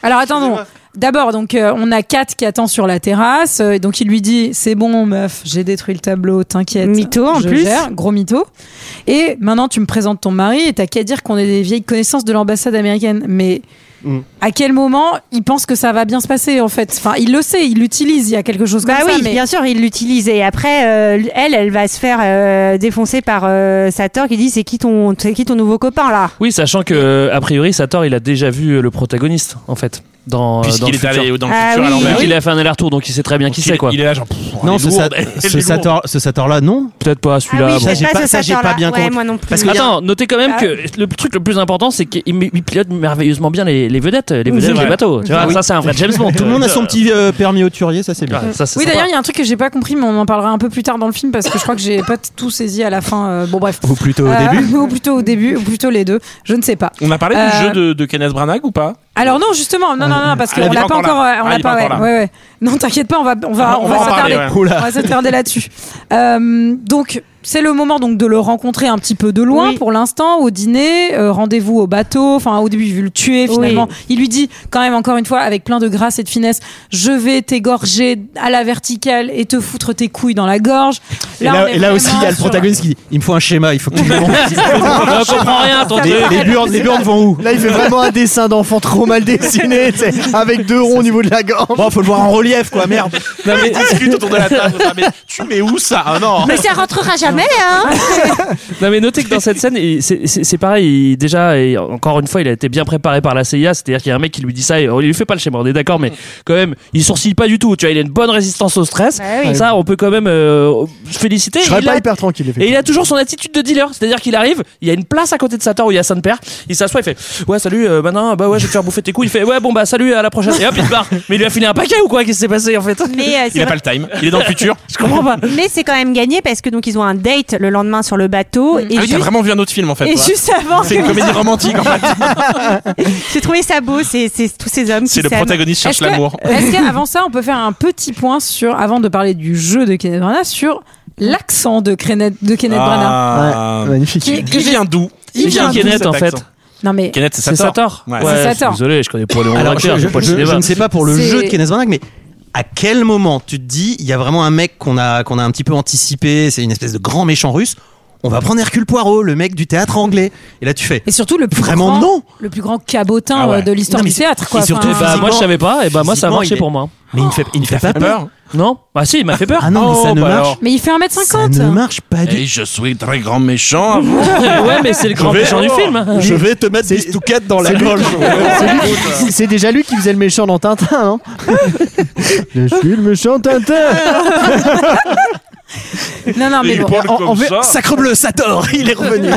Speaker 1: Alors attendons. D'abord, donc euh, on a Kat qui attend sur la terrasse, euh, et donc il lui dit c'est bon meuf, j'ai détruit le tableau, t'inquiète.
Speaker 4: Mytho, en
Speaker 1: je
Speaker 4: plus.
Speaker 1: gère. gros mytho. Et maintenant tu me présentes ton mari et t'as qu'à dire qu'on est des vieilles connaissances de l'ambassade américaine, mais
Speaker 3: Mm.
Speaker 1: à quel moment il pense que ça va bien se passer en fait. Enfin, il le sait, il l'utilise, il y a quelque chose comme
Speaker 4: Bah
Speaker 1: ça.
Speaker 4: oui,
Speaker 1: mais-
Speaker 4: bien sûr, il l'utilise. Et après, euh, elle, elle va se faire euh, défoncer par euh, Sator qui dit c'est qui ton, c'est qui ton nouveau copain là
Speaker 5: Oui, sachant que euh, a priori Sator il a déjà vu euh, le protagoniste en fait dans euh, dans
Speaker 2: Puisqu'il
Speaker 5: le
Speaker 2: est
Speaker 5: futur.
Speaker 2: allé dans le
Speaker 4: Ah
Speaker 2: futur à
Speaker 4: oui.
Speaker 5: Vu
Speaker 2: l'envers.
Speaker 5: qu'il a fait un aller-retour donc il sait très bien qui
Speaker 2: Il-
Speaker 5: c'est quoi.
Speaker 2: Il est là genre. pff,
Speaker 3: Non,
Speaker 2: elle est
Speaker 3: ce, sa-
Speaker 2: lourde, elle est
Speaker 3: ce
Speaker 2: lourde.
Speaker 3: Sator, ce Sator là, non.
Speaker 5: Peut-être pas celui-là.
Speaker 4: ah oui,
Speaker 5: bon.
Speaker 3: ça, j'ai
Speaker 4: pas,
Speaker 3: pas-
Speaker 4: ce
Speaker 3: ça, j'ai
Speaker 4: Sator-là.
Speaker 3: pas bien
Speaker 4: Ouais,
Speaker 3: compris.
Speaker 4: moi non plus.
Speaker 3: Parce que-
Speaker 5: Attends, notez quand même que le truc le plus important, c'est qu'il il pilote merveilleusement bien les, les vedettes, les vedettes,
Speaker 2: vrai.
Speaker 5: les bateaux. Tu vois, ça c'est un vrai James Bond.
Speaker 3: Tout le monde a son petit euh, permis auturier, ça c'est bien.
Speaker 5: Ouais, Ah, ça, c'est
Speaker 1: Oui,
Speaker 5: sympa.
Speaker 1: d'ailleurs, il y a un truc que j'ai pas compris, mais on en parlera un peu plus tard dans le film parce que je crois que j'ai pas tout saisi à la fin. euh, bon, bref.
Speaker 3: Ou plutôt au
Speaker 1: Euh, [LAUGHS]
Speaker 3: début.
Speaker 1: Ou plutôt au début, ou plutôt les deux, je ne sais pas.
Speaker 2: On a parlé
Speaker 1: Euh,
Speaker 2: du jeu de, de Kenneth Branagh ou pas
Speaker 1: Alors non, justement, non, non, non, parce
Speaker 2: Ah, il
Speaker 1: qu'on
Speaker 2: est
Speaker 1: l'a
Speaker 2: pas
Speaker 1: pas
Speaker 2: encore
Speaker 1: encore,
Speaker 2: là.
Speaker 1: euh, on
Speaker 2: Ah,
Speaker 1: l'a
Speaker 2: il est
Speaker 1: pas,
Speaker 2: pas
Speaker 1: ouais,
Speaker 2: encore
Speaker 1: ouais, ouais. Non, t'inquiète pas, on va, on va,
Speaker 2: Ah,
Speaker 1: on, va,
Speaker 2: en
Speaker 1: s'attarder,
Speaker 2: parler, ouais.
Speaker 1: on va s'attarder là-dessus. Euh, donc. C'est le moment donc de le rencontrer un petit peu de loin
Speaker 4: Oui.
Speaker 1: pour l'instant au dîner, euh, rendez-vous au bateau. Enfin au début il veut le tuer finalement. Il lui dit quand même encore une fois avec plein de grâce et de finesse, je vais t'égorger à la verticale et te foutre tes couilles dans la gorge.
Speaker 3: Et là,
Speaker 1: on est
Speaker 3: et là aussi, il y a le
Speaker 1: vraiment sur-
Speaker 3: protagoniste qui dit Il me faut un schéma, il faut que [LAUGHS] tu me montres.
Speaker 5: Je comprends rien, ton truc.
Speaker 3: les, les burnes, les burnes vont où
Speaker 7: Là, il fait vraiment un dessin d'enfant trop mal dessiné, tu sais, avec deux ronds au niveau de la gorge.
Speaker 3: Bon, faut le voir en relief, quoi, merde.
Speaker 2: Non mais discute autour de la table. Ah, [LAUGHS] mais tu mets où ça Ah non.
Speaker 4: Mais ça rentrera jamais, hein
Speaker 5: Non mais notez que dans cette scène, il- c'est- c'est c'est pareil. il- déjà, et encore une fois, il a été bien préparé par la CIA. C'est-à-dire qu'il y a un mec qui lui dit ça. Et, oh, il lui fait pas le schéma. On est d'accord, mais quand même, il sourcille pas du tout. Tu vois, il a une bonne résistance au stress.
Speaker 4: Bah oui.
Speaker 5: Ça, on peut quand même euh, féliciter.
Speaker 7: Je serais
Speaker 5: Il
Speaker 7: pas
Speaker 5: a-
Speaker 7: hyper tranquille,
Speaker 5: Et il
Speaker 7: effectivement.
Speaker 5: a toujours son attitude de dealer, c'est-à-dire qu'il arrive, il y a une place à côté de Sator où il y a Sainte-Père, il s'assoit, il fait Ouais, salut, euh, maintenant, bah ouais, je vais te faire bouffer tes couilles. Il fait Ouais, bon, bah salut, à la prochaine. Et hop, il se barre. Mais il lui a filé un paquet ou quoi Qu'est-ce qui s'est passé en fait
Speaker 4: [LAUGHS] Mais euh, c'est
Speaker 2: Il a
Speaker 4: vrai-
Speaker 2: pas le time. Il est dans le futur.
Speaker 5: Je comprends pas.
Speaker 4: [LAUGHS] mais c'est quand même gagné parce que donc ils ont un date le lendemain sur le
Speaker 1: Mm.
Speaker 4: bateau et,
Speaker 2: Ah oui, t'as
Speaker 4: juste,
Speaker 2: vraiment vu un autre film en fait.
Speaker 4: et
Speaker 2: toi.
Speaker 4: juste avant
Speaker 2: C'est une comédie romantique en fait.
Speaker 4: j'ai trouvé ça beau c'est c'est tous ces hommes qui
Speaker 2: C'est le
Speaker 4: s'aiment.
Speaker 2: protagoniste cherche
Speaker 1: Est-ce que-
Speaker 2: l'amour.
Speaker 1: [LAUGHS] Est-ce qu'avant ça, on peut faire un petit point sur, avant de parler du jeu de Kenneth Branagh, sur l'accent de Kenneth, de Kenneth Branagh
Speaker 2: Ah.
Speaker 7: Ouais, magnifique.
Speaker 1: Qui- que
Speaker 2: Il
Speaker 1: j'ai-
Speaker 2: vient d'où
Speaker 5: Il vient
Speaker 2: d'où,
Speaker 5: Kenneth
Speaker 2: cet
Speaker 5: en fait.
Speaker 2: accent
Speaker 1: Non mais
Speaker 2: Kenneth, c'est
Speaker 5: C'est
Speaker 2: Sator.
Speaker 5: Sator.
Speaker 2: Ouais.
Speaker 1: C'est
Speaker 5: je suis
Speaker 1: Sator.
Speaker 5: Désolé, je connais pas les noms
Speaker 3: Alors, je,
Speaker 5: d'acteurs,
Speaker 3: je-
Speaker 5: j'ai pas le
Speaker 3: je-
Speaker 5: cinéma.
Speaker 3: je ne sais pas pour le
Speaker 1: C'est-
Speaker 3: jeu de Kenneth Branagh, mais à quel moment tu te dis il y a vraiment un mec qu'on a qu'on a un petit peu anticipé, c'est une espèce de grand méchant russe. On va prendre Hercule Poirot, le mec du théâtre anglais. Et là, tu fais.
Speaker 1: et surtout le plus grand,
Speaker 3: Vraiment non.
Speaker 1: le plus grand cabotin
Speaker 2: Ah ouais.
Speaker 1: euh, de l'histoire
Speaker 3: Non, mais
Speaker 1: du théâtre quoi.
Speaker 3: et surtout,
Speaker 5: Eh bah, moi je savais pas, et bah moi ça a
Speaker 3: Physiquement,
Speaker 5: marché
Speaker 3: il est-
Speaker 5: pour moi.
Speaker 3: Mais il ne fait, il ne fait pas peur.
Speaker 2: Peur.
Speaker 5: Non Bah si, il m'a fait peur.
Speaker 3: Ah non, mais ça
Speaker 2: Oh,
Speaker 3: ne
Speaker 2: bah
Speaker 3: marche.
Speaker 2: alors.
Speaker 1: mais il fait
Speaker 3: Ça
Speaker 7: euh,
Speaker 3: ne
Speaker 1: 1m50
Speaker 3: marche pas du
Speaker 2: Et je suis très grand méchant. à vous.
Speaker 5: [LAUGHS] ouais, mais c'est le grand
Speaker 2: Je vais-
Speaker 5: méchant
Speaker 3: Oh.
Speaker 5: du film.
Speaker 3: Je vais te mettre des touquettes dans la gorge.
Speaker 7: C'est lui qui- C'est déjà lui qui faisait le méchant dans Tintin, non Je suis le méchant Tintin
Speaker 1: Non non mais
Speaker 2: Il
Speaker 1: bon.
Speaker 2: parle
Speaker 7: en-
Speaker 2: comme
Speaker 7: en fait,
Speaker 2: ça.
Speaker 3: Oh. Sacre bleu, Sator, il est revenu.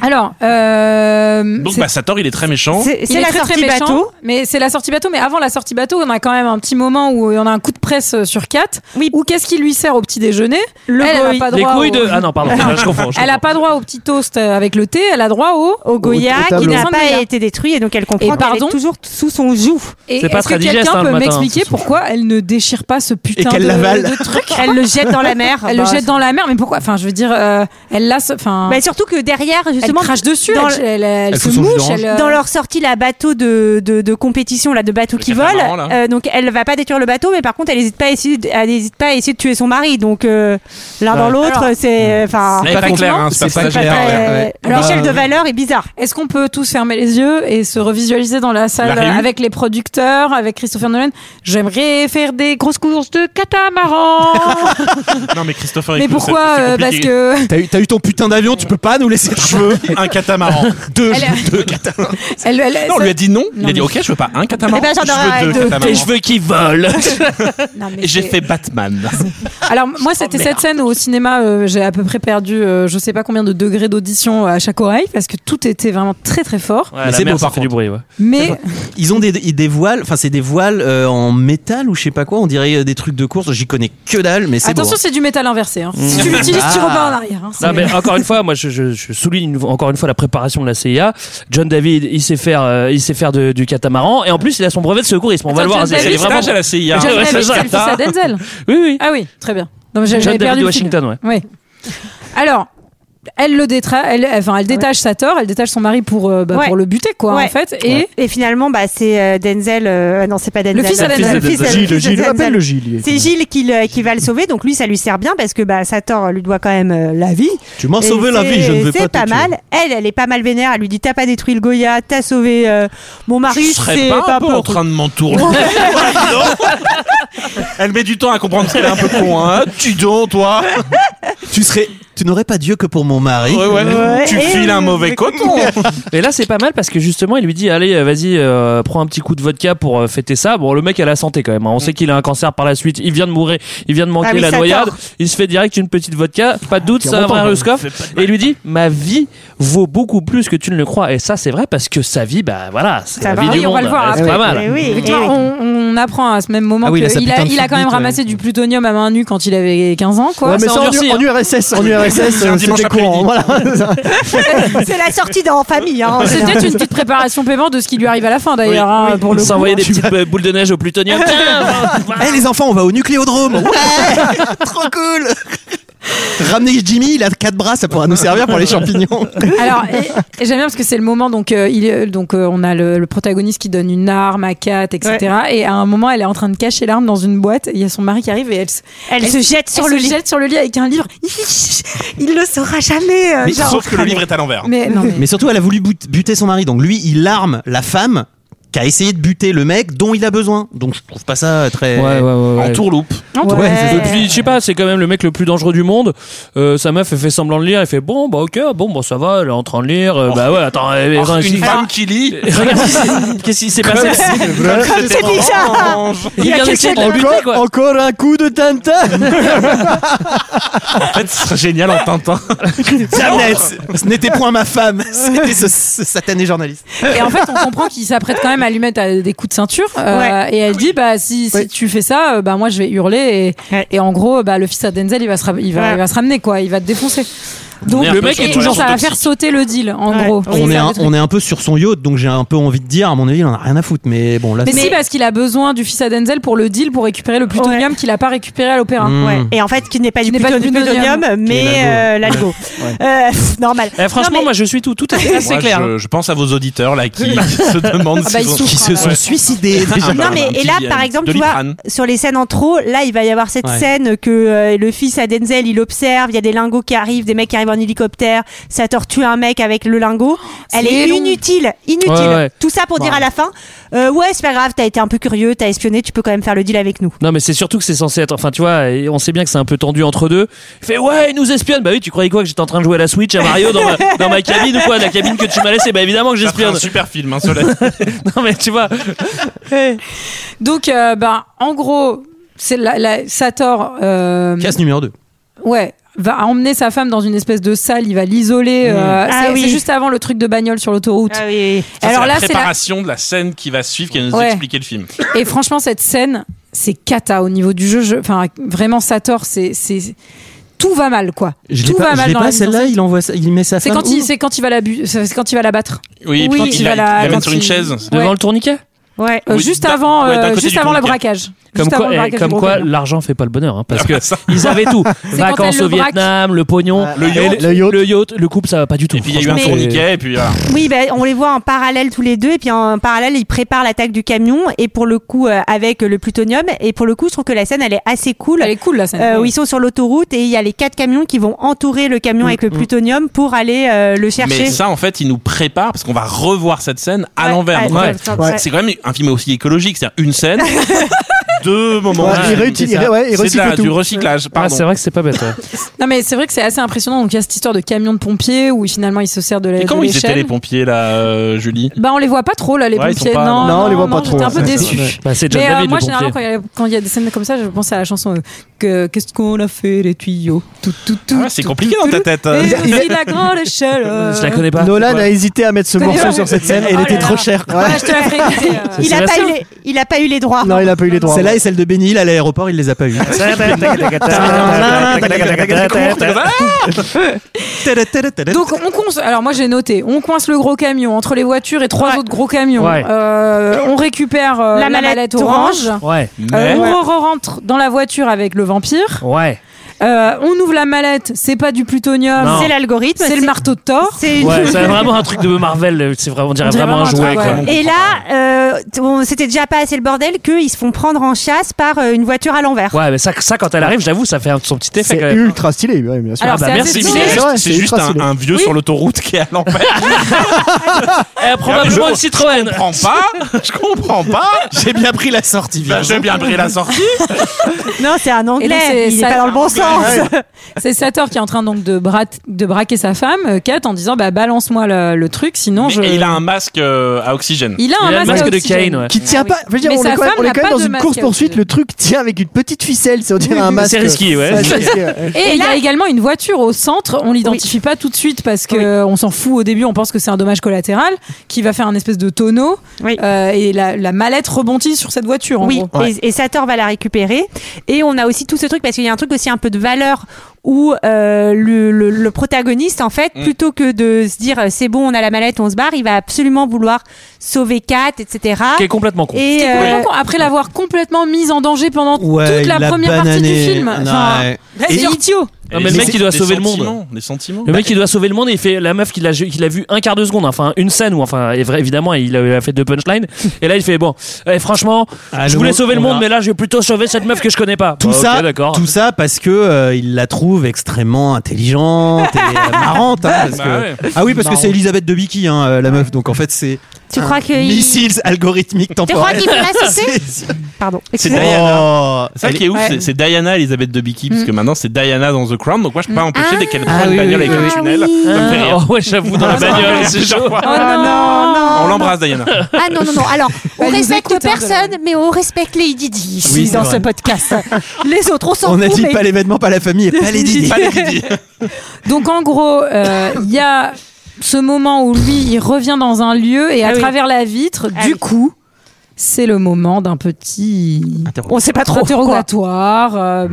Speaker 1: Alors euh,
Speaker 2: Donc
Speaker 1: c'est-
Speaker 2: bah Sator, il est très méchant.
Speaker 4: c'est
Speaker 1: il
Speaker 4: c'est
Speaker 1: est
Speaker 4: la
Speaker 1: très, très
Speaker 4: sortie
Speaker 1: méchant,
Speaker 4: bateau
Speaker 1: mais c'est la sortie bateau. Mais avant la sortie bateau, on a quand même un petit moment où on a un coup de presse euh, sur Kat.
Speaker 4: Oui.
Speaker 1: Ou qu'est-ce qui lui sert au petit déjeuner
Speaker 4: Le
Speaker 1: Elle, elle a
Speaker 4: goy-
Speaker 1: pas
Speaker 5: Les
Speaker 1: droit
Speaker 5: couilles
Speaker 1: au-
Speaker 5: de. Ah non, pardon, je comprends. je
Speaker 1: Elle a
Speaker 5: comprends.
Speaker 1: pas droit au petit toast euh, avec le thé. Elle a droit au
Speaker 4: au Goya
Speaker 7: au
Speaker 4: qui
Speaker 7: tableau.
Speaker 4: n'a
Speaker 1: Au hein.
Speaker 4: pas
Speaker 1: Goya.
Speaker 4: été détruit et donc elle
Speaker 1: Et
Speaker 4: comprend qu'elle
Speaker 1: pardon
Speaker 4: est toujours sous son joug
Speaker 1: Et
Speaker 5: C'est pas
Speaker 1: est-ce que
Speaker 5: très digeste,
Speaker 1: quelqu'un
Speaker 5: hein, le
Speaker 1: peut
Speaker 5: matin,
Speaker 1: m'expliquer
Speaker 5: ce soir.
Speaker 1: pourquoi elle ne déchire pas ce putain
Speaker 3: qu'elle
Speaker 1: de,
Speaker 3: l'avale.
Speaker 1: de
Speaker 2: [LAUGHS]
Speaker 1: truc
Speaker 4: elle le jette dans la mer
Speaker 2: Ah
Speaker 1: Elle
Speaker 4: Bah,
Speaker 1: le jette dans la mer, mais pourquoi Enfin, je veux dire, euh, elle lasse. Enfin,
Speaker 4: Bah, surtout que derrière,
Speaker 1: elle
Speaker 4: justement,
Speaker 1: crache dessus,
Speaker 4: dans
Speaker 1: elle, elle- elle
Speaker 3: Elle
Speaker 1: se
Speaker 3: fout son jus
Speaker 1: mouche.
Speaker 3: d'orange.
Speaker 1: Elle, euh,
Speaker 4: dans leur sortie la bateau de, de, de compétition là de bateau qui vole
Speaker 2: catamaran, là.
Speaker 4: euh, donc elle va pas détruire le bateau mais par contre elle hésite pas à essayer de, elle hésite pas à essayer de tuer son mari donc euh, l'un dans
Speaker 5: Ouais.
Speaker 4: l'autre c'est euh, enfin
Speaker 2: Mais pas clair, hein, ce
Speaker 3: C'est pas
Speaker 2: personnage est
Speaker 3: clair,
Speaker 2: pas clair.
Speaker 3: ouais, ouais.
Speaker 4: Alors, l'échelle de
Speaker 3: Bah,
Speaker 4: valeur est bizarre
Speaker 1: Est-ce qu'on peut tous fermer les yeux et se revisualiser dans la salle
Speaker 2: La réu.
Speaker 1: euh, avec les producteurs, avec Christopher Nolan J'aimerais faire des grosses courses de
Speaker 2: [LAUGHS]
Speaker 1: catamaran.
Speaker 2: Non mais Christopher.
Speaker 1: mais
Speaker 2: Eccleston,
Speaker 1: pourquoi
Speaker 2: c'est
Speaker 1: euh, Parce
Speaker 2: compliqué.
Speaker 1: que
Speaker 2: [LAUGHS]
Speaker 3: T'as eu, t'as eu ton putain d'avion, tu peux pas nous laisser
Speaker 2: je veux un catamaran.
Speaker 3: deux,
Speaker 1: Elle est-
Speaker 3: deux catamaran.
Speaker 1: elle, elle-
Speaker 2: Non, on
Speaker 1: ça-
Speaker 2: lui a dit non. Il
Speaker 1: Non,
Speaker 2: a dit
Speaker 1: mais-
Speaker 2: ok, je veux pas un catamaran.
Speaker 4: Eh ben, j'en aurais
Speaker 2: je veux
Speaker 4: deux.
Speaker 2: deux
Speaker 5: Et
Speaker 2: catamarans.
Speaker 5: je veux qu'il vole.
Speaker 1: non, mais
Speaker 2: Et J'ai
Speaker 1: c'est-
Speaker 2: fait Batman.
Speaker 1: Alors moi c'était cette scène où au cinéma euh, j'ai à peu près perdu euh, je sais pas combien de degrés d'audition euh, à chaque oreille parce que tout était vraiment très très fort
Speaker 5: Ouais,
Speaker 3: c'est
Speaker 5: la mer,
Speaker 3: beau,
Speaker 5: ça
Speaker 3: par
Speaker 5: fait du bruit, ouais.
Speaker 1: mais
Speaker 3: Ils ont des, ils- des voiles, enfin c'est des voiles euh, en métal ou je sais pas quoi, on dirait euh, des trucs de course, j'y connais que dalle, mais c'est
Speaker 1: attention
Speaker 3: beau.
Speaker 1: c'est du métal inversé hein. si tu l'utilises tu
Speaker 3: Ah.
Speaker 1: repars en arrière hein.
Speaker 5: Non,
Speaker 1: C'est-
Speaker 5: mais encore une fois, moi je, je- je souligne une- encore une fois la préparation de la CIA. John David, il sait faire, euh, il sait faire de- du catamaran et en plus il a son brevet de secourisme. On va
Speaker 1: Attends,
Speaker 5: le voir.
Speaker 1: John
Speaker 5: c'est-
Speaker 1: David,
Speaker 5: c'est
Speaker 2: C'est
Speaker 5: vraiment.
Speaker 2: stage à la CIA.
Speaker 1: John
Speaker 5: ouais,
Speaker 1: Davis,
Speaker 5: c'est ça.
Speaker 1: c'est le fils à Denzel
Speaker 5: Oui, oui.
Speaker 1: ah oui très bien non mais j'avais
Speaker 5: John
Speaker 1: perdu
Speaker 5: David
Speaker 1: le film.
Speaker 5: Washington, ouais.
Speaker 1: Oui. Alors, elle le détra elle, elle- enfin, elle détache sa tort, elle détache son mari pour, euh, bah,
Speaker 4: Ouais.
Speaker 1: pour le buter, quoi,
Speaker 4: Ouais.
Speaker 1: en fait. Et
Speaker 4: Et finalement, bah, c'est euh, Denzel. euh, non, c'est pas Denzel.
Speaker 1: fils à
Speaker 4: euh,
Speaker 1: Denzel.
Speaker 4: fils à- fils
Speaker 7: Gilles,
Speaker 4: à
Speaker 7: Gilles,
Speaker 4: Denzel.
Speaker 7: appelle le Gilles. il est-
Speaker 4: C'est Gilles qui le- qui va le sauver, donc lui ça lui sert bien parce que bah, Sator lui doit quand même euh, la vie.
Speaker 3: Tu m'as
Speaker 4: Et
Speaker 3: sauvé la
Speaker 4: c'est-
Speaker 3: vie, je ne vais pas.
Speaker 4: C'est pas
Speaker 3: te
Speaker 4: mal. Elle, elle est pas mal vénère. Elle lui dit T'as pas détruit le Goya, t'as sauvé euh, mon
Speaker 2: Je
Speaker 4: mari,
Speaker 2: serais
Speaker 4: c'est
Speaker 2: pas, un
Speaker 4: pas
Speaker 2: peu en
Speaker 4: pour.
Speaker 2: train de m'entourner. [LAUGHS] Elle met du temps à comprendre qu'elle est un peu con. Hein. Tu donc, toi
Speaker 3: tuer. Tu serais, tu n'aurais pas Dieu que pour mon mari.
Speaker 2: Ouais, ouais.
Speaker 4: Ouais,
Speaker 2: Tu
Speaker 4: et-
Speaker 2: files un mauvais coton.
Speaker 5: Et là, c'est pas mal parce que justement, il lui dit Allez, euh, vas-y, euh, prends un petit coup de vodka pour euh, fêter ça. Bon, le mec a la santé quand même. hein. On sait qu'il a un cancer par la suite. Il vient de mourir. Il vient de manquer
Speaker 4: Ah oui,
Speaker 5: la
Speaker 4: ça
Speaker 5: noyade.
Speaker 4: tord.
Speaker 5: Il se fait direct une petite vodka. Pas de doute, c'est un vrai Ruskov. Et il lui dit Ma vie vaut beaucoup plus que tu ne le crois. Et ça, c'est vrai parce que sa vie, bah voilà, c'est
Speaker 4: Ça
Speaker 5: la
Speaker 4: va,
Speaker 5: vie
Speaker 4: oui,
Speaker 5: du
Speaker 1: on
Speaker 5: monde.
Speaker 1: va le voir
Speaker 5: C'est
Speaker 1: après.
Speaker 5: pas mal.
Speaker 4: Eh oui, eh
Speaker 1: Enfin,
Speaker 4: oui.
Speaker 1: on, on apprend à ce même moment
Speaker 3: Ah oui, il a sa
Speaker 1: qu'il a,
Speaker 3: putain de
Speaker 1: il a quand même
Speaker 3: fourgonnette,
Speaker 1: ramassé du plutonium à main nue quand il avait 15 ans, quoi.
Speaker 7: Ouais, mais
Speaker 5: ça
Speaker 7: ça, en,
Speaker 1: hein.
Speaker 5: endurcit,
Speaker 7: en URSS, en URSS,
Speaker 2: un
Speaker 7: euh,
Speaker 2: dimanche
Speaker 7: c'était courant.
Speaker 2: après-midi.
Speaker 7: Voilà.
Speaker 2: [LAUGHS]
Speaker 4: [LAUGHS] C'est la sortie d'en famille. Hein, en
Speaker 1: Ah, C'est
Speaker 4: général.
Speaker 1: peut-être une petite préparation paiement de ce qui lui arrive à la fin, d'ailleurs,
Speaker 5: Oui,
Speaker 1: hein, pour le coup.
Speaker 5: S'envoyer des petites euh, boules de neige
Speaker 1: [LAUGHS]
Speaker 5: au plutonium.
Speaker 3: Eh les enfants, on va au nucléodrome. Ouais, [LAUGHS] trop cool. Ramenez Jimmy, il a quatre bras, ça pourra nous servir pour les
Speaker 4: [LAUGHS]
Speaker 3: champignons.
Speaker 1: Alors, et- et j'aime bien parce que c'est le moment, donc, euh, il, est- donc euh, on a le, le protagoniste qui donne une arme à Kat, etc. Et à un moment, elle est en train de cacher l'arme dans une boîte. Il y a son mari qui arrive et elle, se-
Speaker 4: Elle,
Speaker 1: elle
Speaker 4: se jette sur
Speaker 1: elle
Speaker 4: le
Speaker 1: se
Speaker 4: lit.
Speaker 1: jette sur le lit avec un livre. [LAUGHS]
Speaker 4: Il le saura jamais. euh,
Speaker 2: Mais
Speaker 4: genre,
Speaker 2: Sauf que le
Speaker 4: cramé.
Speaker 2: livre est à l'envers.
Speaker 1: Mais non, mais-
Speaker 3: Mais surtout, elle a voulu but- buter son mari. Donc lui, il arme la femme qui a essayé de buter le mec dont il a besoin. Donc je trouve pas ça très.
Speaker 2: En tourloupe.
Speaker 1: Antoine.
Speaker 3: Ouais,
Speaker 5: Et puis, je sais pas, c'est quand même le mec le plus dangereux du monde. Euh, sa meuf, elle fait semblant de lire. Elle fait bon, bah ok, bon, bah ça va, elle est en train de lire. Euh, bah ouais, attends, elle est
Speaker 2: Or,
Speaker 5: attends,
Speaker 2: une
Speaker 5: si-
Speaker 2: femme qui lit.
Speaker 5: Regarde ce qui s'est- qu'est-ce qui s'est passé.
Speaker 2: C'était orange.
Speaker 5: Il vient d'essayer de la buter,
Speaker 7: Encore,
Speaker 5: quoi.
Speaker 7: encore un coup de Tintin.
Speaker 2: En fait, ce serait génial en Tintin.
Speaker 3: [LAUGHS] Jamais, ce n'était point ma [LAUGHS] femme, c'était ce, ce satané journaliste.
Speaker 1: Et en fait, on comprend qu'il s'apprête quand même à lui mettre euh, des coups de ceinture. euh,
Speaker 4: Ouais. Ah
Speaker 1: Et elle dit, bah, si, si
Speaker 7: Ouais.
Speaker 1: tu fais ça, euh, bah, moi, je vais hurler. Et,
Speaker 4: Ouais.
Speaker 1: et en gros, bah, le fils à Denzel, il va se, ra- il va,
Speaker 4: Ouais.
Speaker 1: il va se ramener, quoi. Il va te défoncer. Donc,
Speaker 2: Le mec
Speaker 1: et-
Speaker 2: est
Speaker 1: et
Speaker 2: toujours
Speaker 1: Ça va
Speaker 2: toxique.
Speaker 1: faire sauter le deal, en
Speaker 4: Ouais.
Speaker 1: gros.
Speaker 3: on,
Speaker 1: C'est
Speaker 3: est
Speaker 1: ça,
Speaker 3: un,
Speaker 1: le truc.
Speaker 3: on est un peu sur son yacht, donc j'ai un peu envie de dire, à mon avis, il en a rien à foutre. Mais bon, là,
Speaker 1: Mais,
Speaker 3: c'est-
Speaker 1: si, bah, parce qu'il a besoin du fils à Denzel pour le deal, pour récupérer le plutonium qu'il a pas récupéré à l'opéra.
Speaker 2: Mmh.
Speaker 3: Hmm.
Speaker 4: Ouais. Et en fait, qui n'est pas du
Speaker 1: n'est pas
Speaker 4: pluton-
Speaker 1: du
Speaker 4: plutonium, mais euh, l'algo. Euh, [LAUGHS] pff, normal.
Speaker 5: Eh, franchement,
Speaker 4: Non, mais-
Speaker 5: moi, je suis tout, tout est assez
Speaker 2: Moi,
Speaker 5: clair. hein.
Speaker 2: Je, je pense à vos auditeurs là qui [LAUGHS] se demandent
Speaker 1: Ah bah,
Speaker 2: s'ils
Speaker 1: ils
Speaker 2: ont-
Speaker 1: souffrent,
Speaker 2: qui se
Speaker 1: hein.
Speaker 2: sont
Speaker 3: Ils sont suicidés déjà.
Speaker 4: Non mais et là
Speaker 2: Qui, euh,
Speaker 4: par exemple
Speaker 2: de
Speaker 4: tu vois
Speaker 2: l'Iprane.
Speaker 4: sur les scènes en trop là il va y avoir cette
Speaker 3: Ouais.
Speaker 4: scène que euh, le fils à Denzel il observe il y a des lingots qui arrivent des mecs qui arrivent en hélicoptère ça tortue un mec avec le lingot elle
Speaker 1: c'est
Speaker 4: est
Speaker 1: long.
Speaker 4: inutile inutile
Speaker 5: Ouais, ouais.
Speaker 4: tout ça pour dire à la fin euh, ouais c'est pas grave t'as été un peu curieux t'as espionné tu peux quand même faire le deal avec nous
Speaker 5: Non, mais c'est surtout que c'est censé être. Enfin, tu vois, et on sait bien que c'est un peu tendu entre deux. Il fait ouais, ils nous espionnent. Bah oui, tu croyais quoi que j'étais en train de jouer à la Switch à Mario dans ma, dans ma cabine ou quoi La cabine que tu m'as laissée Bah évidemment que
Speaker 2: Ça ferait
Speaker 5: j'espionne.
Speaker 2: un super film, hein, Soleil.
Speaker 5: Non, mais tu vois,
Speaker 1: Donc, euh, bah, en gros, c'est la, la, Sator, euh,
Speaker 3: [LAUGHS] Casse numéro 2.
Speaker 1: ouais, va emmener sa femme dans une espèce de salle, il va l'isoler.
Speaker 2: Mmh.
Speaker 1: euh,
Speaker 4: Ah
Speaker 1: c'est
Speaker 4: oui.
Speaker 1: c'est juste avant le truc de bagnole sur l'autoroute.
Speaker 4: oui
Speaker 2: Ça,
Speaker 1: Alors
Speaker 2: c'est
Speaker 1: là,
Speaker 2: la
Speaker 1: c'est la,
Speaker 2: préparation de la scène qui va suivre, qui va nous
Speaker 1: Ouais.
Speaker 2: expliquer le film.
Speaker 1: Et franchement, cette scène, c'est cata au niveau du jeu. Je- Enfin, vraiment, Sator, c'est c'est- tout va mal, quoi.
Speaker 3: Je l'ai
Speaker 1: tout va
Speaker 3: pas, je
Speaker 1: mal
Speaker 3: l'ai
Speaker 1: dans
Speaker 3: pas,
Speaker 1: la mise en
Speaker 3: celle-là,
Speaker 1: scène.
Speaker 3: il envoie ça, il met sa
Speaker 1: C'est
Speaker 3: femme
Speaker 1: quand
Speaker 3: où
Speaker 1: il, c'est quand il va la, bu- c'est quand il va la battre.
Speaker 2: Oui, et
Speaker 1: Oui,
Speaker 2: puis quand
Speaker 1: il
Speaker 2: il,
Speaker 1: va
Speaker 2: la,
Speaker 1: la-
Speaker 2: il la mène
Speaker 1: quand
Speaker 2: sur
Speaker 1: il-
Speaker 2: une chaise.
Speaker 5: devant
Speaker 1: Ouais.
Speaker 5: le tourniquet.
Speaker 4: ouais
Speaker 1: Euh,
Speaker 2: Oui,
Speaker 1: juste
Speaker 2: d'un-
Speaker 1: avant,
Speaker 2: ouais, d'un
Speaker 1: euh,
Speaker 2: côté
Speaker 1: juste
Speaker 2: du
Speaker 1: avant le
Speaker 2: tourniquet.
Speaker 1: braquage.
Speaker 5: Comme
Speaker 1: Juste avant
Speaker 5: quoi,
Speaker 1: le
Speaker 5: eh,
Speaker 1: braquage du
Speaker 5: comme
Speaker 1: gros
Speaker 5: quoi,
Speaker 1: camion.
Speaker 5: l'argent fait pas le bonheur, hein, parce
Speaker 2: Ah
Speaker 5: que
Speaker 2: bah ça. Ah,
Speaker 5: ils
Speaker 1: [LAUGHS]
Speaker 5: avaient tout. Vacances
Speaker 1: elle
Speaker 5: au
Speaker 1: le braque.
Speaker 5: Vietnam, le pognon,
Speaker 7: Ouais.
Speaker 2: Le
Speaker 5: et
Speaker 2: yacht.
Speaker 5: le, le yacht, le couple, ça va pas du tout.
Speaker 2: Et puis il y a eu un
Speaker 5: Franchement, c'est-
Speaker 2: tourniquet, et puis voilà.
Speaker 4: Oui, ben, on les voit en parallèle tous les deux, et puis en parallèle, ils préparent l'attaque du camion, et pour le coup, euh, avec le plutonium, et pour le coup, je trouve que la scène, elle est assez cool.
Speaker 1: Elle est cool la scène.
Speaker 4: Euh, où ils sont sur l'autoroute et il y a les quatre camions qui vont entourer le camion avec le plutonium pour aller euh, le chercher.
Speaker 2: Mais ça, en fait, il nous prépare parce qu'on va revoir cette scène à
Speaker 4: Ouais,
Speaker 2: l'envers.
Speaker 4: à
Speaker 2: Donc,
Speaker 4: l'envers,
Speaker 2: ouais,
Speaker 4: ça, ouais.
Speaker 2: C'est quand même un film aussi écologique, c'est-à-dire une scène, deux moments.
Speaker 7: Ouais,
Speaker 2: Ah,
Speaker 7: il réutilise-
Speaker 2: c'est ça.
Speaker 7: ouais, il
Speaker 2: C'est de la-
Speaker 7: recycle tout.
Speaker 2: du recyclage,
Speaker 5: Ah,
Speaker 2: pardon.
Speaker 5: c'est vrai que c'est pas bête. ouais.
Speaker 1: Non mais c'est vrai que c'est assez impressionnant. Donc il y a cette histoire de camion de pompiers où finalement il se sert de la.
Speaker 2: et
Speaker 1: de
Speaker 2: comment ils
Speaker 1: l'échelle.
Speaker 2: étaient les pompiers là, euh, Julie
Speaker 1: Bah on les voit pas trop là les
Speaker 2: Ouais, ils sont
Speaker 1: pompiers.
Speaker 2: pas-
Speaker 1: Non,
Speaker 7: non, on les voit pas
Speaker 1: J'étais
Speaker 7: trop,
Speaker 1: un peu [LAUGHS]
Speaker 7: ouais.
Speaker 1: déçu.
Speaker 5: Bah, c'est John
Speaker 1: Mais euh,
Speaker 5: David,
Speaker 1: moi,
Speaker 5: le
Speaker 1: généralement, quand
Speaker 5: pompier.
Speaker 1: il y a- quand il y, a des scènes comme ça, je pense à la chanson euh, que Qu'est-ce qu'on a fait, les tuyaux Tout, tout, tout.
Speaker 2: Ah ouais, C'est
Speaker 1: tout,
Speaker 2: compliqué
Speaker 1: tout,
Speaker 2: dans ta
Speaker 1: tout.
Speaker 2: tête.
Speaker 1: Et
Speaker 5: euh,
Speaker 2: hein.
Speaker 1: aussi la grande échelle. euh.
Speaker 5: [LAUGHS] Je la connais pas.
Speaker 7: Nolan
Speaker 5: Ouais.
Speaker 7: a hésité à mettre ce
Speaker 1: Connais
Speaker 7: morceau
Speaker 1: pas.
Speaker 7: sur cette scène,
Speaker 1: Oh
Speaker 7: elle
Speaker 1: là
Speaker 7: était
Speaker 1: là.
Speaker 7: trop chère.
Speaker 1: Ouais, je te la ferai écouter, euh.
Speaker 4: il, a
Speaker 5: C'est
Speaker 4: pas eu
Speaker 5: Sébastien
Speaker 4: les, il a pas eu les droits.
Speaker 7: Non, il a pas eu les droits.
Speaker 3: Celle-là et celle de Benny Hill à l'aéroport, il les a pas eues.
Speaker 5: Ah,
Speaker 1: Donc on coince. Alors moi j'ai noté, on coince le gros camion entre les voitures et trois
Speaker 4: Ouais.
Speaker 1: autres gros camions.
Speaker 5: Ouais.
Speaker 1: Euh, on récupère euh,
Speaker 4: La
Speaker 1: la,
Speaker 4: mallette
Speaker 1: mallette orange.
Speaker 5: Ouais,
Speaker 1: Euh,
Speaker 2: Mais
Speaker 1: on rentre dans la voiture avec le vampire. [LAUGHS]
Speaker 5: ouais.
Speaker 1: Euh, on ouvre la mallette, c'est pas du plutonium,
Speaker 5: Non.
Speaker 4: C'est l'algorithme.
Speaker 1: c'est le marteau de Thor.
Speaker 4: C'est une-
Speaker 5: Ouais, c'est vraiment un truc de Marvel. euh, C'est vraiment, on dirait
Speaker 1: On dirait
Speaker 5: vraiment un
Speaker 1: vraiment un
Speaker 5: jouet.
Speaker 1: truc,
Speaker 5: quoi.
Speaker 1: ouais.
Speaker 4: Et là, euh, t- on- c'était déjà pas assez le bordel qu'ils se font prendre en chasse par euh, une voiture à l'envers.
Speaker 5: Ouais, mais ça, ça quand elle arrive, j'avoue, ça fait un- son petit effet.
Speaker 7: C'est
Speaker 5: quand même.
Speaker 7: ultra stylé, ouais, bien sûr.
Speaker 1: Alors,
Speaker 5: bah,
Speaker 1: c'est
Speaker 5: merci,
Speaker 1: assez
Speaker 2: C'est
Speaker 1: stylé.
Speaker 7: Michel.
Speaker 2: juste-
Speaker 7: Ouais,
Speaker 2: c'est
Speaker 7: c'est
Speaker 2: juste
Speaker 7: ultra
Speaker 2: un,
Speaker 7: stylé.
Speaker 2: un vieux sur l'autoroute qui est à l'envers.
Speaker 5: Eh, probablement
Speaker 2: Ah, Je-
Speaker 5: une Citroën.
Speaker 2: Je comprends pas. Je comprends pas.
Speaker 3: J'ai bien pris la sortie.
Speaker 2: Bah, J'ai bien pris la sortie.
Speaker 4: Non, c'est un
Speaker 1: Et donc,
Speaker 4: anglais. Il est
Speaker 1: ça- Ah, bah,
Speaker 4: pas dans le bon sens. [LAUGHS]
Speaker 1: C'est Sator qui est en train donc de, bra- de braquer sa femme, euh, Kate, en disant bah balance-moi le, le truc, sinon
Speaker 2: Mais-
Speaker 1: je.
Speaker 2: Et il a un masque euh, à oxygène.
Speaker 1: Il a un
Speaker 5: Il a le
Speaker 1: masque,
Speaker 5: masque
Speaker 1: à
Speaker 5: de
Speaker 1: oxygène.
Speaker 5: Kane, ouais.
Speaker 7: Qui tient
Speaker 1: Ah
Speaker 7: pas.
Speaker 1: oui.
Speaker 7: Je veux dire,
Speaker 1: Mais
Speaker 7: on
Speaker 1: sa
Speaker 7: est quand même,
Speaker 1: femme
Speaker 7: on est
Speaker 1: n'a
Speaker 7: quand même
Speaker 1: pas
Speaker 7: dans
Speaker 1: de
Speaker 7: une
Speaker 1: masque euh.
Speaker 7: course poursuite.
Speaker 1: oxygène.
Speaker 7: Le truc tient avec une petite ficelle. C'est on dirait un masque.
Speaker 5: C'est risqué, ouais.
Speaker 7: C'est euh, risqué, ouais.
Speaker 1: Et il y a également une voiture au centre, on l'identifie pas tout de suite parce que euh, on s'en fout au début, on pense que c'est un dommage collatéral qui va faire un espèce de tonneau
Speaker 4: Oui.
Speaker 1: euh, et la, la mallette rebondit sur cette voiture en
Speaker 4: Oui,
Speaker 1: gros.
Speaker 4: et, et Sator va la récupérer. Et on a aussi tout ce truc, parce qu'il y a un truc aussi un peu de valeur où euh, le, le- le protagoniste, en fait, plutôt que de se dire euh, c'est bon, on a la mallette, on se barre, il va absolument vouloir sauver Kat, etc.
Speaker 5: [LAUGHS] Qui est complètement con.
Speaker 4: Et,
Speaker 1: C'est
Speaker 4: euh,
Speaker 1: complètement con, après l'avoir complètement mise en danger pendant toute la première partie du film. Enfin, c'est idiot.
Speaker 5: Non, mais le mec, il doit sauver le monde.
Speaker 2: Des sentiments.
Speaker 4: Bah,
Speaker 5: Le mec qui doit sauver le monde et il fait la meuf qu'il a, qu'il a vu un quart de seconde, enfin une scène où enfin et vrai, évidemment il a, il a fait deux punchlines et là il fait bon eh, franchement
Speaker 3: Ah,
Speaker 5: je
Speaker 3: le
Speaker 5: voulais
Speaker 3: monde-
Speaker 5: sauver le
Speaker 3: on
Speaker 5: monde
Speaker 3: a-
Speaker 5: mais là je vais plutôt sauver cette meuf que je connais pas.
Speaker 3: Tout
Speaker 5: Bah, ok,
Speaker 3: ça,
Speaker 5: d'accord.
Speaker 3: tout ça parce que euh, il la trouve extrêmement intelligente
Speaker 2: [LAUGHS]
Speaker 3: et euh, marrante. hein, parce
Speaker 2: Bah
Speaker 3: que-
Speaker 2: ouais.
Speaker 3: Ah oui, parce que c'est Elisabeth de Bicky, hein, euh, la meuf. Donc en fait, c'est
Speaker 4: tu crois que il-
Speaker 3: missiles algorithmiques
Speaker 4: Tu crois
Speaker 3: temporels.
Speaker 4: qu'il peut la sauter
Speaker 3: [LAUGHS] C'est-
Speaker 4: Pardon.
Speaker 2: C'est
Speaker 4: excusez-moi.
Speaker 3: Oh,
Speaker 2: Ça
Speaker 3: elle Mm.
Speaker 2: qui est ouf,
Speaker 1: Ouais.
Speaker 2: c'est- c'est Diana Elisabeth de Bicky, parce que maintenant c'est Diana dans The Crown, donc moi
Speaker 3: Ah.
Speaker 2: je peux pas empêcher dès qu'elle prend une bagnole avec un tunnel.
Speaker 5: Ah,
Speaker 2: Ça me fait rire.
Speaker 5: oh, ouais
Speaker 3: [LAUGHS]
Speaker 5: j'avoue dans la
Speaker 3: Ah,
Speaker 5: bagnole c'est chaud.
Speaker 1: Oh non,
Speaker 2: On
Speaker 3: Oh.
Speaker 2: l'embrasse Diana.
Speaker 4: Ah non, non, non. Alors,
Speaker 1: [LAUGHS]
Speaker 4: on
Speaker 1: Elle nous
Speaker 4: respecte
Speaker 1: écoute, hein,
Speaker 4: personne, mais on respecte Lady Di ici
Speaker 3: Oui, c'est
Speaker 4: dans
Speaker 3: vrai.
Speaker 4: ce podcast. Les autres, on s'en
Speaker 3: On
Speaker 4: fout.
Speaker 3: a dit
Speaker 4: mais-
Speaker 3: pas l'événement, pas la
Speaker 4: [LAUGHS]
Speaker 3: famille et pas les dîners.
Speaker 2: Pas les Didi.
Speaker 1: Donc en gros,
Speaker 4: [LAUGHS]
Speaker 1: euh, il y a ce moment où lui, il revient dans un lieu et à
Speaker 4: Ah oui.
Speaker 1: travers la vitre,
Speaker 4: Ah
Speaker 1: du
Speaker 4: oui.
Speaker 1: coup, c'est le moment d'un petit
Speaker 4: On sait pas trop. quoi.
Speaker 1: interrogatoire. euh,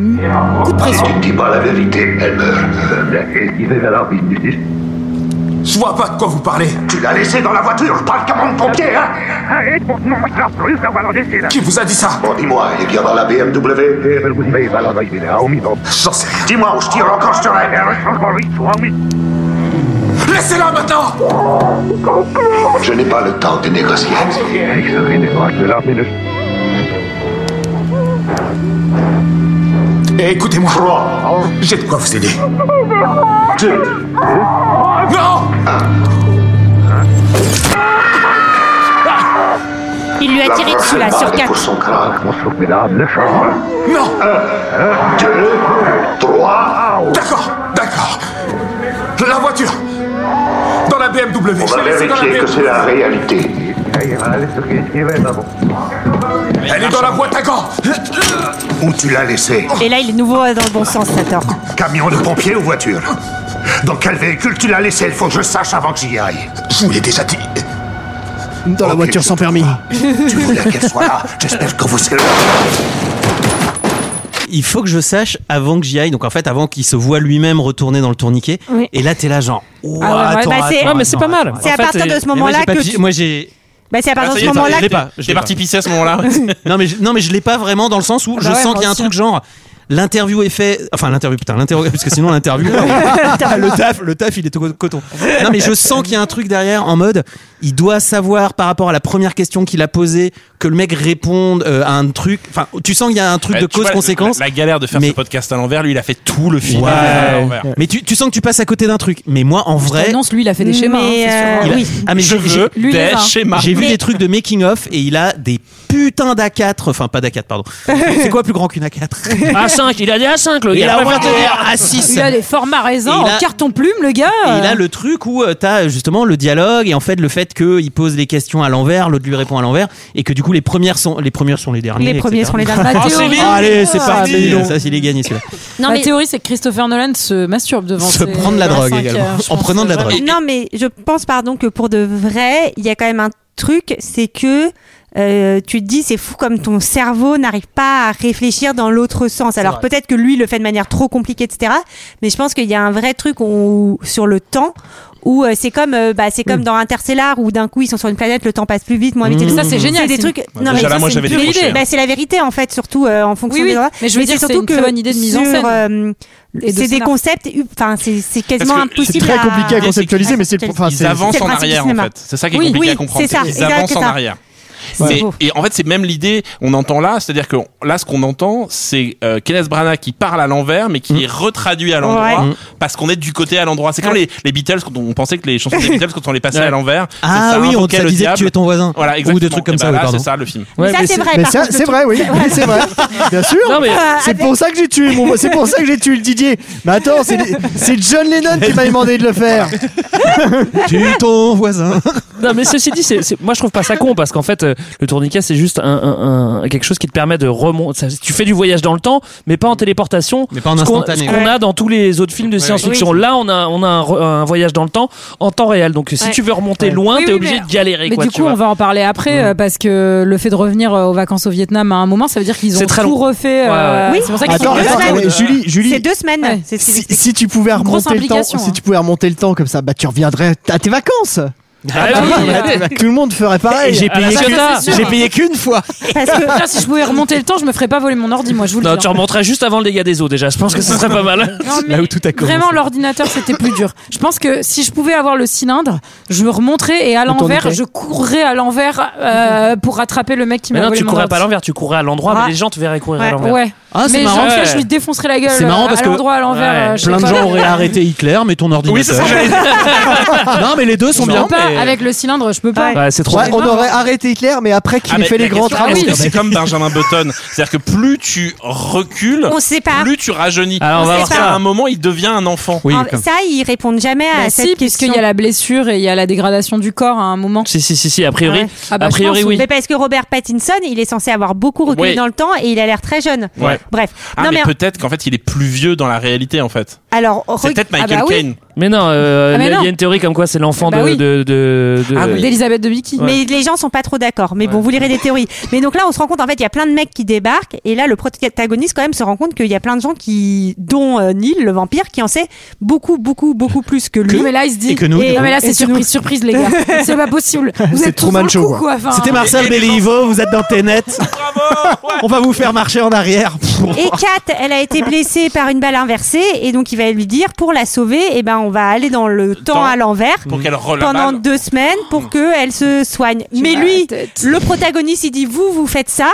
Speaker 6: Coup de pression. Si tu ne dis pas la vérité, elle meurt.
Speaker 9: Je vois pas de quoi vous parlez.
Speaker 6: Tu l'as laissée dans la voiture, je parle comme un pompier, hein
Speaker 9: Qui vous a dit ça
Speaker 6: Bon, dis-moi, il est bien dans la BMW
Speaker 9: J'en sais rien.
Speaker 6: Dis-moi où je tire encore sur hein, elle.
Speaker 9: Laissez-la maintenant
Speaker 6: Je n'ai pas le temps de négocier.
Speaker 9: Et écoutez-moi. J'ai de quoi vous aider. Non
Speaker 4: Il lui a tiré dessus là sur 4.
Speaker 6: son crâne.
Speaker 9: Non
Speaker 6: Deux, trois,
Speaker 9: D'accord, d'accord. La voiture Dans la BMW.
Speaker 6: on
Speaker 9: Je
Speaker 6: va
Speaker 9: l'ai laissée dans la
Speaker 6: vérifier que c'est
Speaker 9: BMW.
Speaker 6: la réalité.
Speaker 9: Elle est dans la boîte à gants
Speaker 6: Où tu l'as laissée
Speaker 4: Et là, il est nouveau dans le bon sens, Sator.
Speaker 6: Camion de pompier ou voiture Dans quel véhicule tu l'as laissée Il faut que je sache avant que j'y aille.
Speaker 9: Je vous l'ai déjà dit.
Speaker 7: Dans la
Speaker 6: Ok.
Speaker 7: voiture sans permis.
Speaker 6: Tu voulais qu'elle soit là. J'espère que vous serez là.
Speaker 3: il faut que je sache avant que j'y aille. Donc en fait, avant qu'il se voit lui-même retourner dans le tourniquet.
Speaker 4: Oui.
Speaker 3: Et là, t'es là, genre. Ouah,
Speaker 4: Ah ouais, ouais,
Speaker 3: attends,
Speaker 4: bah, c'est-
Speaker 3: attends,
Speaker 5: Ah, mais c'est
Speaker 3: attends,
Speaker 5: pas mal.
Speaker 3: attends.
Speaker 4: C'est à
Speaker 5: En fait,
Speaker 4: partir de ce
Speaker 5: c'est-
Speaker 3: Mais moi,
Speaker 4: moment-là
Speaker 3: j'ai pas
Speaker 4: que.
Speaker 3: pi-
Speaker 4: tu-
Speaker 3: Moi, j'ai.
Speaker 4: Bah, c'est à partir
Speaker 2: Ah,
Speaker 4: de
Speaker 2: ça y
Speaker 4: ce
Speaker 2: est,
Speaker 4: moment-là
Speaker 2: je l'ai
Speaker 4: que.
Speaker 2: pas.
Speaker 3: Je
Speaker 2: J'étais
Speaker 3: l'ai
Speaker 2: parti pisser à ce
Speaker 3: [LAUGHS]
Speaker 2: moment-là.
Speaker 3: Non, mais je, non, mais je l'ai pas vraiment dans le sens où je
Speaker 1: ouais,
Speaker 3: sens qu'il y a un
Speaker 1: aussi.
Speaker 3: truc genre. L'interview est fait, enfin l'interview putain l'interview parce que sinon l'interview le taf le taf il est au co- coton. Non mais je sens qu'il y a un truc derrière en mode il doit savoir par rapport à la première question qu'il a posée que le mec réponde euh, à un truc enfin tu sens qu'il y a un truc
Speaker 2: Bah,
Speaker 3: de
Speaker 2: tu vois,
Speaker 3: cause conséquence
Speaker 2: La, la galère de faire
Speaker 3: Mais-
Speaker 2: ce podcast à l'envers, lui il a fait tout le film
Speaker 3: Ouais.
Speaker 2: à l'envers.
Speaker 3: mais tu, tu sens que tu passes à côté d'un truc mais moi en vrai
Speaker 1: Non, lui, il a fait des schémas.
Speaker 4: Mais,
Speaker 1: hein, c'est
Speaker 4: euh,
Speaker 1: sûr.
Speaker 3: il a-
Speaker 4: oui.
Speaker 3: ah mais
Speaker 2: Je
Speaker 3: j'ai-
Speaker 2: veux
Speaker 1: lui, il est
Speaker 3: hein.
Speaker 2: des
Speaker 1: là.
Speaker 2: schémas.
Speaker 3: J'ai vu des trucs de making of et il a des putains d'A4, enfin pas d'A4 pardon. C'est quoi plus grand qu'une A4
Speaker 5: A5, Ah, il a dit A5 le
Speaker 3: Il
Speaker 5: gars.
Speaker 3: a
Speaker 5: Préfère
Speaker 3: envie de
Speaker 5: te dire.
Speaker 3: dire
Speaker 1: Il a
Speaker 3: A6.
Speaker 1: des formats raisins
Speaker 3: Et il
Speaker 1: en
Speaker 3: a-
Speaker 1: carton plume, le gars.
Speaker 3: Et là le truc où euh, t'as justement le dialogue et en fait le fait qu'il pose les questions à l'envers, l'autre lui répond à l'envers et que du coup les premières sont les premières sont les dernières.
Speaker 4: Les premiers
Speaker 3: etc.
Speaker 4: sont les derniers.
Speaker 1: Ma
Speaker 2: Oh,
Speaker 1: théorie-
Speaker 2: Céline
Speaker 3: Ah, allez, c'est
Speaker 1: Ah,
Speaker 3: parti.
Speaker 1: dis donc.
Speaker 3: Ça, s'il est gagné, celui-là.
Speaker 4: Non,
Speaker 1: Ma
Speaker 4: mais,
Speaker 1: théorie, c'est que Christopher Nolan se masturbe devant
Speaker 3: Se
Speaker 1: ses
Speaker 3: prendre de la
Speaker 1: 25
Speaker 3: drogue
Speaker 1: heures,
Speaker 3: également.
Speaker 1: je
Speaker 3: En
Speaker 1: pense,
Speaker 3: prenant de la
Speaker 1: c'est
Speaker 3: drogue.
Speaker 1: vraiment-
Speaker 4: non, mais je pense, pardon, que pour de vrai, il y a quand même un truc, c'est que. euh, tu te dis c'est fou comme ton cerveau n'arrive pas à réfléchir dans l'autre sens. Alors peut-être que lui le fait de manière trop compliquée, etc. Mais je pense qu'il y a un vrai truc où- sur le temps où euh, c'est comme euh, bah, c'est
Speaker 1: Mm.
Speaker 4: comme dans Interstellar où d'un coup ils sont sur une planète, le temps passe plus vite, moins vite.
Speaker 1: Mais
Speaker 4: etc.
Speaker 1: Mm. ça, c'est génial,
Speaker 4: C'est des
Speaker 1: c'est une-
Speaker 4: trucs.
Speaker 2: déjà
Speaker 4: mais
Speaker 2: là,
Speaker 4: ça,
Speaker 2: moi,
Speaker 4: c'est
Speaker 2: j'avais
Speaker 4: une pure
Speaker 2: décroché,
Speaker 4: idée.
Speaker 2: hein.
Speaker 4: Bah, c'est la vérité en fait, surtout euh, en fonction
Speaker 1: Oui, oui.
Speaker 4: des.
Speaker 1: Mais je veux dire, c'est
Speaker 4: surtout
Speaker 1: une très
Speaker 4: que
Speaker 1: bonne idée de mise en
Speaker 4: sur,
Speaker 1: scène.
Speaker 4: euh,
Speaker 1: Et de
Speaker 4: c'est des
Speaker 1: scénar.
Speaker 4: concepts. Enfin, c'est c'est quasiment
Speaker 2: Parce que
Speaker 7: C'est
Speaker 4: impossible.
Speaker 7: très
Speaker 4: à-
Speaker 7: compliqué à
Speaker 2: c'est-
Speaker 7: conceptualiser, mais c'est le enfin,
Speaker 2: Ils
Speaker 7: c'est-
Speaker 2: avancent
Speaker 4: c'est le
Speaker 2: en
Speaker 4: principe du
Speaker 2: arrière, en
Speaker 4: cinéma.
Speaker 2: fait. C'est ça qui est
Speaker 4: Oui,
Speaker 2: compliqué
Speaker 4: oui,
Speaker 2: à comprendre.
Speaker 4: c'est ça,
Speaker 2: Ils
Speaker 4: exact,
Speaker 2: avancent
Speaker 4: c'est
Speaker 2: en
Speaker 4: ça.
Speaker 2: arrière.
Speaker 4: C'est
Speaker 2: Et,
Speaker 4: beau.
Speaker 2: et en fait, c'est même l'idée, on entend là, c'est-à-dire que là, ce qu'on entend, c'est euh, Kenneth Branagh qui parle à l'envers, mais qui est retraduit à l'endroit,
Speaker 3: Ouais.
Speaker 2: parce qu'on est du côté à l'endroit. C'est comme les, les Beatles, quand on pensait que les chansons des Beatles, quand on les passait
Speaker 5: Ouais.
Speaker 2: à l'envers, ça-
Speaker 3: Ah
Speaker 2: ça
Speaker 3: oui, on
Speaker 2: invoquait
Speaker 3: te
Speaker 2: le
Speaker 3: disait que
Speaker 2: diable.
Speaker 3: tu es ton voisin.
Speaker 2: Voilà,
Speaker 3: Ou
Speaker 2: exactement.
Speaker 3: des trucs comme
Speaker 2: Et
Speaker 3: ça,
Speaker 2: ben
Speaker 3: oui,
Speaker 2: là,
Speaker 3: pardon.
Speaker 2: c'est ça le film.
Speaker 5: Ouais,
Speaker 4: ça,
Speaker 5: mais
Speaker 4: c'est vrai.
Speaker 7: Mais
Speaker 4: par
Speaker 7: ça,
Speaker 4: contre, le
Speaker 7: c'est
Speaker 4: truc- Ah,
Speaker 7: vrai, oui. Oui, c'est vrai. Bien sûr. Ah,
Speaker 5: Non, mais
Speaker 7: C'est pour ça que j'ai tué mon. C'est pour ça que j'ai tué le Didier. Mais attends, c'est c'est John Lennon qui m'a demandé de le [LAUGHS] faire.
Speaker 3: Tu es ton voisin.
Speaker 5: Non, mais ceci dit, c'est c'est- moi je trouve pas ça con parce qu'en fait, euh, le tourniquet c'est juste un, un- un- quelque chose qui te permet de remonter. ça- Tu fais du voyage dans le temps, mais pas en téléportation.
Speaker 3: Mais pas en
Speaker 5: Ce qu'on-
Speaker 3: instantané.
Speaker 5: Ce qu'on a dans tous les autres films de science-fiction. Là, on a, on a un, re- un voyage dans le temps en temps réel. Donc si
Speaker 1: Ouais.
Speaker 5: tu veux remonter loin,
Speaker 1: Oui,
Speaker 5: t'es
Speaker 1: oui,
Speaker 5: obligé
Speaker 1: mais-
Speaker 5: de galérer.
Speaker 1: Mais
Speaker 5: quoi,
Speaker 1: du
Speaker 5: tu
Speaker 1: coup,
Speaker 5: vois.
Speaker 1: on va en parler après
Speaker 3: Mm.
Speaker 1: euh, parce que le fait de revenir euh, aux vacances au Vietnam à un moment, ça veut dire qu'ils ont
Speaker 5: C'est très
Speaker 1: tout
Speaker 5: long.
Speaker 1: refait. euh,
Speaker 5: Ouais, ouais.
Speaker 1: C'est pour ça qu'ils
Speaker 7: Attends,
Speaker 1: sont-
Speaker 7: attends,
Speaker 4: semaines.
Speaker 7: attends, Julie,
Speaker 4: C'est
Speaker 7: Julie.
Speaker 4: deux semaines.
Speaker 1: Ouais.
Speaker 4: C'est ce qu'il
Speaker 7: Si,
Speaker 4: explique.
Speaker 7: si tu pouvais
Speaker 1: Grosse
Speaker 7: remonter le temps,
Speaker 1: implication,
Speaker 7: si
Speaker 1: hein.
Speaker 7: tu pouvais remonter le temps comme ça, bah tu reviendrais à tes vacances.
Speaker 5: Ah oui, ouais.
Speaker 7: Tout le monde ferait pareil.
Speaker 5: j'ai
Speaker 7: Ah,
Speaker 5: payé
Speaker 7: ça,
Speaker 5: que
Speaker 7: c'est
Speaker 5: ça.
Speaker 7: sûr. J'ai payé qu'une fois.
Speaker 1: [LAUGHS]
Speaker 4: Parce que
Speaker 1: Putain, si je pouvais remonter le temps, je me ferais pas voler mon ordi, moi, je vous le
Speaker 5: Non,
Speaker 1: dis. hein.
Speaker 5: tu remonterais juste avant le dégât des eaux déjà. Je pense que ce serait pas
Speaker 1: [LAUGHS]
Speaker 5: mal.
Speaker 1: Non, mais Vraiment, l'ordinateur, c'était plus dur. Je pense que si je pouvais avoir le cylindre, je me remonterais et à l'envers,
Speaker 7: tourniquet.
Speaker 1: je courrais à l'envers euh, pour rattraper le mec qui
Speaker 5: Mais
Speaker 1: m'a
Speaker 5: non,
Speaker 1: volé
Speaker 5: tu
Speaker 1: mon
Speaker 5: courais
Speaker 1: ordi.
Speaker 5: pas à l'envers, tu courais à l'endroit,
Speaker 4: Ah.
Speaker 5: mais les gens te verraient courir à
Speaker 4: Ouais.
Speaker 5: l'envers.
Speaker 1: Ouais.
Speaker 3: Ah,
Speaker 1: mais
Speaker 3: c'est
Speaker 1: je
Speaker 3: marrant.
Speaker 1: pense que
Speaker 5: Ouais.
Speaker 1: je lui défoncerais la gueule.
Speaker 3: C'est marrant
Speaker 1: euh,
Speaker 3: parce
Speaker 1: à
Speaker 3: que-
Speaker 1: l'endroit, à l'envers.
Speaker 5: Ouais.
Speaker 1: euh, je sais
Speaker 3: Plein de
Speaker 1: pas.
Speaker 3: gens
Speaker 1: [LAUGHS]
Speaker 3: auraient arrêté Hitler, mais ton ordinateur.
Speaker 2: Oui, c'est ça que j'allais dire.
Speaker 3: non, mais les deux sont
Speaker 1: Je
Speaker 3: bien.
Speaker 1: peux pas,
Speaker 3: mais-
Speaker 1: avec le cylindre, je peux pas.
Speaker 5: Ouais, c'est trop.
Speaker 7: Ouais, on aurait arrêté Hitler, mais après qu'il
Speaker 2: Ah,
Speaker 7: ait
Speaker 2: mais
Speaker 7: fait
Speaker 2: la
Speaker 7: les grands
Speaker 2: question,
Speaker 7: travaux.
Speaker 2: est-ce que C'est comme Benjamin Button. C'est-à-dire que plus tu recules,
Speaker 4: on sait pas.
Speaker 2: plus tu rajeunis.
Speaker 5: Alors, on va
Speaker 2: Parce
Speaker 5: voir
Speaker 2: qu'à
Speaker 5: ça.
Speaker 2: un moment, il devient un enfant.
Speaker 3: Oui,
Speaker 4: Ah, ça, ils répondent jamais
Speaker 1: Bah
Speaker 4: à
Speaker 1: si,
Speaker 4: Ah, cette question.
Speaker 1: puisqu'il y a la blessure et il y a la dégradation du corps à un moment.
Speaker 5: Si, si, si, si, a priori.
Speaker 4: Ah ouais.
Speaker 1: Ah bah,
Speaker 5: a
Speaker 1: je
Speaker 5: priori,
Speaker 1: pense,
Speaker 5: oui.
Speaker 4: Mais parce que Robert Pattinson, il est censé avoir beaucoup reculé
Speaker 2: Oui.
Speaker 4: dans le temps et il a l'air très jeune.
Speaker 2: Ouais.
Speaker 4: Bref.
Speaker 2: Ah,
Speaker 4: non
Speaker 2: mais
Speaker 4: mais,
Speaker 2: peut-être qu'en fait, il est plus vieux dans la réalité, en fait.
Speaker 4: alors
Speaker 2: C'est
Speaker 4: reg-
Speaker 2: peut-être
Speaker 1: ah
Speaker 2: Michael
Speaker 1: bah oui.
Speaker 2: Caine.
Speaker 5: Mais non, euh,
Speaker 1: Ah, mais
Speaker 5: il y
Speaker 1: non.
Speaker 5: a une théorie comme quoi c'est l'enfant
Speaker 1: Bah
Speaker 5: de,
Speaker 1: oui.
Speaker 5: de, de, de-
Speaker 2: Ah oui.
Speaker 1: D'Elisabeth de Vicky.
Speaker 4: mais les gens sont pas trop d'accord. Mais bon, vous lirez des théories. Mais donc là, on se rend compte, en fait, il y a plein de mecs qui débarquent. Et là, le protagoniste, quand même, se rend compte qu'il y a plein de gens qui, dont euh, Neil, le vampire, qui en sait beaucoup, beaucoup, beaucoup plus que lui.
Speaker 1: Oui, mais là, il se dit.
Speaker 3: Et que nous,
Speaker 1: non,
Speaker 3: du coup.
Speaker 1: mais là, c'est
Speaker 4: Et que nous.
Speaker 1: surprise, surprise, les gars. c'est pas possible. Vous
Speaker 7: C'est
Speaker 1: êtes tous
Speaker 7: Truman
Speaker 1: dans le
Speaker 7: Show,
Speaker 1: coup,
Speaker 7: quoi.
Speaker 1: quoi. Enfin,
Speaker 3: C'était Marcel Béliveau, vous êtes dans tes nets. On va vous faire marcher en arrière.
Speaker 4: Et Kat, elle a été blessée par une balle inversée. Et donc, il va lui dire, pour la sauver, eh ben, on va aller dans le temps,
Speaker 2: Temps.
Speaker 4: à l'envers.
Speaker 2: Pour qu'elle roule la
Speaker 4: pendant
Speaker 2: balle.
Speaker 4: deux semaines pour que elle se soigne. Mais
Speaker 1: pas
Speaker 4: lui,
Speaker 1: la tête.
Speaker 4: le protagoniste, il dit vous, vous faites ça,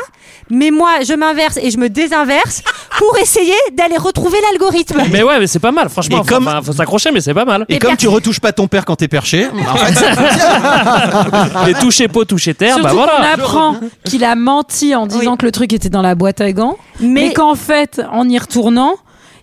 Speaker 4: mais moi, je m'inverse et je me désinverse pour essayer d'aller retrouver l'algorithme.
Speaker 5: Mais ouais, mais c'est pas mal, franchement.
Speaker 3: Et
Speaker 5: Enfin,
Speaker 3: comme-
Speaker 5: bah, faut s'accrocher, mais c'est pas mal.
Speaker 3: Et comme tu retouches pas ton père quand t'es perché, en fait, Ah
Speaker 5: Et toucher peau, toucher terre,
Speaker 1: Surtout
Speaker 5: bah
Speaker 1: qu'on
Speaker 5: voilà.
Speaker 1: apprend qu'il a menti en disant que le truc était dans la boîte à gants, mais,
Speaker 4: Mais
Speaker 1: qu'en fait, en y retournant,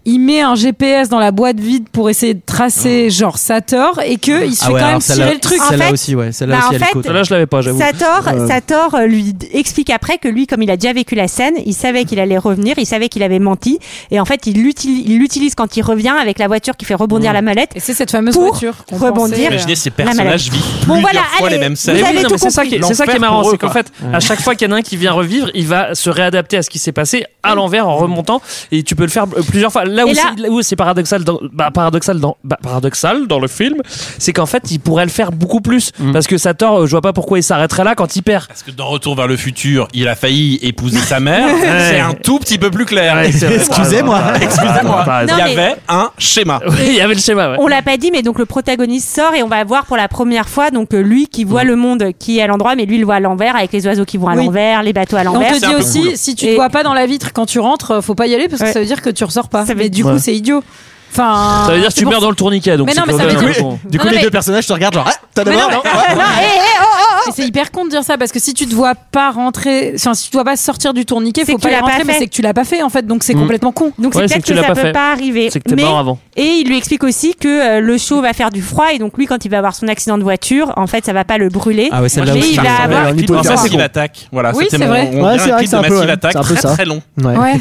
Speaker 1: il met un GPS dans la boîte vide pour essayer de tracer genre Sator et que
Speaker 3: Ah
Speaker 1: il se fait quand même tirer le truc.
Speaker 4: En fait-
Speaker 3: aussi, ouais,
Speaker 4: bah, en
Speaker 3: elle
Speaker 4: fait,
Speaker 3: cote.
Speaker 5: Là, je l'avais pas, j'avoue.
Speaker 4: Sator, Sator euh, lui d- explique après que lui, comme il a déjà vécu la scène, il savait qu'il allait revenir, il savait qu'il avait menti, et en fait, il l'utilise il l'utilise quand il revient avec la voiture qui fait rebondir la mallette.
Speaker 1: Et c'est cette fameuse
Speaker 4: Pour
Speaker 1: voiture qu'on
Speaker 4: rebondir.
Speaker 1: pensait, euh,
Speaker 2: Imaginez ces
Speaker 4: maladie.
Speaker 2: personnages vivent plusieurs
Speaker 4: Bon, voilà,
Speaker 2: fois
Speaker 4: allez,
Speaker 2: les mêmes
Speaker 4: vous
Speaker 2: scènes.
Speaker 5: Mais oui,
Speaker 4: avez
Speaker 5: non,
Speaker 4: tout
Speaker 5: mais c'est ça qui est,
Speaker 2: compris.
Speaker 5: c'est ça qui est
Speaker 2: L'enfer
Speaker 5: marrant,
Speaker 2: pour eux,
Speaker 5: c'est qu'en
Speaker 2: quoi.
Speaker 5: fait, à chaque fois qu'il y en a un qui vient revivre, il va se réadapter à ce qui s'est passé à l'envers en remontant, et tu peux le faire euh, plusieurs fois. Là où
Speaker 4: Et là-
Speaker 5: c'est- là où c'est paradoxal, dans, bah, paradoxal dans, bah, paradoxal dans le film, c'est qu'en fait, il pourrait le faire beaucoup plus, parce que Sator, euh, je vois pas pourquoi il s'arrêterait là quand il perd.
Speaker 2: Parce que dans Retour vers le futur, il a failli épouser sa
Speaker 4: [LAUGHS]
Speaker 2: mère. C'est un tout petit peu plus clair.
Speaker 3: Excusez-moi.
Speaker 2: Excusez-moi.
Speaker 5: T'as
Speaker 2: Il
Speaker 5: raison.
Speaker 2: y
Speaker 4: Non, mais-
Speaker 2: avait un schéma.
Speaker 5: Oui, il y avait le schéma. Ouais.
Speaker 4: On l'a pas dit, mais donc le protagoniste sort et on va voir pour la première fois donc euh, lui qui voit le monde qui est à l'endroit, mais lui il le voit à l'envers avec les oiseaux qui vont à
Speaker 1: Oui.
Speaker 4: l'envers, les bateaux à
Speaker 1: On
Speaker 4: l'envers.
Speaker 1: te
Speaker 2: un
Speaker 1: dit
Speaker 2: peu
Speaker 1: aussi,
Speaker 2: cool.
Speaker 1: si tu ne
Speaker 4: Et-
Speaker 1: vois pas dans la vitre quand tu rentres, euh, faut pas y aller parce que
Speaker 4: Ouais.
Speaker 1: ça veut dire que tu ressors pas.
Speaker 4: Ça veut-
Speaker 1: Mais du coup, c'est idiot. Enfin,
Speaker 5: Ça veut dire que
Speaker 1: c'est
Speaker 5: tu
Speaker 1: pour
Speaker 5: meurs dans le tourniquet, donc
Speaker 1: Mais
Speaker 5: c'est
Speaker 1: non, mais ça
Speaker 5: quand
Speaker 3: Ah,
Speaker 1: veut
Speaker 5: même
Speaker 1: dire-
Speaker 5: un bon.
Speaker 3: Du coup,
Speaker 1: Non,
Speaker 3: les
Speaker 1: mais-
Speaker 3: deux personnages te regardent genre, ah, t'as
Speaker 1: Mais
Speaker 3: d'abord
Speaker 1: non, mais-
Speaker 4: Non, hé, hé, oh, oh, oh.
Speaker 1: Mais c'est hyper con de dire ça parce que si tu te vois pas rentrer, enfin, si tu dois pas sortir du tourniquet,
Speaker 4: C'est
Speaker 1: faut
Speaker 4: que
Speaker 1: pas
Speaker 4: tu
Speaker 1: y
Speaker 4: l'as pas
Speaker 1: rentrer, mais
Speaker 4: fait.
Speaker 1: c'est que tu l'as pas fait en fait, donc c'est complètement con.
Speaker 4: Donc c'est
Speaker 5: Ouais, c'est
Speaker 4: peut-être
Speaker 5: que tu
Speaker 4: que,
Speaker 5: l'as
Speaker 4: ça
Speaker 5: pas
Speaker 4: peut
Speaker 5: fait.
Speaker 4: pas arriver.
Speaker 5: C'est que t'es
Speaker 4: Mais-
Speaker 5: mort avant.
Speaker 4: Et il lui explique aussi que euh, le chaud va faire du froid et donc lui quand il va avoir son accident de voiture, en fait ça va pas le brûler.
Speaker 3: Ah ouais, celle-là
Speaker 4: mais
Speaker 3: aussi,
Speaker 4: il
Speaker 3: ça
Speaker 4: va
Speaker 3: ressemble à
Speaker 4: avoir
Speaker 3: un mytho.
Speaker 2: Alors ça,
Speaker 3: Par
Speaker 2: c'est
Speaker 3: contre.
Speaker 2: l'attaque. Voilà,
Speaker 1: Oui,
Speaker 2: c'était
Speaker 1: c'est
Speaker 2: mon-
Speaker 1: vrai.
Speaker 2: On
Speaker 7: Ouais,
Speaker 2: dirait
Speaker 7: c'est
Speaker 2: un
Speaker 7: vrai
Speaker 2: clip
Speaker 7: que c'est
Speaker 2: de
Speaker 7: un peu,
Speaker 2: Massive
Speaker 7: ouais.
Speaker 2: Attack
Speaker 7: C'est un peu
Speaker 2: très
Speaker 7: ça.
Speaker 2: très long.
Speaker 7: Ouais.
Speaker 1: Ouais.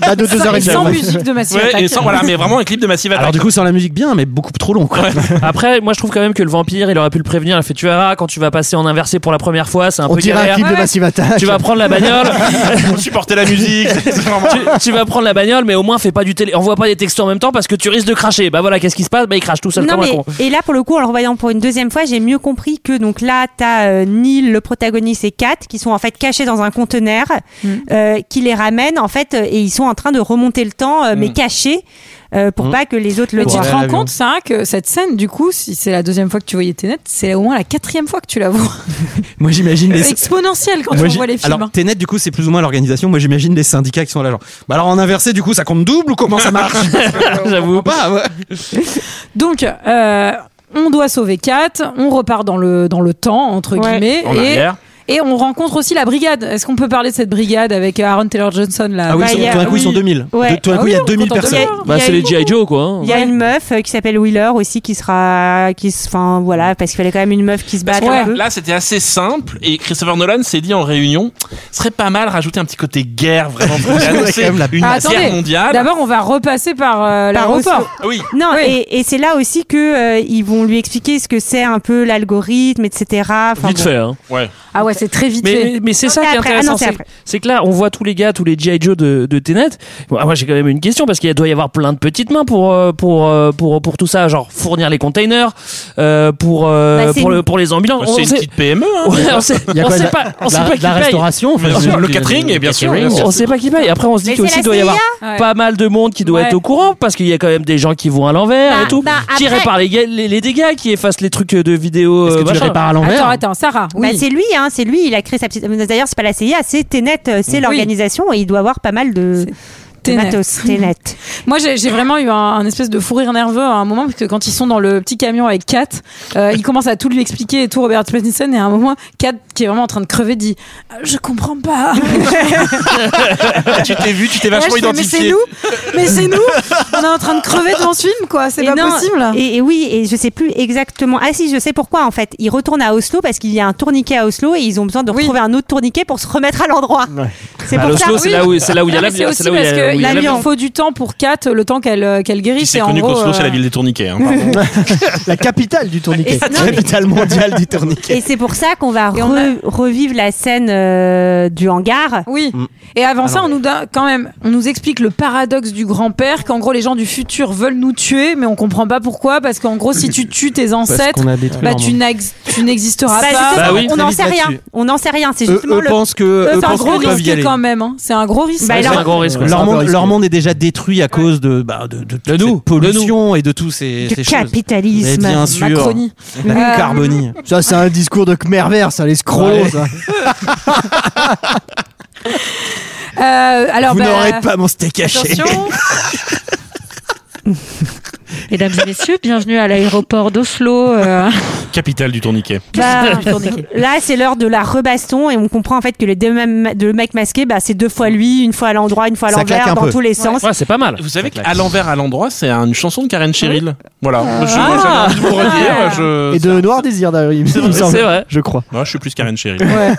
Speaker 7: Bah, de deux heures et
Speaker 1: Sans,
Speaker 7: demie.
Speaker 1: sans
Speaker 7: ouais.
Speaker 1: musique de Massive
Speaker 2: Ouais,
Speaker 1: Attack.
Speaker 2: et sans, voilà, mais vraiment un clip de Massive Attack.
Speaker 3: Alors du coup sans la musique bien mais beaucoup trop long quoi.
Speaker 5: Après, moi je trouve quand même que le vampire, il aurait pu le prévenir. Il a fait Tu verras, quand tu vas passer en inversé pour la première fois, c'est un
Speaker 7: On
Speaker 5: peu
Speaker 7: dirait un
Speaker 5: galère.
Speaker 7: clip de Massive Attack.
Speaker 5: Tu vas prendre
Speaker 2: [LAUGHS]
Speaker 5: la bagnole,
Speaker 2: pour supporter la musique. c'est vraiment-
Speaker 5: tu, tu vas prendre la bagnole, mais au moins fais pas du télé, envoie pas des textos en même temps parce que tu risques de cracher. Bah voilà, qu'est-ce qui se passe Bah il crache tout seul
Speaker 4: Non,
Speaker 5: comme un
Speaker 4: mais-
Speaker 5: con.
Speaker 4: Et là, pour le coup, en le revoyant pour une deuxième fois, j'ai mieux compris que donc là, t'as euh, Neil, le protagoniste, et Kat qui sont en fait cachés dans un conteneur,
Speaker 5: Mm.
Speaker 4: euh, qui les ramènent en fait, euh, et ils sont en train de remonter le temps, euh, mais
Speaker 2: Mm.
Speaker 4: cachés, euh,
Speaker 5: Mm.
Speaker 4: pour pas que les autres le
Speaker 1: Mais tu
Speaker 4: voient.
Speaker 1: te
Speaker 3: Ouais,
Speaker 1: rends
Speaker 3: l'avion.
Speaker 1: compte, ça, que cette scène, du coup, si c'est la deuxième fois que tu voyais Tenet, c'est au moins la quatrième fois que tu la vois.
Speaker 3: Moi j'imagine les
Speaker 1: C'est exponentiel quand
Speaker 3: Moi,
Speaker 1: on
Speaker 3: j'ai-
Speaker 1: voit les films. hein.
Speaker 3: Alors, Tenet, du coup, c'est plus ou moins l'organisation. Moi, j'imagine les syndicats qui sont là, genre. Bah alors, en inversé, du coup, ça compte double ou comment
Speaker 1: [LAUGHS]
Speaker 3: ça marche
Speaker 5: [LAUGHS] J'avoue.
Speaker 3: Pas, ouais.
Speaker 1: Donc, euh, on doit sauver Kat, on repart dans le, dans le temps, entre
Speaker 4: Ouais.
Speaker 1: guillemets.
Speaker 2: En
Speaker 1: et,
Speaker 2: arrière.
Speaker 1: et on rencontre aussi la brigade. Est-ce qu'on peut parler de cette brigade avec euh, Aaron Taylor Johnson là
Speaker 3: Ah oui,
Speaker 4: Bah,
Speaker 3: ils sont-
Speaker 4: il y a-
Speaker 3: tout d'un coup, ils sont
Speaker 4: oui.
Speaker 3: 2000.
Speaker 4: Ouais.
Speaker 3: De- tout d'un
Speaker 1: Ah
Speaker 3: coup,
Speaker 1: oui,
Speaker 3: il y a
Speaker 1: on
Speaker 3: 2000
Speaker 1: compte en deux.
Speaker 3: personnes.
Speaker 4: Il y
Speaker 5: Bah
Speaker 4: a
Speaker 5: c'est les
Speaker 4: une-
Speaker 5: G.I. Joe quoi. hein.
Speaker 4: Il y a une meuf euh, qui s'appelle Wheeler aussi qui sera, qui, se- enfin voilà, parce qu'il fallait quand même une meuf qui se
Speaker 2: Parce
Speaker 4: batte
Speaker 2: que
Speaker 4: un
Speaker 2: là,
Speaker 4: peu.
Speaker 2: là, c'était assez simple et Christopher Nolan s'est dit en réunion, ce serait pas mal rajouter un petit côté guerre vraiment [LAUGHS] pour annoncer
Speaker 3: quand même la-
Speaker 2: une
Speaker 1: Ah,
Speaker 2: guerre
Speaker 1: attendez.
Speaker 2: mondiale. Ah
Speaker 1: D'abord, on va repasser par euh,
Speaker 4: Par
Speaker 1: l'aéroport.
Speaker 2: Oui,
Speaker 4: Non,
Speaker 1: Oui.
Speaker 4: et, et c'est là aussi que euh, ils vont lui expliquer ce que c'est un peu l'algorithme, etc. Enfin,
Speaker 5: Vite
Speaker 4: bon.
Speaker 5: fait. hein.
Speaker 2: ouais.
Speaker 1: Ah ouais, c'est très vite
Speaker 5: Mais,
Speaker 1: fait.
Speaker 5: mais- mais c'est
Speaker 4: Non,
Speaker 5: ça
Speaker 4: c'est
Speaker 5: qui est
Speaker 4: après. Ah non,
Speaker 5: intéressant.
Speaker 4: c'est
Speaker 5: c'est-
Speaker 4: après.
Speaker 5: c'est que là, on voit tous les gars, tous les G.I. Joe de, de Tenet. Bon, ah, moi, j'ai quand même une question parce qu'il doit y avoir plein de petites mains pour, euh, pour, euh, pour, pour, tout ça, genre fournir les containers, euh, pour, euh,
Speaker 4: Bah, c'est
Speaker 5: pour,
Speaker 4: une-
Speaker 5: le, pour les ambulances.
Speaker 2: C'est
Speaker 5: on,
Speaker 2: une
Speaker 5: sait,
Speaker 2: petite PME. hein.
Speaker 5: [LAUGHS] ouais, on sait, on sait pas, on sait pas qui paye.
Speaker 2: [LAUGHS]
Speaker 3: restauration,
Speaker 2: Bien sûr, le catering, et bien sûr. bien sûr.
Speaker 5: On sait pas qui paye. Après, on se dit
Speaker 4: Mais
Speaker 5: qu'il
Speaker 4: c'est
Speaker 5: aussi
Speaker 4: la
Speaker 5: doit y avoir
Speaker 1: CIA.
Speaker 5: pas mal de monde qui doit
Speaker 1: Ouais.
Speaker 5: être au courant parce qu'il y a quand même des gens qui vont à l'envers
Speaker 4: Bah,
Speaker 5: et tout,
Speaker 4: bah,
Speaker 5: qui
Speaker 4: après-
Speaker 5: réparent les, ga- les, les dégâts, qui effacent les trucs de vidéo. euh, machin.
Speaker 3: à
Speaker 1: Attends, attends, Sarah. Oui.
Speaker 4: Bah, c'est lui, hein, c'est lui, il a créé sa petite. D'ailleurs, c'est pas la CIA, c'est Tenet, euh, c'est l'organisation et il doit avoir pas mal de. de
Speaker 1: Tenet. [LAUGHS]
Speaker 4: matos, Tenet.
Speaker 1: Moi, j'ai j'ai vraiment eu un, un espèce de fou rire nerveux à un moment, parce que quand ils sont dans le petit camion avec Kat, euh, il commence à tout lui expliquer et tout Robert Pattinson, et à un moment, Kat, qui est vraiment en train de crever, dit Euh, Je comprends pas.
Speaker 2: Ah, Tu t'es vu, tu t'es
Speaker 1: Et là, je
Speaker 2: vachement
Speaker 1: fais, mais c'est
Speaker 2: identifié.
Speaker 1: nous Mais c'est nous On est en train de crever devant ce film, quoi. C'est
Speaker 4: Et
Speaker 1: pas
Speaker 4: non,
Speaker 1: possible. hein.
Speaker 4: Et, et oui, et je sais plus exactement. Ah si, je sais pourquoi en fait. Ils retournent à Oslo parce qu'il y a un tourniquet à Oslo et ils ont besoin de
Speaker 1: Oui.
Speaker 4: retrouver un autre tourniquet pour se remettre à l'endroit. C'est
Speaker 5: Bah,
Speaker 4: pour
Speaker 5: l'Oslo,
Speaker 4: ça.
Speaker 5: c'est là où c'est là où il y a
Speaker 1: Non, mais
Speaker 5: la
Speaker 1: C'est aussi
Speaker 5: c'est là où il y
Speaker 1: parce
Speaker 5: a- où il y a
Speaker 1: qu'il
Speaker 5: la-
Speaker 1: faut du temps pour Kat, le temps qu'elle euh, qu'elle
Speaker 2: Qui
Speaker 1: guérisse.
Speaker 2: s'est
Speaker 1: et en
Speaker 2: connu
Speaker 1: gros,
Speaker 2: qu'Oslo, c'est la
Speaker 1: euh,
Speaker 2: ville des tourniquets. [LAUGHS] hein,
Speaker 7: La capitale du tourniquet.
Speaker 4: Et c'est- non,
Speaker 3: La
Speaker 4: mais-
Speaker 3: capitale mondiale du
Speaker 4: Et
Speaker 3: tourniquet.
Speaker 4: c'est pour ça qu'on va
Speaker 1: Et on
Speaker 4: re- revivre la scène euh, du hangar.
Speaker 1: Oui.
Speaker 3: Mm.
Speaker 1: Et avant ça, on nous da- quand même, on nous explique le paradoxe du grand-père, qu'en gros les gens du futur veulent nous tuer, mais on comprend pas pourquoi, parce qu'en gros
Speaker 3: [LAUGHS]
Speaker 1: si tu tues tes ancêtres,
Speaker 3: a détruit
Speaker 1: bah tu n'ex- tu n'existeras
Speaker 4: Bah,
Speaker 1: pas.
Speaker 4: justement,
Speaker 5: Bah oui,
Speaker 4: on
Speaker 3: très
Speaker 4: n'en
Speaker 3: vite
Speaker 4: sait rien.
Speaker 3: là-dessus. Euh,
Speaker 4: On n'en sait rien. C'est
Speaker 3: Eux,
Speaker 4: justement
Speaker 3: eux
Speaker 4: le.
Speaker 3: pensent que Bah, eux
Speaker 1: c'est un
Speaker 3: pensent
Speaker 1: gros
Speaker 3: qu'ils peuvent y
Speaker 1: risque
Speaker 3: aller.
Speaker 1: quand même. hein. C'est un gros risque.
Speaker 4: Bah,
Speaker 5: c'est
Speaker 4: leur-
Speaker 5: un grand risque.
Speaker 3: Leur
Speaker 7: un peu
Speaker 3: monde,
Speaker 7: risqué.
Speaker 3: leur monde est déjà détruit à cause de bah, de, de, toute
Speaker 5: De nous,
Speaker 3: cette pollution et de tous ces,
Speaker 4: Du
Speaker 3: ces choses. Mais
Speaker 4: capitalisme.
Speaker 3: bien sûr,
Speaker 1: Macronie.
Speaker 3: la
Speaker 1: Euh,
Speaker 3: carbonie.
Speaker 7: Ça, c'est un discours de Khmer vert, ça, les scrolls.
Speaker 3: Ouais.
Speaker 7: ça.
Speaker 1: Euh, alors,
Speaker 3: Vous
Speaker 1: bah,
Speaker 3: n'aurez pas mon steak haché.
Speaker 1: attention.
Speaker 10: [LAUGHS] Mesdames et messieurs, bienvenue à l'aéroport d'Oslo. euh.
Speaker 2: Capitale du tourniquet.
Speaker 4: Bah, là, c'est l'heure de la rebaston et on comprend en fait que les deux mêmes- deux mecs masqués, bah, c'est deux fois lui, une fois à l'endroit, une fois à
Speaker 3: Ça claque
Speaker 4: l'envers,
Speaker 3: un
Speaker 4: dans
Speaker 3: peu.
Speaker 4: tous les sens.
Speaker 5: Ouais, c'est pas mal.
Speaker 2: Vous savez qu'à l'envers, à l'endroit, c'est une chanson de Karen Cheryl. Voilà. Je- J'avais envie de vous redire. Je...
Speaker 7: Et de Noir Désir, d'ailleurs, il me
Speaker 5: C'est vrai,
Speaker 7: semble.
Speaker 5: c'est vrai.
Speaker 7: Je crois.
Speaker 2: Moi, je suis plus Karen Cheryl.
Speaker 4: [LAUGHS]
Speaker 1: Ouais.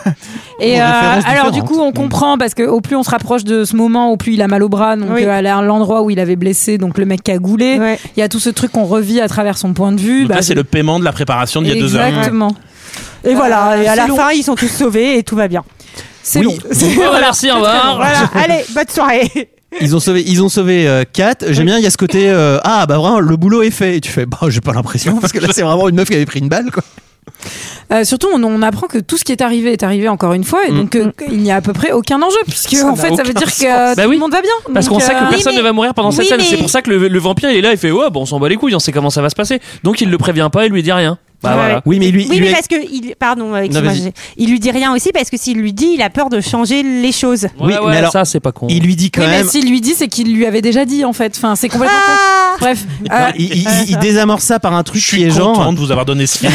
Speaker 1: Et
Speaker 3: Bon,
Speaker 1: euh,
Speaker 3: référence
Speaker 1: alors du
Speaker 3: différente.
Speaker 4: Mm.
Speaker 1: coup, on comprend parce que au plus on se rapproche de ce moment, au plus il a mal au bras, donc
Speaker 4: Oui.
Speaker 1: euh, à l'endroit où il avait blessé, donc le mec qui a goulé. Il
Speaker 4: Ouais.
Speaker 1: y a tout ce truc qu'on revit à travers son point de vue. Bah,
Speaker 2: Donc là, c'est le paiement de la préparation d'il y a deux heures.
Speaker 1: Exactement.
Speaker 4: Et voilà,
Speaker 1: Euh,
Speaker 4: et à
Speaker 1: c'est
Speaker 4: la
Speaker 1: long.
Speaker 4: fin, ils sont tous sauvés et tout va bien.
Speaker 1: C'est
Speaker 4: [LAUGHS]
Speaker 1: long.
Speaker 5: Bon, bah, merci, au
Speaker 1: Ah,
Speaker 5: revoir.
Speaker 4: Voilà, allez, bonne soirée.
Speaker 3: [LAUGHS] Ils ont sauvé, ils ont sauvé euh, Kat. J'aime bien, il y a ce côté euh, ah bah vraiment le boulot est fait. Et tu fais bah j'ai pas l'impression parce que là c'est vraiment une meuf qui avait pris une balle quoi.
Speaker 1: Euh, surtout, on, on apprend que tout ce qui est arrivé est arrivé encore une fois, et donc euh, il n'y a à peu près aucun enjeu, puisque en fait, ça veut dire que
Speaker 5: Bah
Speaker 1: tout
Speaker 5: oui.
Speaker 1: le monde va bien.
Speaker 5: Parce
Speaker 1: Donc,
Speaker 5: qu'on sait
Speaker 1: euh,
Speaker 5: que personne
Speaker 4: mais-
Speaker 5: ne va mourir pendant cette
Speaker 4: oui,
Speaker 5: scène.
Speaker 4: mais-
Speaker 5: C'est pour ça que le, le vampire il est là, il fait ouais, bon, on s'en bat les couilles, on sait comment ça va se passer. Donc il le prévient pas, il lui dit rien. Bah
Speaker 4: Ouais.
Speaker 5: voilà.
Speaker 3: Oui [LAUGHS] mais lui,
Speaker 4: Oui,
Speaker 3: lui
Speaker 4: mais
Speaker 3: a-
Speaker 4: parce que, il, pardon, euh, excuse-moi,
Speaker 3: vas-y.
Speaker 4: j'ai- il lui dit rien aussi parce que s'il lui dit, il a peur de changer les choses.
Speaker 3: Oui,
Speaker 5: Ouais,
Speaker 3: mais
Speaker 5: ouais,
Speaker 3: alors-
Speaker 5: ça c'est pas con.
Speaker 3: il lui dit quand
Speaker 1: Oui, mais
Speaker 3: même.
Speaker 1: s'il lui dit, c'est qu'il lui avait déjà dit en fait. Enfin, c'est complètement. con.
Speaker 4: Ah
Speaker 1: Bref, euh,
Speaker 3: Enfin, il, il- il- il désamorce ça par un truc
Speaker 2: Je
Speaker 3: qui
Speaker 2: suis
Speaker 3: est
Speaker 2: content
Speaker 3: genre.
Speaker 2: de vous avoir donné ce film.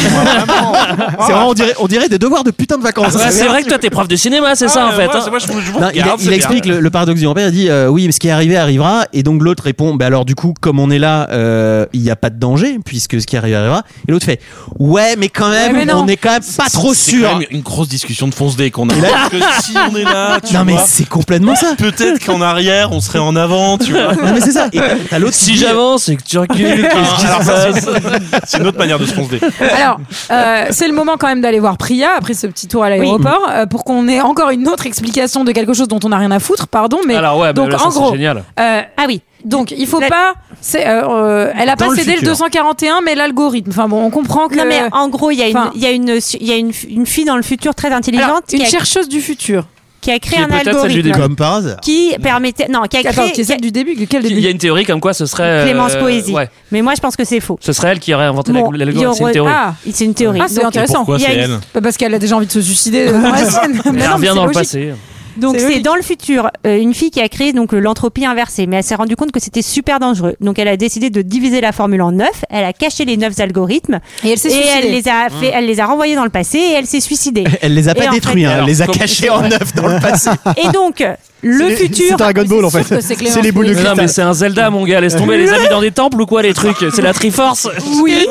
Speaker 3: C'est vraiment, on dirait, on dirait des devoirs de putain de vacances.
Speaker 5: Ouais, Ah, c'est vrai que toi t'es prof de cinéma, c'est ça en fait.
Speaker 2: Moi,
Speaker 5: hein.
Speaker 2: moi, je, vous- je vous
Speaker 3: Non, il,
Speaker 2: regarde,
Speaker 3: il
Speaker 2: c'est bien.
Speaker 3: explique le, le paradoxe du grand-père. Il dit euh, oui, mais ce qui est arrivé arrivera. Et donc l'autre répond bah alors du coup, comme on est là, euh, il n'y a pas de danger puisque ce qui arrive arrivera. Et l'autre fait ouais, mais quand même,
Speaker 1: mais non.
Speaker 3: on n'est quand même pas trop
Speaker 2: C'est
Speaker 3: sûr.
Speaker 2: quand même une grosse discussion de fonce dé qu'on a. Parce que si on est là, tu
Speaker 3: Non mais
Speaker 2: vois,
Speaker 3: c'est complètement ça.
Speaker 2: peut-être qu'en arrière, on serait en avant, tu vois.
Speaker 3: Non mais c'est ça. Et t'as l'autre qui
Speaker 5: Si
Speaker 3: dit,
Speaker 5: j'avance et que tu [LAUGHS] recules, qu'est-ce qui
Speaker 2: Alors,
Speaker 5: se
Speaker 2: ça,
Speaker 5: passe
Speaker 2: c'est- c'est une autre manière de se foncer.
Speaker 1: alors euh, c'est le moment quand même d'aller voir Priya après ce petit tour à l'aéroport euh, pour qu'on ait encore une autre explication de quelque chose dont on n'a rien à foutre, pardon, mais
Speaker 5: Alors ouais, bah
Speaker 1: donc
Speaker 5: là, ça,
Speaker 1: en
Speaker 5: c'est
Speaker 1: gros,
Speaker 5: génial.
Speaker 1: euh, ah oui. Donc il faut
Speaker 4: La-
Speaker 1: pas, c'est, euh, euh, elle a
Speaker 3: Dans
Speaker 1: pas
Speaker 3: le
Speaker 1: cédé le,
Speaker 3: futur.
Speaker 1: 241, mais l'algorithme. Enfin bon, on comprend que
Speaker 4: Non mais en gros, il y a une,
Speaker 1: euh, Enfin-
Speaker 4: il y a une, su- il y a une, f- une fille dans le futur très intelligente
Speaker 1: Alors,
Speaker 4: qui,
Speaker 1: une
Speaker 4: a,
Speaker 1: chercheuse du futur.
Speaker 4: qui a créé
Speaker 5: Qui est
Speaker 4: un
Speaker 5: peut-être celle du
Speaker 4: algorithme
Speaker 5: début.
Speaker 3: comme par hasard.
Speaker 4: qui permettait, non, qui a
Speaker 1: Attends,
Speaker 4: créé.
Speaker 1: qui est celle du début, de quel
Speaker 5: Il
Speaker 1: début Ah,
Speaker 5: y a une théorie comme quoi ce serait. euh,
Speaker 4: Clémence Poésie.
Speaker 5: Ouais,
Speaker 4: Mais moi, je pense que c'est faux.
Speaker 5: ce serait elle qui aurait inventé
Speaker 4: Bon,
Speaker 5: la
Speaker 4: il y
Speaker 5: l'algorithme. C'est
Speaker 4: aurait-
Speaker 5: une théorie.
Speaker 1: Ah,
Speaker 4: C'est une théorie.
Speaker 1: Ah, c'est
Speaker 4: Donc,
Speaker 1: intéressant.
Speaker 2: Pourquoi
Speaker 4: il y a
Speaker 2: c'est
Speaker 4: une-
Speaker 2: elle
Speaker 1: Pas parce qu'elle a déjà envie de se
Speaker 5: [LAUGHS]
Speaker 1: suicider euh, dans la scène. Mais non,
Speaker 5: Elle
Speaker 1: mais
Speaker 5: revient
Speaker 1: c'est
Speaker 5: dans le
Speaker 1: logique.
Speaker 5: passé.
Speaker 4: Donc
Speaker 1: C'est
Speaker 4: c'est
Speaker 1: logique.
Speaker 4: dans le futur euh, une fille qui a créé donc le- l'entropie inversée, mais elle s'est rendue compte que c'était super dangereux. Donc elle a décidé de diviser la formule en neuf. Elle a caché les neuf algorithmes
Speaker 1: Et elle s'est
Speaker 4: et elle
Speaker 1: suicidée.
Speaker 4: les a fait,
Speaker 7: Mmh.
Speaker 4: elle les a renvoyés dans le passé et elle s'est
Speaker 7: [LAUGHS]
Speaker 4: suicidée.
Speaker 3: Elle les a
Speaker 4: Et
Speaker 3: pas
Speaker 4: en
Speaker 3: détruits,
Speaker 4: fait-
Speaker 3: hein, elle
Speaker 5: Alors,
Speaker 3: les a
Speaker 5: comme-
Speaker 3: cachés en neuf dans le passé.
Speaker 4: et donc le
Speaker 7: C'est- C'est
Speaker 4: futur.
Speaker 7: Dragon Ball en
Speaker 1: sûr que
Speaker 7: fait.
Speaker 1: c'est
Speaker 7: C'est les boules de
Speaker 5: Mais Non,
Speaker 7: cristal.
Speaker 5: mais c'est un Zelda, mon gars. Laisse tomber les amis dans des temples ou quoi, les trucs. C'est la Triforce.
Speaker 7: [LAUGHS]
Speaker 1: Oui.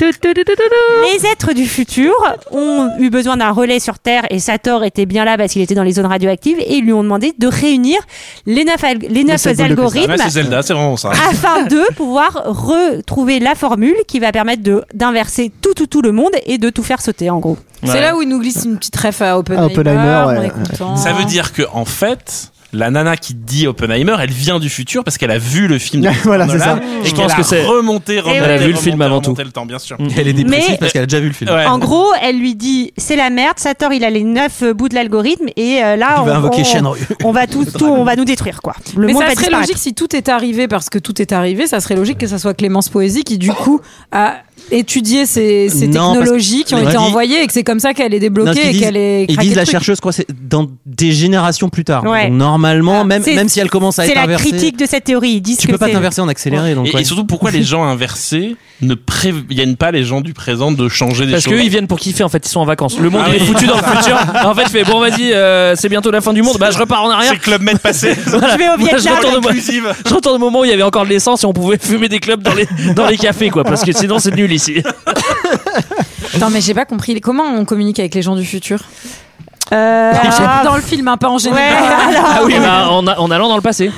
Speaker 4: Les êtres du futur ont eu besoin d'un relais sur Terre et Sator était bien là parce qu'il était dans les zones radioactives et ils lui ont demandé de réunir les neuf, alg- les neuf
Speaker 7: sept boules de cristal.
Speaker 4: algorithmes
Speaker 2: Là, Ah, c'est Zelda, c'est vraiment ça.
Speaker 4: afin de pouvoir retrouver la formule qui va permettre de d'inverser tout tout tout le monde et de tout faire sauter en gros.
Speaker 1: C'est là où il nous glisse une petite ref à Oppenheimer.
Speaker 7: À Oppenheimer, ouais.
Speaker 1: on hein. est content.
Speaker 2: Ça veut dire que en fait, la nana qui dit Oppenheimer, elle vient du futur parce qu'elle a vu le film. de
Speaker 7: [LAUGHS] Voilà, c'est
Speaker 2: Nolan
Speaker 7: ça.
Speaker 2: Et
Speaker 5: Je
Speaker 2: qu'elle
Speaker 5: pense
Speaker 2: a
Speaker 5: que c'est-
Speaker 2: remonté, remonté,
Speaker 5: Elle a vu le
Speaker 2: remonté,
Speaker 5: film avant
Speaker 2: remonté le temps, bien sûr.
Speaker 3: Elle est dépressive
Speaker 4: Mais-
Speaker 3: parce qu'elle a déjà vu le film.
Speaker 2: Ouais.
Speaker 4: En gros, elle lui dit c'est la merde, Sator il a les neuf euh, bouts de l'algorithme et euh, là
Speaker 3: Il
Speaker 4: on,
Speaker 3: va invoquer
Speaker 4: on-
Speaker 3: Shenryu.
Speaker 4: on va tout, tout on va nous détruire quoi. Le
Speaker 1: mais
Speaker 4: monde
Speaker 1: ça
Speaker 4: va
Speaker 1: serait
Speaker 4: disparaître.
Speaker 1: logique si tout est arrivé parce que tout est arrivé, ça serait logique que ça soit Clémence Poésie qui du coup a étudié ces, ces
Speaker 3: Non, parce
Speaker 1: technologies qui ont
Speaker 3: que-
Speaker 1: été
Speaker 3: Non, ils-
Speaker 1: envoyées et que c'est comme ça qu'elle est
Speaker 3: Non, ce
Speaker 1: débloquée
Speaker 3: qu'ils
Speaker 1: et
Speaker 3: disent-
Speaker 1: qu'elle est
Speaker 3: Ils
Speaker 1: craquée
Speaker 3: disent
Speaker 1: le
Speaker 3: la
Speaker 1: truc.
Speaker 3: chercheuse, je crois, c'est dans des générations plus tard.
Speaker 4: Ouais.
Speaker 3: Donc, normalement,
Speaker 4: Ah,
Speaker 3: même,
Speaker 4: c'est-
Speaker 3: même si elle commence à
Speaker 4: C'est
Speaker 3: être
Speaker 4: la
Speaker 3: inversée,
Speaker 4: critique de cette théorie. Ils disent
Speaker 3: tu
Speaker 4: que
Speaker 3: peux pas
Speaker 4: c'est-
Speaker 3: t'inverser en accéléré. Donc,
Speaker 2: Et,
Speaker 3: ouais.
Speaker 2: et surtout, pourquoi les gens inversés ne préviennent pas les gens du présent de changer des
Speaker 5: Parce
Speaker 2: choses
Speaker 5: qu'eux, ils viennent pour kiffer, en fait. Ils sont en vacances. Le monde,
Speaker 2: Ah
Speaker 5: il est
Speaker 2: oui.
Speaker 5: foutu dans le futur. En fait, je fais, bon, vas-y, euh, c'est bientôt la fin du monde. Bah, je repars en
Speaker 2: C'est
Speaker 5: arrière.
Speaker 2: Club Med passé.
Speaker 5: Voilà.
Speaker 4: Je vais au
Speaker 5: Moi,
Speaker 4: Vietnam.
Speaker 5: retourne au-
Speaker 2: Inclusive.
Speaker 5: Je retourne au moment où il y avait encore de l'essence et on pouvait [LAUGHS] fumer des clubs dans les, dans les cafés, quoi. Parce que sinon, c'est nul ici.
Speaker 1: Attends, mais j'ai pas compris. Comment on communique avec les gens du
Speaker 3: [LAUGHS]
Speaker 1: futur
Speaker 4: Euh,
Speaker 1: Dans le film, hein, pas en
Speaker 4: [LAUGHS] ouais,
Speaker 1: général.
Speaker 4: alors,
Speaker 5: Ah oui, bah, en, a- en allant dans le passé.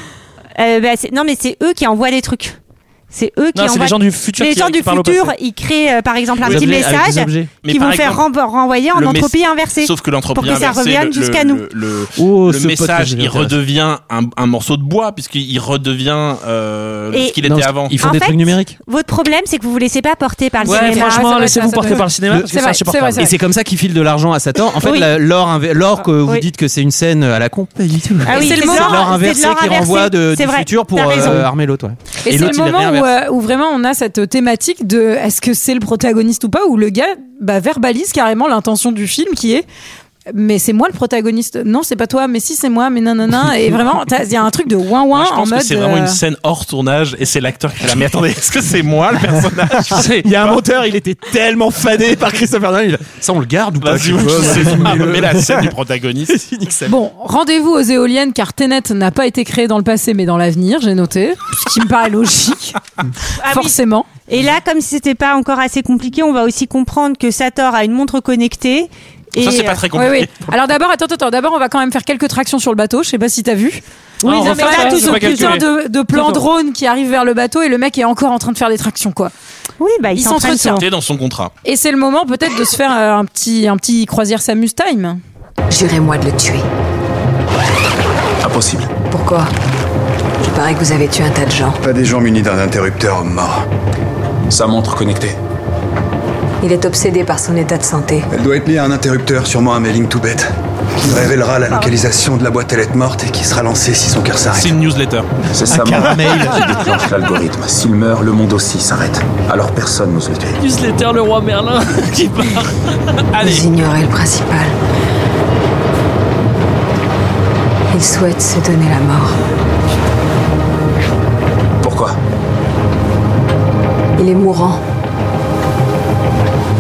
Speaker 4: euh, bah, c'est- non mais c'est eux qui envoient des trucs. C'est eux qui
Speaker 5: Non, c'est
Speaker 4: envoient.
Speaker 5: les gens du futur.
Speaker 4: Les
Speaker 5: qui-
Speaker 4: gens
Speaker 5: qui
Speaker 4: du
Speaker 5: parlent au
Speaker 4: futur,
Speaker 5: passé.
Speaker 4: ils créent euh, par exemple un
Speaker 3: Des
Speaker 4: petit
Speaker 3: objets- avec des
Speaker 4: message
Speaker 3: objets.
Speaker 2: Mais
Speaker 4: qui
Speaker 2: par
Speaker 4: vont faire
Speaker 2: exemple,
Speaker 4: renvo- renvoyer en
Speaker 2: le
Speaker 4: entropie inversée.
Speaker 2: Sauf que l'entropie
Speaker 4: Pour que ça
Speaker 2: inversée,
Speaker 4: revienne
Speaker 2: le-
Speaker 4: jusqu'à
Speaker 2: le-
Speaker 4: nous.
Speaker 2: le- le-
Speaker 3: Oh,
Speaker 2: le
Speaker 3: ce podcast,
Speaker 2: message,
Speaker 3: je
Speaker 2: il
Speaker 3: l'intéresse.
Speaker 2: redevient un, un morceau de bois puisqu'il redevient euh,
Speaker 4: Et-
Speaker 2: ce qu'il
Speaker 3: Non,
Speaker 2: était avant.
Speaker 3: Ils font
Speaker 4: En
Speaker 3: des
Speaker 4: fait,
Speaker 3: trucs numériques.
Speaker 4: Votre problème, c'est que vous vous laissez pas porter par le
Speaker 5: Ouais,
Speaker 4: cinéma.
Speaker 1: ça doit
Speaker 5: franchement,
Speaker 1: être ça,
Speaker 5: laissez-vous
Speaker 1: ça doit
Speaker 5: porter
Speaker 1: être-
Speaker 5: par le cinéma. parce que
Speaker 1: C'est
Speaker 5: c'est
Speaker 1: vrai,
Speaker 5: insupportable.
Speaker 1: c'est vrai,
Speaker 3: Et c'est comme ça qu'ils filent de l'argent à Satan. En fait,
Speaker 4: Oui.
Speaker 3: la- l'or, inv- l'or que vous
Speaker 4: Oui.
Speaker 3: dites que c'est une scène à la con, pas du tout.
Speaker 4: Ah oui,
Speaker 1: C'est le
Speaker 4: c'est
Speaker 1: moment.
Speaker 3: l'or inversé
Speaker 4: c'est de l'or
Speaker 3: qui renvoie
Speaker 4: inversé.
Speaker 3: de,
Speaker 4: C'est
Speaker 3: du
Speaker 4: vrai,
Speaker 3: futur pour
Speaker 4: t'as raison.
Speaker 3: euh, armer l'autre. ouais.
Speaker 1: Et,
Speaker 3: Et
Speaker 1: c'est
Speaker 3: l'autre,
Speaker 1: le
Speaker 3: il
Speaker 1: moment
Speaker 3: avait
Speaker 1: où, euh, où vraiment on a cette thématique de est-ce que c'est le protagoniste ou pas, où le gars bah, verbalise carrément l'intention du film qui est mais c'est moi le protagoniste. Non, c'est pas toi, mais si c'est moi, mais nanana. Et vraiment, t'as- il y a un truc de ouin
Speaker 2: Moi,
Speaker 1: ouin
Speaker 2: je
Speaker 1: en
Speaker 2: pense
Speaker 1: mode.
Speaker 2: que c'est vraiment
Speaker 1: euh,
Speaker 2: une scène hors tournage et c'est l'acteur qui l'a.
Speaker 3: [LAUGHS]
Speaker 2: Mais attendez, est-ce que c'est moi le personnage
Speaker 5: C'est-
Speaker 3: Il y a un monteur, il était tellement fadé par Christopher Nolan. il a- Ça, on le garde ou pas
Speaker 2: Vas-y,
Speaker 3: tu vois,
Speaker 2: je sais pas,
Speaker 3: mets-le.
Speaker 2: mais la
Speaker 3: [LAUGHS]
Speaker 2: scène du protagoniste.
Speaker 3: Il nique sa
Speaker 1: Bon, rendez-vous aux éoliennes car Tenet n'a pas été créé dans le passé mais dans l'avenir, j'ai noté, ce qui me paraît [LAUGHS] logique,
Speaker 4: Ah oui.
Speaker 1: forcément.
Speaker 4: Et là, comme si c'était pas encore assez compliqué, on va aussi comprendre que Sator a une montre connectée. Et
Speaker 2: Ça, c'est pas très
Speaker 1: Oui,
Speaker 2: compliqué.
Speaker 1: oui. Alors d'abord, attends, attends, d'abord on va quand même faire quelques tractions sur le bateau, je sais pas si t'as vu.
Speaker 5: Ah, on
Speaker 1: non, mais
Speaker 5: refait ça,
Speaker 1: là, tout ce
Speaker 5: c'est pas
Speaker 1: putain
Speaker 5: calculé.
Speaker 1: de, de plan
Speaker 5: Attends.
Speaker 1: drone qui arrive vers le bateau et le mec est encore en train de faire des tractions, quoi.
Speaker 4: Oui, bah, il,
Speaker 1: Il
Speaker 4: s'entraîne
Speaker 1: s'entretient.
Speaker 2: T'es dans son contrat.
Speaker 1: Et c'est le moment peut-être de se faire euh, un petit, un petit croisière s'amuse time.
Speaker 11: Jurez-moi de le tuer.
Speaker 9: Impossible.
Speaker 11: Pourquoi Il paraît que vous avez tué un tas de gens.
Speaker 8: Pas des gens munis d'un interrupteur mort.
Speaker 9: Sa montre connectée.
Speaker 11: Il est obsédé par son état de santé.
Speaker 8: Elle doit être liée à un interrupteur, sûrement un mailing tout bête, qui révélera la localisation de la boîte à lettres morte et qui sera lancée si son cœur
Speaker 2: C'est
Speaker 8: s'arrête.
Speaker 2: une newsletter.
Speaker 9: C'est sa montre qui déclenche l'algorithme. S'il meurt, le monde aussi s'arrête. Alors personne n'ose le tuer.
Speaker 5: [LAUGHS] Newsletter, le roi Merlin [LAUGHS] qui part. Allez.
Speaker 11: Vous ignorez le principal. Il souhaite se donner la mort.
Speaker 9: Pourquoi
Speaker 11: mourant.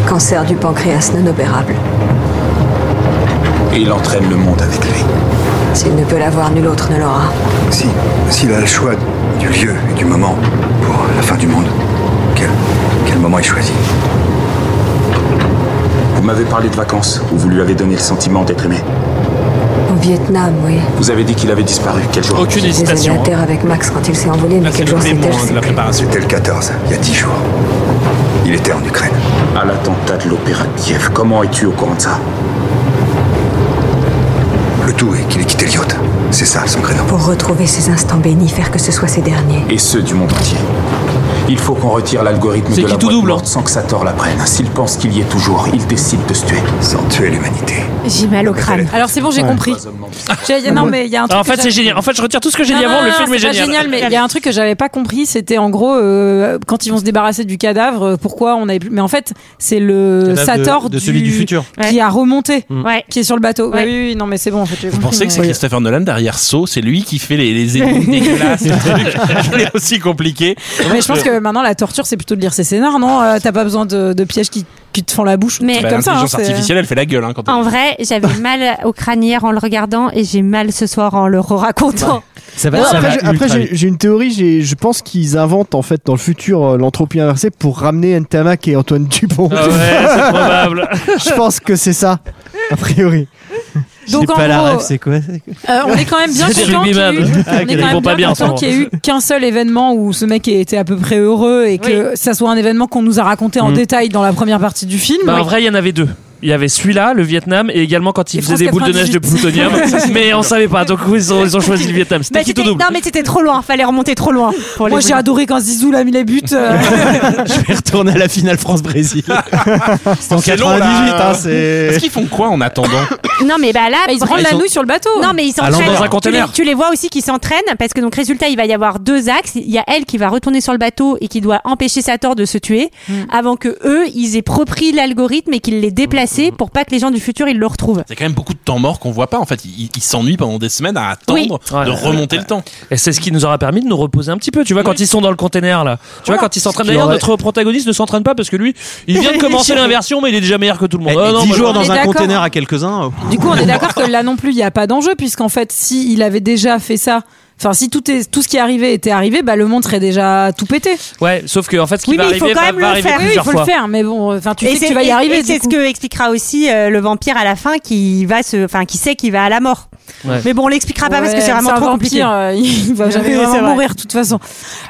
Speaker 11: Cancer du pancréas non opérable.
Speaker 9: Et il entraîne le monde avec lui.
Speaker 11: S'il ne peut l'avoir, nul autre ne l'aura.
Speaker 8: Si, s'il a le choix du lieu et du moment pour la fin du monde, quel, quel moment il choisit
Speaker 9: Vous m'avez parlé de vacances, où vous lui avez donné le sentiment d'être aimé.
Speaker 11: Au Vietnam, oui.
Speaker 9: Vous avez dit qu'il avait disparu. Quel jour
Speaker 2: Aucune
Speaker 11: J'ai désolé
Speaker 2: hésitation.
Speaker 11: à terre avec Max quand il s'est envolé, mais
Speaker 2: Là, c'est
Speaker 11: quel
Speaker 2: le
Speaker 11: jour
Speaker 2: démon
Speaker 11: c'était
Speaker 2: hein, de la préparation.
Speaker 8: C'était le 14, il y a 10 jours. Il était en Ukraine.
Speaker 9: À l'attentat de l'Opéra de Kiev. Comment es-tu au courant de ça
Speaker 8: Le tout est qu'il ait quitté le yacht. C'est ça, son créneau.
Speaker 11: Pour retrouver ces instants bénis, faire que ce soit ces derniers.
Speaker 9: Et ceux du monde entier. Il faut qu'on retire l'algorithme
Speaker 2: C'est
Speaker 9: de la
Speaker 2: qui tout
Speaker 9: boîte
Speaker 2: double, hein.
Speaker 9: morte sans que Sator la prenne. S'il pense qu'il y est toujours, il décide de se tuer.
Speaker 8: Sans tuer l'humanité.
Speaker 4: J'ai mal au crâne.
Speaker 1: [LAUGHS] Alors c'est bon, j'ai
Speaker 4: [LAUGHS]
Speaker 1: compris. J'ai- Non mais il y a un truc
Speaker 5: en fait,
Speaker 1: que
Speaker 5: c'est
Speaker 1: j'avais-
Speaker 5: génial. En fait, je retire tout ce que j'ai dit
Speaker 1: Non,
Speaker 5: avant.
Speaker 1: non,
Speaker 5: Le
Speaker 1: non,
Speaker 5: film est
Speaker 1: c'est pas
Speaker 5: génial. Ah
Speaker 1: mais il y a un truc que j'avais pas compris, c'était en gros euh, quand ils vont se débarrasser du cadavre, euh, pourquoi on avait plus. Mais en fait, c'est le
Speaker 3: Cadavre de-
Speaker 1: Sator
Speaker 3: de celui du futur.
Speaker 1: qui a remonté,
Speaker 4: Ouais.
Speaker 1: qui est sur le bateau.
Speaker 4: Ouais.
Speaker 1: Bah oui, oui, non mais c'est bon. En fait, j'ai
Speaker 2: Vous
Speaker 1: compris,
Speaker 2: pensez que c'est
Speaker 1: mais-
Speaker 2: Christopher Nolan derrière Saw, c'est lui qui fait les, les
Speaker 1: [LAUGHS]
Speaker 2: énigmes dégueulasses, les trucs. [LAUGHS] Je l'ai aussi compliqué.
Speaker 1: Mais je pense que maintenant la torture, c'est plutôt de lire ses scénars, non Euh, T'as pas besoin de, de pièges qui, qui te font la bouche,
Speaker 4: Mais-
Speaker 1: mais
Speaker 2: Bah,
Speaker 1: comme ça. hein,
Speaker 2: L'intelligence
Speaker 1: c'est- Ah,
Speaker 2: artificielle, elle fait la gueule hein, quand on-
Speaker 4: En vrai, j'avais mal au crâne hier en le regardant et j'ai mal ce soir en le racontant.
Speaker 3: Ça va,
Speaker 7: Non,
Speaker 3: ça
Speaker 7: après,
Speaker 3: va
Speaker 7: j'ai-
Speaker 3: ultra
Speaker 7: après,
Speaker 3: vite.
Speaker 7: j'ai- j'ai une théorie. j'ai- Je pense qu'ils inventent en fait dans le futur euh, l'entropie inversée pour ramener Ntamak et Antoine Dupont.
Speaker 5: Ah ouais, c'est probable.
Speaker 7: [LAUGHS] je pense que c'est ça, a priori.
Speaker 1: Donc en gros,
Speaker 3: c'est quoi
Speaker 1: euh, on est quand même bien
Speaker 5: C'est des
Speaker 1: content qu'il y ait eu,
Speaker 5: rugbyman.
Speaker 1: on est
Speaker 5: qui
Speaker 1: quand
Speaker 5: vont
Speaker 1: même
Speaker 5: pas bien
Speaker 1: bien
Speaker 5: en ce
Speaker 1: content
Speaker 5: moment.
Speaker 1: qu'il y ait eu qu'un seul événement où ce mec ait été à peu près heureux et que ça soit un événement qu'on nous a raconté en
Speaker 5: Mm.
Speaker 1: détail dans la première partie du film.
Speaker 5: Bah, en vrai, il y en avait deux. Il y avait celui-là, le Vietnam, et également quand ils
Speaker 1: Et
Speaker 5: faisaient
Speaker 1: France
Speaker 5: des boules de neige de
Speaker 1: 98.
Speaker 5: plutonium. mais on savait pas, donc ils ont, ils ont choisi le Vietnam. C'était
Speaker 4: Mais
Speaker 5: qui tout
Speaker 4: c'était-
Speaker 5: double
Speaker 4: non, mais c'était trop loin, fallait remonter trop loin. Pour les
Speaker 1: Moi j'ai
Speaker 4: boules.
Speaker 1: adoré quand Zizou l'a mis les buts. [LAUGHS] euh,
Speaker 3: Je vais retourner à la finale [LAUGHS] France-Brésil. C'est en
Speaker 2: C'est
Speaker 3: 98,
Speaker 2: long, là.
Speaker 3: hein, c'est.
Speaker 2: Parce qu'ils font quoi en attendant
Speaker 4: Non, mais bah là,
Speaker 1: ils se rendent la nouille sur le bateau.
Speaker 4: Non, mais ils s'entraînent.
Speaker 5: dans un
Speaker 4: Tu les-
Speaker 5: conteneur.
Speaker 4: Tu les vois aussi qui s'entraînent parce que donc résultat, il va y avoir deux axes. Il y a elle qui va retourner sur le bateau et qui doit empêcher Sator de se tuer
Speaker 1: Hmm.
Speaker 4: avant que eux, ils aient repris l'algorithme et qu'ils l'aient déplacé pour pas que les gens du futur ils le retrouvent.
Speaker 2: C'est quand même beaucoup de temps mort qu'on voit pas. En fait, ils ils s'ennuient pendant des semaines à attendre
Speaker 5: Ouais,
Speaker 2: de
Speaker 5: ouais,
Speaker 2: remonter le temps.
Speaker 5: Et c'est ce qui nous aura permis de nous reposer un petit peu. Tu vois, quand ils sont dans le container, là. Tu vois, quand ils s'entraînent.
Speaker 3: Ce qui
Speaker 5: D'ailleurs,
Speaker 3: aurait-
Speaker 5: notre protagoniste ne s'entraîne pas parce que lui, il vient de commencer l'inversion, mais il est déjà meilleur que tout
Speaker 4: Eh,
Speaker 5: le monde. Ah, non, bah,
Speaker 3: 10 Eh, jours
Speaker 1: on est
Speaker 3: dans un
Speaker 1: d'accord.
Speaker 3: container à quelques-uns. oh.
Speaker 1: Du coup, on est d'accord que là non plus, il n'y a pas d'enjeu, puisqu'en fait, si il avait déjà fait ça, enfin, si tout, est, tout ce qui est arrivé était arrivé, bah, le monde serait déjà tout pété.
Speaker 5: Ouais, sauf que en fait, ce qui
Speaker 4: Oui,
Speaker 5: va
Speaker 4: mais il faut
Speaker 5: arriver
Speaker 4: quand
Speaker 5: va,
Speaker 4: même
Speaker 5: va
Speaker 4: le
Speaker 5: arriver
Speaker 4: faire.
Speaker 1: Oui, il
Speaker 5: plusieurs
Speaker 1: faut
Speaker 5: fois.
Speaker 1: le faire, mais bon, enfin, tu
Speaker 4: Et
Speaker 1: sais que
Speaker 4: c'est-
Speaker 1: tu vas
Speaker 4: et-
Speaker 1: y
Speaker 4: et
Speaker 1: arriver. du
Speaker 4: C'est ce
Speaker 1: coup.
Speaker 4: que expliquera aussi euh, le vampire à la fin qui va se, enfin qui sait qu'il va à la mort.
Speaker 5: Ouais.
Speaker 4: Mais bon, on l'expliquera pas Ah, bah, parce que
Speaker 1: Ouais,
Speaker 4: c'est vraiment
Speaker 1: un
Speaker 4: trop
Speaker 1: vampire,
Speaker 4: compliqué.
Speaker 1: euh, il
Speaker 4: [LAUGHS]
Speaker 1: va jamais
Speaker 4: Oui,
Speaker 1: vraiment
Speaker 4: c'est vrai.
Speaker 1: mourir, de toute façon.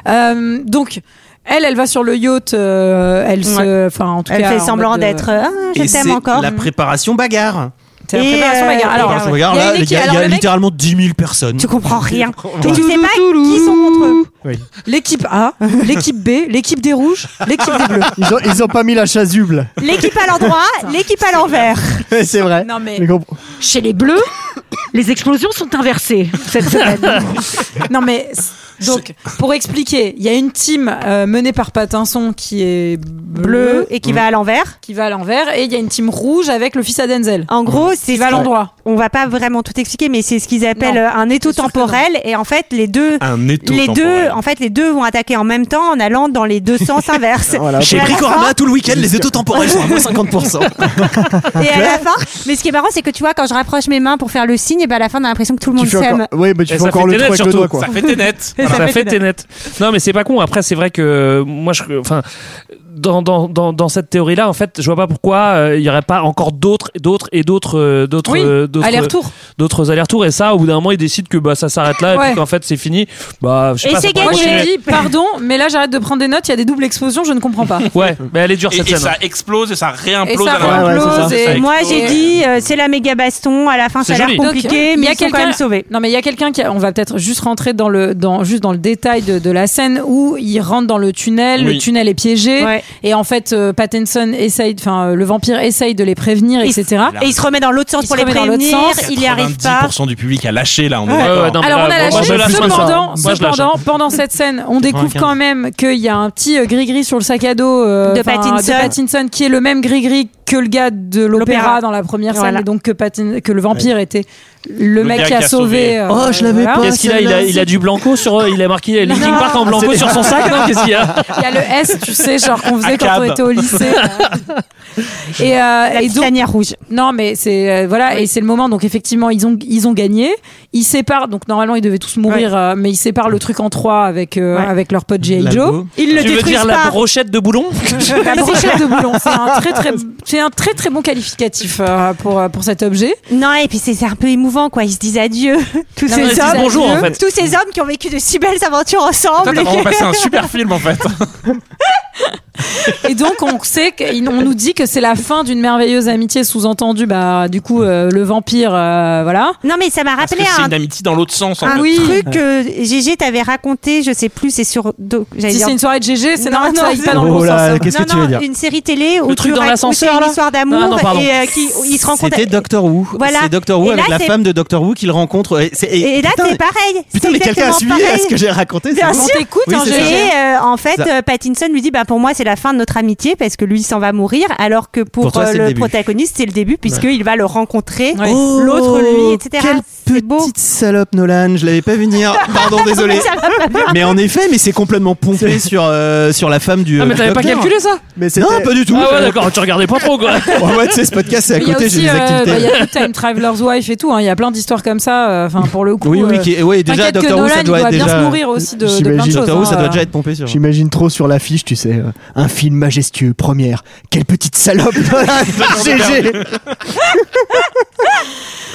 Speaker 1: Euh, donc, elle, elle va sur le yacht, euh, elle se, enfin, en tout
Speaker 4: Elle
Speaker 1: cas,
Speaker 4: fait
Speaker 1: en
Speaker 4: semblant
Speaker 1: mode, euh,
Speaker 4: d'être. Ah, je
Speaker 3: Et c'est
Speaker 4: t'aime encore.
Speaker 3: la préparation bagarre.
Speaker 1: c'est la
Speaker 4: Et,
Speaker 1: préparation
Speaker 4: euh,
Speaker 1: bagarre.
Speaker 4: et
Speaker 1: Alors,
Speaker 4: bagarre, ouais.
Speaker 3: Regarde
Speaker 1: Ah, Il y a une
Speaker 3: là, les
Speaker 1: équipe-
Speaker 3: gars, il y
Speaker 1: alors,
Speaker 3: a
Speaker 1: le mec-
Speaker 3: littéralement 10 000 personnes.
Speaker 4: Tu comprends
Speaker 3: [LAUGHS]
Speaker 4: rien. Et tu sais pas qui sont contre eux.
Speaker 1: l'équipe A, l'équipe B, l'équipe des rouges, l'équipe des bleus.
Speaker 7: Ils ont, ils ont pas mis
Speaker 4: [LAUGHS]
Speaker 7: la chasuble.
Speaker 4: L'équipe à l'endroit, l'équipe à l'envers.
Speaker 7: Mais c'est vrai.
Speaker 1: Non, mais-
Speaker 7: Mais comp-
Speaker 10: Chez les Bleus, [COUGHS] les explosions sont inversées cette semaine.
Speaker 1: [LAUGHS] Non mais c- donc pour expliquer, il y a une team euh, menée par Patinson qui est
Speaker 4: Bleu
Speaker 1: bleu
Speaker 4: et qui va à l'envers.
Speaker 1: qui va à l'envers et il y a une team rouge avec le fils à Denzel
Speaker 4: En gros, c'est
Speaker 1: qui va à l'endroit.
Speaker 4: on va pas vraiment tout expliquer, mais c'est ce qu'ils appellent
Speaker 1: Non.
Speaker 4: euh, un étau
Speaker 1: C'est sûr que
Speaker 4: temporel. Et en fait, les deux,
Speaker 2: Un étau
Speaker 4: les
Speaker 2: temporel.
Speaker 4: deux, en fait, les deux vont attaquer en même temps en allant dans les
Speaker 1: [LAUGHS]
Speaker 4: deux sens inverses.
Speaker 7: Voilà.
Speaker 3: Chez
Speaker 4: Et à la
Speaker 3: Bricorama, tout le week-end, les étaux temporels sont à
Speaker 4: [LAUGHS]
Speaker 3: moins 50%.
Speaker 4: fin- Et à la fin, mais ce qui est marrant, c'est que tu vois, quand je rapproche mes mains pour faire le signe, et ben à la fin, on a l'impression que tout le
Speaker 7: Tu
Speaker 4: monde
Speaker 7: fais
Speaker 4: s'aime.
Speaker 7: encore, ouais, mais tu
Speaker 5: Et
Speaker 7: fais
Speaker 5: ça
Speaker 7: encore
Speaker 5: fait
Speaker 7: le
Speaker 5: des
Speaker 7: trou avec
Speaker 5: lettres,
Speaker 7: le doigt,
Speaker 5: surtout.
Speaker 7: quoi.
Speaker 2: Ça fait tes nets.
Speaker 4: Et ça
Speaker 5: Ça
Speaker 4: fait
Speaker 5: fait
Speaker 4: tes
Speaker 5: tes nets. Non, mais c'est pas con. Après, c'est vrai que euh, moi, je, enfin, dans, dans, dans, dans cette théorie-là, en fait, je vois pas pourquoi euh, il y aurait pas encore d'autres, d'autres et d'autres, euh, d'autres,
Speaker 1: Oui,
Speaker 5: euh, d'autres,
Speaker 1: aller-retour.
Speaker 5: d'autres allers-retours. Et ça, au bout d'un moment, ils décident que bah ça s'arrête là et
Speaker 1: Ouais.
Speaker 5: puis qu'en fait, c'est fini. Bah, je sais
Speaker 4: Et
Speaker 5: pas.
Speaker 4: c'est
Speaker 5: ça pourrait
Speaker 1: Moi
Speaker 4: gagné.
Speaker 5: continuer.
Speaker 1: j'ai dit pardon, mais là j'arrête de prendre des notes, il y a des doubles explosions, je ne comprends pas.
Speaker 5: Ouais, mais elle est dure
Speaker 2: Et,
Speaker 5: cette
Speaker 2: et
Speaker 5: scène. hein.
Speaker 2: ça explose et ça réimplose
Speaker 1: Et ça
Speaker 2: à la-
Speaker 7: réimplose Ouais, ouais,
Speaker 1: c'est et- ça.
Speaker 4: Moi,
Speaker 2: explose.
Speaker 4: j'ai dit, euh, c'est la méga baston. À la fin, ça
Speaker 5: C'est
Speaker 4: a l'air
Speaker 5: joli.
Speaker 4: compliqué,
Speaker 1: Donc, il y
Speaker 4: mais
Speaker 1: a
Speaker 4: ils sont quand
Speaker 1: quelqu'un-
Speaker 4: même sauvés.
Speaker 1: Non mais il y a quelqu'un qui a- on va peut-être juste rentrer dans le dans juste dans le détail de, de la scène où il rentre dans le tunnel,
Speaker 2: Oui.
Speaker 1: le tunnel est piégé
Speaker 4: Ouais.
Speaker 1: et en fait euh, Pattinson essaye enfin euh, le vampire essaye de les prévenir
Speaker 4: Il-
Speaker 1: etc.
Speaker 4: Et il se remet dans l'autre sens
Speaker 1: Il
Speaker 4: pour
Speaker 1: se
Speaker 4: les
Speaker 1: remet dans l'autre
Speaker 4: prévenir.
Speaker 1: sens.
Speaker 4: Il y arrive pas.
Speaker 2: 90% du public a lâché là. On est
Speaker 5: Ouais,
Speaker 2: d'accord.
Speaker 5: ouais, non, mais
Speaker 1: Alors on
Speaker 5: là,
Speaker 1: a
Speaker 5: moi,
Speaker 1: lâché.
Speaker 5: je lâche pas ça.
Speaker 1: Cependant,
Speaker 5: Moi, je lâche.
Speaker 1: cependant, pendant cette scène, on découvre
Speaker 3: 95.
Speaker 1: quand même qu'il y a un petit euh, gris-gris sur le sac à dos euh,
Speaker 4: De
Speaker 1: enfin,
Speaker 4: Pattinson.
Speaker 1: Pattinson, qui est le même gris-gris que le gars de l'opéra
Speaker 4: L'opéra.
Speaker 1: dans la première scène,
Speaker 4: Voilà.
Speaker 1: et donc que, Pattin- que le vampire était le, mec qui a sauvé. euh,
Speaker 3: Oh, je l'avais
Speaker 1: voilà.
Speaker 3: pas.
Speaker 5: Qu'est-ce qu'il a il, a il a du blanco sur. euh, Il a marqué Linkin
Speaker 1: Non.
Speaker 5: Park en blanco
Speaker 3: c'est-
Speaker 5: sur son sac, non Qu'est-ce qu'il y a
Speaker 1: Il y a le S, tu sais, genre qu'on faisait quand
Speaker 2: Acab.
Speaker 1: on était au
Speaker 4: [LAUGHS]
Speaker 1: lycée. et, euh,
Speaker 4: La
Speaker 1: et
Speaker 4: petite
Speaker 1: donc,
Speaker 4: lanière rouge.
Speaker 1: non, mais c'est euh, voilà, et c'est le moment. Donc effectivement, ils ont ils ont gagné. Ils séparent. Donc normalement, ils devaient tous mourir, euh, mais ils séparent le truc en trois avec euh,
Speaker 4: Ouais.
Speaker 1: avec leur pote G.I.
Speaker 3: [LAUGHS]
Speaker 1: Joe.
Speaker 4: Ils le
Speaker 5: Tu veux
Speaker 4: détruisent
Speaker 5: dire la
Speaker 4: pas.
Speaker 5: brochette
Speaker 1: [LAUGHS]
Speaker 5: de boulon
Speaker 1: La brochette de boulon. C'est un très très c'est un très très bon qualificatif euh, pour euh, pour cet objet.
Speaker 4: Non, et puis c'est c'est un peu émouvant, quoi. Ils se disent adieu. [LAUGHS] Tous
Speaker 5: ils se
Speaker 4: ces
Speaker 5: disent
Speaker 4: hommes. Mmh.
Speaker 5: bonjour, en fait.
Speaker 4: Tous ces hommes qui ont vécu de si belles aventures
Speaker 2: Putain,
Speaker 4: ensemble.
Speaker 2: T'as vraiment passé un super film en fait.
Speaker 1: Et donc on sait qu'on nous dit que c'est la fin d'une merveilleuse amitié sous-entendue. Bah du coup euh, le vampire euh, voilà.
Speaker 4: Non, mais ça m'a
Speaker 2: Parce que
Speaker 4: rappelé
Speaker 2: c'est
Speaker 4: un Ah
Speaker 2: une amitié dans l'autre sens en
Speaker 4: un
Speaker 2: fait.
Speaker 4: truc que Gégé t'avait raconté, je sais plus, c'est sur. do- j'allais
Speaker 1: Si
Speaker 4: dire-
Speaker 1: c'est une soirée de GG, c'est
Speaker 4: Non,
Speaker 1: normal que ça
Speaker 4: non.
Speaker 1: aille pas dans le
Speaker 7: Oh
Speaker 1: bon
Speaker 7: là,
Speaker 1: sens.
Speaker 7: qu'est-ce
Speaker 4: non,
Speaker 7: que tu
Speaker 4: non,
Speaker 7: veux dire
Speaker 4: une série télé où
Speaker 5: Le truc
Speaker 4: tu
Speaker 5: dans
Speaker 4: rac- où
Speaker 5: l'ascenseur,
Speaker 4: c'est une
Speaker 5: là
Speaker 4: histoire d'amour
Speaker 5: Ah non, pardon.
Speaker 4: et euh, qui, où ils se rencontrent.
Speaker 3: C'était Doctor Who.
Speaker 4: Voilà.
Speaker 3: C'est Doctor Who
Speaker 4: Et
Speaker 3: avec
Speaker 4: là,
Speaker 3: la
Speaker 4: c'est-
Speaker 3: femme de Doctor Who qu'il rencontre. Et, c'est- et-
Speaker 4: Et là,
Speaker 3: putain,
Speaker 4: c'est pareil.
Speaker 3: Putain,
Speaker 4: C'est
Speaker 3: mais quelqu'un a
Speaker 4: exactement
Speaker 3: suivi à
Speaker 4: pareil.
Speaker 3: ce que j'ai raconté.
Speaker 4: Bien
Speaker 3: c'est
Speaker 1: On
Speaker 4: sûr.
Speaker 1: t'écoute,
Speaker 3: Oui,
Speaker 1: hein,
Speaker 3: c'est
Speaker 1: GG.
Speaker 4: Et euh, en fait,
Speaker 3: Ça-
Speaker 4: euh, Pattinson lui dit bah, Pour moi, c'est la fin de notre amitié parce que lui il s'en va mourir, alors que pour,
Speaker 3: Pour toi,
Speaker 4: euh,
Speaker 3: c'est le
Speaker 4: le,
Speaker 3: début.
Speaker 4: protagoniste, c'est le début, puisqu'il va le rencontrer,
Speaker 1: Ouais.
Speaker 4: l'autre, lui, etc.
Speaker 3: Oh, Quelle
Speaker 4: C'est beau.
Speaker 3: petite salope, Nolan. Je l'avais pas
Speaker 4: [LAUGHS]
Speaker 3: vu venir. Pardon, Oh, désolé. mais en effet, mais c'est complètement pompé sur, euh, sur la femme du.
Speaker 5: Ah, mais
Speaker 3: euh,
Speaker 5: t'avais pas
Speaker 3: docteur.
Speaker 5: calculé ça
Speaker 7: Mais c'était-
Speaker 3: Non, pas du tout.
Speaker 5: Ah ouais, d'accord, tu regardais pas
Speaker 1: [LAUGHS]
Speaker 5: trop, quoi.
Speaker 3: Oh, ouais, tu sais, ce podcast, c'est à
Speaker 1: Mais Il y a
Speaker 3: côté, j'ai
Speaker 1: aussi,
Speaker 3: des
Speaker 1: euh,
Speaker 3: activités.
Speaker 1: bah, il y a tout Time Traveler's Wife et tout. hein. Il y a plein d'histoires comme ça. euh, Enfin, pour le coup.
Speaker 3: oui, oui,
Speaker 1: euh,
Speaker 3: qui est- ouais, déjà,
Speaker 1: t'inquiète que
Speaker 3: Doctor Who,
Speaker 1: Nolan,
Speaker 3: ça doit
Speaker 1: il
Speaker 3: être
Speaker 1: doit bien se
Speaker 3: déjà.
Speaker 1: mourir aussi de, de
Speaker 7: J'imagine
Speaker 1: plein de choses.
Speaker 3: Doctor Who,
Speaker 1: hein.
Speaker 3: ça doit déjà être pompé sur.
Speaker 7: J'imagine trop sur l'affiche, tu sais, euh, un film majestueux, première. Quelle
Speaker 5: [LAUGHS]
Speaker 7: petite salope Nolan GG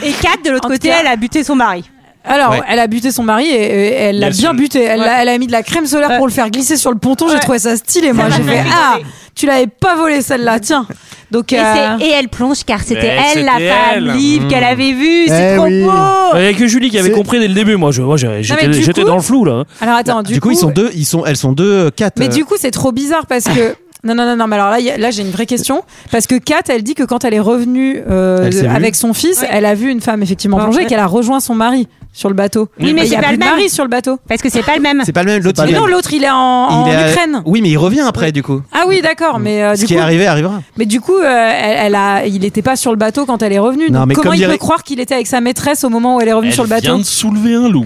Speaker 4: Et Kat, de l'autre
Speaker 1: En tout
Speaker 4: côté,
Speaker 1: cas-
Speaker 4: elle a buté son mari.
Speaker 1: Alors,
Speaker 3: Ouais.
Speaker 1: elle a buté son mari et, et elle l'a
Speaker 2: Elle
Speaker 1: bien
Speaker 2: se-
Speaker 1: buté. Elle, l'a- elle a mis de la crème solaire pour le faire glisser sur le ponton. J'ai
Speaker 4: Ouais.
Speaker 1: trouvé ça stylé. Moi,
Speaker 4: m'a
Speaker 1: j'ai
Speaker 4: fait
Speaker 1: fait
Speaker 4: rigoler.
Speaker 1: ah, tu l'avais pas volé celle-là, tiens. Donc,
Speaker 4: Et,
Speaker 1: euh,
Speaker 4: c'est- et elle plonge car c'était
Speaker 2: Mais
Speaker 4: elle, la
Speaker 2: c'était
Speaker 4: femme
Speaker 2: elle.
Speaker 4: libre
Speaker 3: Mmh.
Speaker 4: qu'elle avait vue. C'est
Speaker 7: Eh
Speaker 4: trop
Speaker 7: oui.
Speaker 4: beau.
Speaker 5: Il y a que Julie qui avait
Speaker 7: C'est-
Speaker 5: compris dès le début. Moi, je- moi, j'ai-
Speaker 1: mais
Speaker 5: j'étais
Speaker 1: du
Speaker 5: j'étais
Speaker 1: coup-
Speaker 5: dans le flou, là. hein.
Speaker 1: alors attends,
Speaker 3: Bah, Du coup, ils sont deux, ils sont, elles sont deux, euh, quatre.
Speaker 1: Mais
Speaker 3: euh,
Speaker 1: du coup, c'est trop bizarre parce
Speaker 3: [LAUGHS]
Speaker 1: que. Non, non, non, non, mais alors là, il y a- là j'ai une vraie question. Parce que Kat, elle dit que quand elle est revenue euh,
Speaker 7: Elle s'est vue.
Speaker 1: avec son fils,
Speaker 4: Ouais.
Speaker 1: elle a vu une femme effectivement plongée et qu'elle a rejoint son mari sur le bateau.
Speaker 4: Oui, mais
Speaker 1: il y
Speaker 4: c'est
Speaker 1: a
Speaker 4: pas
Speaker 1: plus
Speaker 4: le
Speaker 1: de
Speaker 4: même.
Speaker 1: mari sur le bateau.
Speaker 4: Parce que c'est pas le même.
Speaker 3: c'est pas le même, l'autre.
Speaker 1: Mais
Speaker 3: il est-
Speaker 1: non, l'autre, il est en, en
Speaker 3: il est à-
Speaker 1: Ukraine.
Speaker 3: Oui, mais il revient après, du coup.
Speaker 1: Ah oui, d'accord, mais, euh,
Speaker 3: Ce
Speaker 1: du
Speaker 3: qui
Speaker 1: coup,
Speaker 3: est arrivé arrivera.
Speaker 1: mais du coup, euh, elle, elle a, il n'était pas sur le bateau quand elle est revenue.
Speaker 3: Non,
Speaker 1: donc
Speaker 3: mais
Speaker 1: comment
Speaker 3: comme
Speaker 1: il peut
Speaker 3: dirait-
Speaker 1: croire qu'il était avec sa maîtresse au moment où elle est revenue
Speaker 2: Elle
Speaker 1: sur le
Speaker 2: vient
Speaker 1: bateau
Speaker 2: de soulever un loup.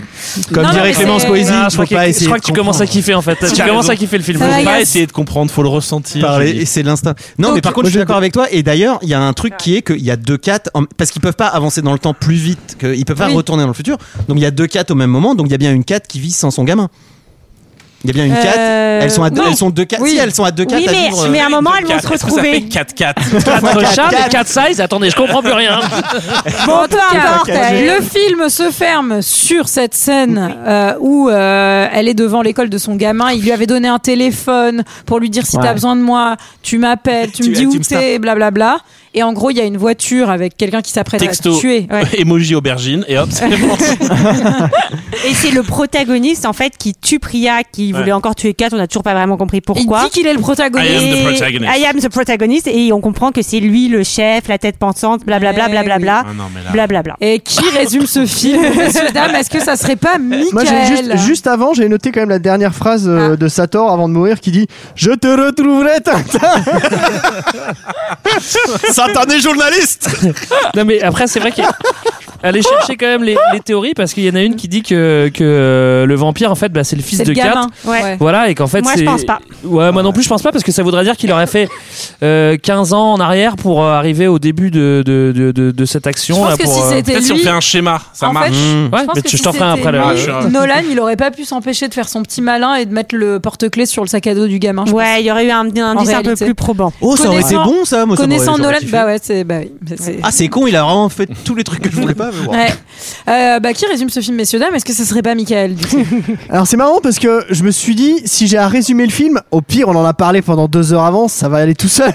Speaker 3: Comme
Speaker 1: non, mais
Speaker 3: dirait Clémence
Speaker 1: c'est-
Speaker 3: Poésie,
Speaker 5: Ah, je,
Speaker 3: faut
Speaker 5: crois
Speaker 3: pas
Speaker 5: que, je
Speaker 3: essayer
Speaker 5: crois
Speaker 3: de
Speaker 5: que tu commences à
Speaker 3: comprendre.
Speaker 5: kiffer en fait. Tu
Speaker 2: T'as
Speaker 5: commences
Speaker 2: raison.
Speaker 5: à kiffer le film.
Speaker 1: Ça va,
Speaker 2: Faut pas
Speaker 1: Yass.
Speaker 2: essayer de comprendre, faut le ressentir.
Speaker 3: parler
Speaker 2: Julie.
Speaker 3: et c'est l'instinct. Non,
Speaker 1: Donc,
Speaker 3: mais par contre,
Speaker 7: moi,
Speaker 3: je suis
Speaker 7: je-
Speaker 3: d'accord avec toi. Et d'ailleurs, il y a un truc qui est qu'il y a deux Cats en- parce qu'ils peuvent pas avancer dans le temps plus vite, que, ils peuvent pas
Speaker 1: Oui.
Speaker 3: retourner dans le futur. Donc il y a deux Cats au même moment. Donc il y a bien une Cat qui vit sans son gamin. Il y a bien une Cat.
Speaker 4: Euh,
Speaker 3: elles sont à deux,
Speaker 4: non.
Speaker 3: elles sont deux Cats.
Speaker 1: Oui.
Speaker 3: Si elles sont à deux Cats
Speaker 4: Oui,
Speaker 3: à
Speaker 4: mais,
Speaker 3: vivre, euh,
Speaker 4: mais à un moment, elles vont se
Speaker 2: Quatre, est-ce que ça fait
Speaker 4: retrouver.
Speaker 2: 4-4
Speaker 5: 4 chats, 4 size. Attendez, je comprends plus rien.
Speaker 1: Bon, peu importe.
Speaker 4: elle-
Speaker 1: Le film se ferme sur cette scène euh, où euh, elle est devant l'école de son gamin. Il lui avait donné un téléphone pour lui dire si t'as besoin de moi, tu m'appelles, tu,
Speaker 2: Tu-
Speaker 1: me dis
Speaker 2: tu
Speaker 1: où
Speaker 2: me
Speaker 1: t'es, blablabla. Et en gros, il y a une voiture avec quelqu'un qui s'apprête à
Speaker 2: Texto.
Speaker 1: se tuer. Ouais.
Speaker 2: [LAUGHS] Emoji aubergine et hop, c'est bon.
Speaker 4: Et c'est le protagoniste, en fait, qui tue Priya, qui
Speaker 2: Ouais.
Speaker 4: voulait encore tuer Kat. On n'a toujours pas vraiment compris
Speaker 1: Il
Speaker 4: pourquoi.
Speaker 1: dit qu'il est le
Speaker 2: I
Speaker 1: protagoniste.
Speaker 2: am the
Speaker 4: Et-
Speaker 2: protagonist.
Speaker 4: I am the protagonist. Et on comprend que c'est lui le chef, la tête pensante, blablabla,
Speaker 1: Eh
Speaker 4: blablabla,
Speaker 2: Ah non, mais là-
Speaker 4: blablabla.
Speaker 1: Et qui résume ce film, messieurs, dames Est-ce que ça serait pas
Speaker 7: Moi, j'ai
Speaker 1: Michael
Speaker 7: juste, juste avant, j'ai noté quand même la dernière phrase euh, de Sator avant de mourir qui dit Je te retrouverai, Tintin
Speaker 3: Satan est journaliste.
Speaker 5: Non mais après c'est
Speaker 1: [LAUGHS]
Speaker 5: vrai qu'aller chercher quand même les, les théories parce qu'il y en a une qui dit que, que le vampire en fait bah, c'est le fils
Speaker 1: C'est
Speaker 5: de
Speaker 1: le
Speaker 5: Kat.
Speaker 1: gamin.
Speaker 4: Ouais.
Speaker 5: Voilà et qu'en fait
Speaker 4: Moi, je
Speaker 5: c'est-
Speaker 4: pense pas.
Speaker 5: Ouais moi non plus je pense pas parce que ça voudrait dire qu'il aurait fait euh, 15 ans en arrière pour euh, arriver au début de, de, de, de, de cette
Speaker 1: Je
Speaker 5: action
Speaker 1: pense
Speaker 5: là,
Speaker 1: que
Speaker 5: pour,
Speaker 1: si
Speaker 5: euh,
Speaker 1: c'était
Speaker 2: Peut-être si on
Speaker 1: lui,
Speaker 2: fait un schéma, ça
Speaker 1: en
Speaker 2: marche.
Speaker 1: fait,
Speaker 3: Mmh.
Speaker 5: Ouais,
Speaker 1: Je pense
Speaker 5: mais
Speaker 1: que
Speaker 5: tu- je
Speaker 1: si
Speaker 5: t'en ferai
Speaker 1: c'était
Speaker 5: après
Speaker 1: lui,
Speaker 5: le-
Speaker 2: je-
Speaker 1: Nolan, il aurait pas pu s'empêcher de faire son petit malin et de mettre le porte-clés sur le sac à dos du gamin. je
Speaker 4: Ouais, il y aurait eu un, un indice un peu
Speaker 1: réalité.
Speaker 4: plus probant.
Speaker 3: Oh, ça aurait été
Speaker 1: Connaissant-
Speaker 3: bon, ça. Moi, ça m'aurait-
Speaker 1: Connaissant
Speaker 3: j'aurais
Speaker 1: Nolan,
Speaker 3: kiffé.
Speaker 1: bah ouais, c'est bah oui, c'est- c'est-
Speaker 3: Ah, c'est con. Il a vraiment fait tous les trucs que je voulais pas. mais bon.
Speaker 1: Ouais. Euh, bah qui résume ce film, messieurs dames Est-ce que ce serait pas Michael du coup
Speaker 7: Alors, c'est marrant parce que je me suis dit Si j'ai à résumer le film, au pire, on en a parlé pendant deux heures avant, ça va aller
Speaker 5: [LAUGHS]
Speaker 7: tout seul.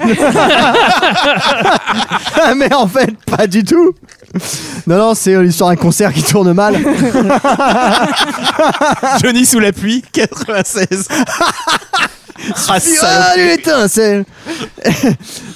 Speaker 7: [LAUGHS] mais en fait, pas du tout. Non, non, c'est euh, l'histoire d'un concert qui tourne mal.
Speaker 3: Johnny sous la pluie, 96. Ah,
Speaker 7: Puis,
Speaker 3: salope.
Speaker 7: ah, l'étincelle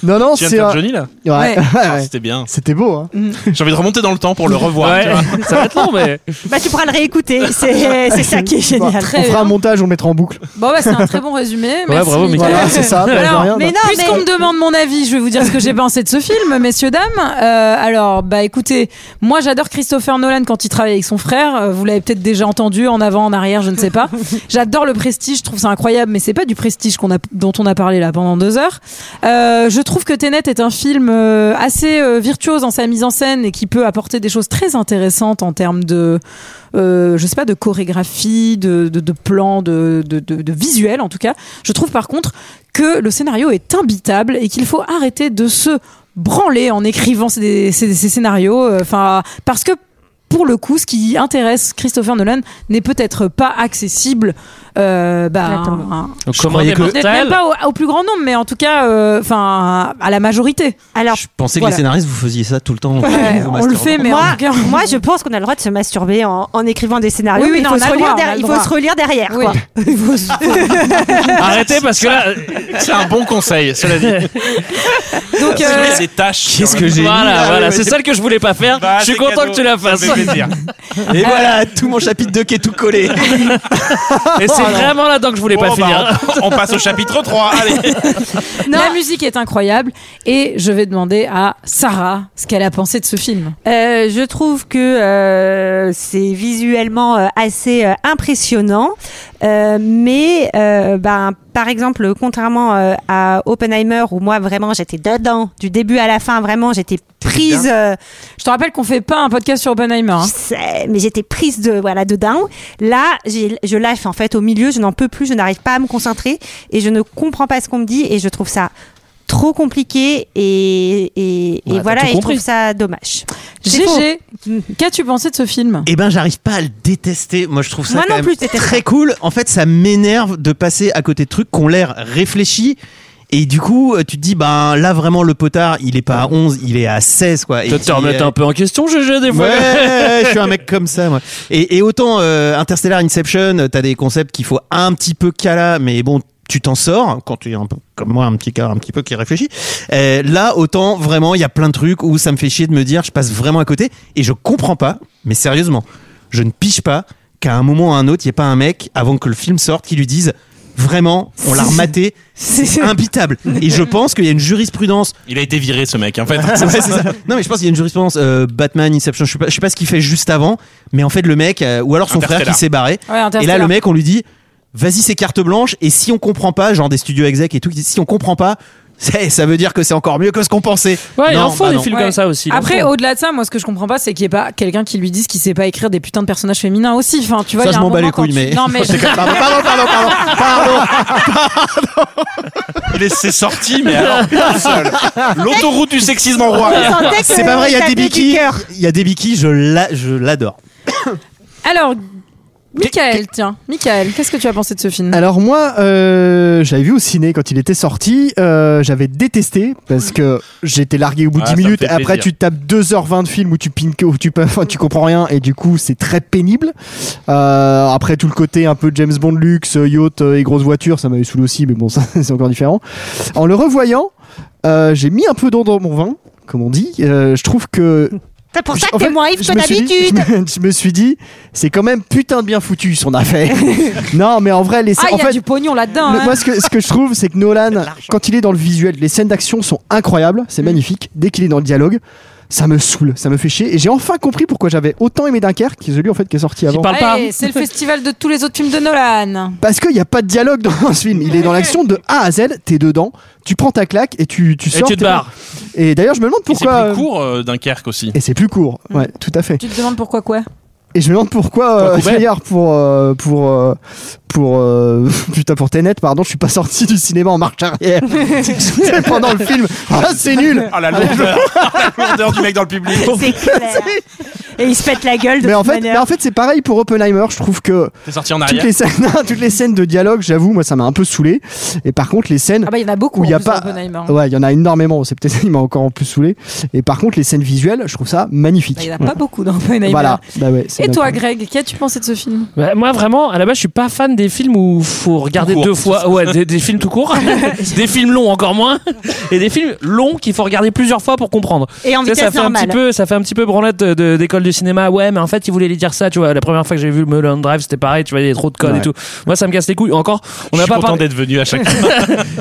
Speaker 7: Non, non, [LAUGHS]
Speaker 2: Tu viens de
Speaker 7: c'est.
Speaker 2: faire
Speaker 7: euh,
Speaker 2: Johnny là
Speaker 7: [LAUGHS] Ouais.
Speaker 2: Ah, C'était bien.
Speaker 7: C'était beau, hein.
Speaker 2: J'ai envie de remonter dans le temps pour le revoir.
Speaker 5: Ouais.
Speaker 2: tu vois.
Speaker 5: [LAUGHS] Ça va être long,
Speaker 1: [LAUGHS]
Speaker 5: mais.
Speaker 4: Bah, tu pourras le réécouter. C'est c'est ça qui est génial.
Speaker 1: Très
Speaker 7: on fera
Speaker 1: bien.
Speaker 7: un montage, on le mettra en boucle.
Speaker 1: Bon, bah, c'est un très bon résumé. Merci,
Speaker 5: bravo, Ah,
Speaker 1: Mickaël.
Speaker 5: Mickaël.
Speaker 7: Voilà,
Speaker 5: [LAUGHS]
Speaker 7: c'est ça. bah,
Speaker 1: Alors,
Speaker 7: de rien,
Speaker 4: mais
Speaker 7: bah.
Speaker 4: non, mais
Speaker 1: Puisqu'on me demande mon avis, je vais vous dire ce que j'ai pensé de ce film, messieurs, dames. Euh, alors, bah écoutez, moi j'adore Christopher Nolan quand il travaille avec son frère. Euh, Vous l'avez peut-être déjà entendu en avant, en arrière, je ne sais
Speaker 4: [LAUGHS]
Speaker 1: pas. J'adore le prestige, je trouve ça incroyable, mais c'est pas du prestige qu'on a, dont on a parlé là pendant deux heures. Euh, je trouve que Tenet est un film euh, assez euh, virtuose en sa mise en scène et qui peut apporter des choses très intéressantes en termes de euh, je sais pas, de chorégraphie, de, de, de plan, de, de, de, de visuel en tout cas. Je trouve par contre que le scénario est imbitable et qu'il faut arrêter de se branler en écrivant ces, ces- ces scénarios. Euh, Enfin, parce que pour le coup, ce qui intéresse Christopher Nolan n'est peut-être pas accessible. euh, bah,
Speaker 10: Attends.
Speaker 1: un-
Speaker 5: Donc,
Speaker 3: comment croyais des que-
Speaker 1: peut-être même pas au, au plus grand nombre, mais en tout cas, euh, enfin, à la majorité. [LAUGHS]
Speaker 4: Alors,
Speaker 3: Je pensais que
Speaker 1: Voilà.
Speaker 3: les scénaristes, vous faisiez ça tout le temps.
Speaker 1: Ouais, on le fait, mais
Speaker 4: moi,
Speaker 1: en tout cas,
Speaker 4: moi, je pense qu'on a le droit de se masturber en, en écrivant des scénarios.
Speaker 1: Oui, oui,
Speaker 4: mais il
Speaker 1: non,
Speaker 4: faut,
Speaker 1: on
Speaker 4: se
Speaker 1: a le
Speaker 4: relire
Speaker 1: droit, on a
Speaker 4: derrière-
Speaker 1: le
Speaker 4: il faut
Speaker 1: droit.
Speaker 4: se relire derrière.
Speaker 1: Oui.
Speaker 4: quoi. Il faut se-
Speaker 5: Arrêtez parce que là.
Speaker 2: [LAUGHS] C'est un bon conseil, cela dit.
Speaker 1: donc, euh,
Speaker 2: Supprimer ces tâches.
Speaker 3: Qu'est-ce que j'ai
Speaker 5: Voilà,
Speaker 2: Ah,
Speaker 5: voilà,
Speaker 2: oui,
Speaker 5: c'est
Speaker 2: oui.
Speaker 5: celle que je voulais pas faire.
Speaker 2: Bah,
Speaker 5: je suis
Speaker 2: c'est
Speaker 5: content
Speaker 2: cadeau.
Speaker 5: que tu la fasses.
Speaker 2: Ça me fait plaisir.
Speaker 3: Et voilà, tout mon chapitre 2 qui est tout collé.
Speaker 5: Et c'est vraiment là-dedans que je voulais pas
Speaker 2: Bon, bah,
Speaker 5: finir.
Speaker 2: on, on passe au chapitre 3. Allez.
Speaker 1: la musique est incroyable et je vais demander à Sarah ce qu'elle a pensé de ce film.
Speaker 4: Euh, je trouve que euh, c'est visuellement euh, assez euh, impressionnant, Euh, mais euh, ben, par exemple, contrairement euh, à Oppenheimer, où moi vraiment j'étais dedans du début à la fin, vraiment j'étais prise, euh,
Speaker 1: Je te rappelle qu'on fait pas un podcast sur Oppenheimer. hein.
Speaker 4: je sais, mais j'étais prise de voilà dedans. Là, j'ai- je lâche en fait au milieu, je n'en peux plus, je n'arrive pas à me concentrer et je ne comprends pas ce qu'on me dit et je trouve ça trop compliqué et, et, et
Speaker 5: Ouais, t'as
Speaker 4: voilà
Speaker 5: tout
Speaker 4: et je
Speaker 5: compris.
Speaker 4: trouve ça dommage. C'est faux.
Speaker 1: GG, qu'as-tu pensé de ce film
Speaker 3: Eh ben, j'arrive pas à le détester. Moi, je trouve ça
Speaker 4: Moi
Speaker 3: quand
Speaker 4: non
Speaker 3: même
Speaker 4: plus, je déteste
Speaker 3: très cool. En fait, ça m'énerve de passer à côté de trucs qui ont l'air réfléchis. Et du coup, euh, tu te dis, ben là, vraiment, le potard, il est pas à 11, il est à 16, quoi. Et
Speaker 5: Peut-être te
Speaker 3: puis,
Speaker 5: remettre
Speaker 3: euh,
Speaker 5: un peu en question, GG, [LAUGHS] des fois.
Speaker 3: Ouais, je suis un mec comme ça, moi. Et, et autant euh, Interstellar, Inception, euh, t'as des concepts qu'il faut un petit peu cala, mais bon, tu t'en sors quand tu es un peu comme moi, un petit cas, un petit peu qui réfléchit. Euh, là, autant vraiment, il y a plein de trucs où ça me fait chier de me dire, je passe vraiment à côté et je comprends pas. Mais sérieusement, je ne pige pas qu'à un moment ou à un autre, il y ait pas un mec avant que le film sorte qui lui dise. Vraiment, on l'a rematé, c'est
Speaker 1: [LAUGHS]
Speaker 3: imbitable. Et je pense qu'il y a une jurisprudence
Speaker 2: Il a été viré, ce mec, en fait.
Speaker 3: [LAUGHS] Ouais, c'est ça. Non, mais je pense qu'il y a une jurisprudence euh, Batman, Inception, je sais, pas, je sais pas ce qu'il fait juste avant, mais en fait, le mec, euh, ou alors son frère qui
Speaker 2: Interstellar.
Speaker 3: s'est barré,
Speaker 1: Ouais,
Speaker 3: et là, le mec, on lui dit, vas-y, c'est carte blanche, et si on comprend pas, genre des studios exec et tout, qui disent, si on comprend pas, [LAUGHS] c'est- ça veut dire que c'est encore mieux que ce qu'on pensait.
Speaker 5: Ouais, il
Speaker 3: Non,
Speaker 5: en faut
Speaker 3: bah
Speaker 5: des
Speaker 3: non.
Speaker 5: films
Speaker 1: Ouais.
Speaker 5: comme ça aussi. il en
Speaker 1: Après,
Speaker 5: faut.
Speaker 1: au-delà de ça, moi, ce que je comprends pas, c'est qu'il n'y ait pas quelqu'un qui lui dise qu'il sait pas écrire des putains de personnages féminins aussi. Enfin, tu vois,
Speaker 3: Ça,
Speaker 1: il y a
Speaker 3: je
Speaker 1: un
Speaker 3: m'en bats
Speaker 1: moment
Speaker 3: les
Speaker 1: quand
Speaker 3: couilles,
Speaker 1: tu-
Speaker 3: mais-
Speaker 1: Non, mais.
Speaker 3: C'est comme- Pardon, pardon, pardon, pardon, pardon.
Speaker 2: Il est- C'est sorti, mais alors, tout seul. L'autoroute du sexisme en roi.
Speaker 4: Je sentais que
Speaker 3: C'est pas vrai, il y a
Speaker 4: ça
Speaker 3: des
Speaker 4: venait du
Speaker 3: bikis.
Speaker 4: cœur.
Speaker 3: Il y a des bikis, je l'a- je l'adore.
Speaker 1: [LAUGHS] Alors, Michael, tiens, Michael, qu'est-ce que tu as pensé de ce film
Speaker 7: Alors moi, euh, j'avais vu au ciné quand il était sorti, euh, j'avais détesté parce que j'étais largué au bout de
Speaker 2: Ah,
Speaker 7: 10
Speaker 2: ça me
Speaker 7: minutes.
Speaker 2: fait
Speaker 7: Après,
Speaker 2: plaisir.
Speaker 7: tu tapes 2h20 de film où tu pinques, où tu, peux- [LAUGHS] enfin, tu comprends rien et du coup, c'est très pénible. Euh, après, tout le côté un peu James Bond luxe, yacht euh, et grosse voiture, ça m'avait saoulé aussi, mais bon, [LAUGHS] ça c'est encore différent. En le revoyant, euh, j'ai mis un peu d'eau dans mon vin, comme on dit. Euh, je trouve que
Speaker 4: C'est pour ça que
Speaker 7: en
Speaker 4: t'es
Speaker 7: fait,
Speaker 4: moins Yves
Speaker 7: je
Speaker 4: que
Speaker 7: me suis dit-
Speaker 4: d'habitude.
Speaker 7: je, me- je me suis dit, c'est quand même putain de bien foutu son
Speaker 4: [LAUGHS]
Speaker 7: affaire. non, mais en vrai, les
Speaker 1: Ah,
Speaker 7: en
Speaker 1: il y a
Speaker 7: fait,
Speaker 1: du pognon là-dedans.
Speaker 7: le-
Speaker 1: hein.
Speaker 7: moi, ce que, ce que je trouve, c'est que Nolan, quand il est dans le visuel, les scènes d'action sont incroyables, c'est magnifique. Dès qu'il est dans le dialogue, ça me saoule, ça me fait chier. Et j'ai enfin compris pourquoi j'avais autant aimé Dunkerque, qui est celui en fait qui est sorti avant.
Speaker 5: parle pas.
Speaker 1: Allez, c'est le festival de tous les autres films de Nolan.
Speaker 7: Parce qu'il n'y a pas de dialogue dans ce film. Il est dans l'action de A à Z, t'es dedans, tu prends ta claque et tu, tu
Speaker 5: Et
Speaker 7: sors.
Speaker 5: tu te
Speaker 7: t'es
Speaker 5: barres.
Speaker 7: bon. Et d'ailleurs, je me demande
Speaker 2: Et C'est
Speaker 7: pourquoi.
Speaker 2: plus court, euh, Dunkerque aussi.
Speaker 7: Et c'est plus court, ouais, tout à fait.
Speaker 1: Tu te demandes pourquoi quoi
Speaker 7: Et je me demande pourquoi euh,
Speaker 5: Pour Coubet.
Speaker 7: d'ailleurs pour euh, pour euh, pour euh, [LAUGHS] putain pour Tenet pardon je suis pas sorti du cinéma en marche arrière [LAUGHS] C'est pendant le film ah c'est nul
Speaker 2: Ah, la lourdeur. la lourdeur du mec dans le public.
Speaker 3: [LAUGHS]
Speaker 4: C'est clair. Et ils se pètent la gueule de
Speaker 7: mais en
Speaker 4: toute
Speaker 7: fait mais
Speaker 4: manière.
Speaker 7: en fait c'est pareil pour Oppenheimer je trouve que
Speaker 2: C'est sorti en
Speaker 7: toutes
Speaker 2: arrière.
Speaker 7: les scènes [LAUGHS] toutes les scènes de dialogue j'avoue moi ça m'a un peu saoulé et par contre les scènes
Speaker 1: Ah bah il y en a beaucoup.
Speaker 7: Où il y a
Speaker 1: en plus,
Speaker 7: pas-
Speaker 1: dans Oppenheimer. Bah, Il
Speaker 7: ouais il y en a énormément c'est peut-être il m'a encore en plus saoulé et par contre les scènes visuelles je trouve ça magnifique
Speaker 1: y en a pas beaucoup dans Oppenheimer.
Speaker 7: voilà bah ouais, c'est
Speaker 1: Et
Speaker 7: d'accord.
Speaker 1: toi, Greg, qu'as-tu pensé de ce film
Speaker 5: Bah, moi, vraiment, à la base, je suis pas fan des films où faut regarder
Speaker 2: court. [LAUGHS]
Speaker 5: deux fois, ouais, des, des films tout
Speaker 1: [LAUGHS]
Speaker 5: courts, des films longs encore moins, et des films longs qu'il faut regarder plusieurs fois pour comprendre.
Speaker 4: Et en
Speaker 5: Tu sais, ça
Speaker 4: vitesse
Speaker 5: fait un petit
Speaker 4: normale.
Speaker 5: peu, ça fait un petit peu branlette de- de- d'école du cinéma. Ouais, mais en fait, ils voulaient les dire ça. Tu vois, la première fois que j'ai vu Mulholland Drive, c'était pareil. Tu vois, il y a trop de codes
Speaker 2: Ouais.
Speaker 5: et tout. Moi, ça me casse les couilles. Encore, on
Speaker 2: Je
Speaker 5: n'a
Speaker 2: suis
Speaker 5: pas
Speaker 2: content
Speaker 5: parlé.
Speaker 2: d'être venu à chaque fois.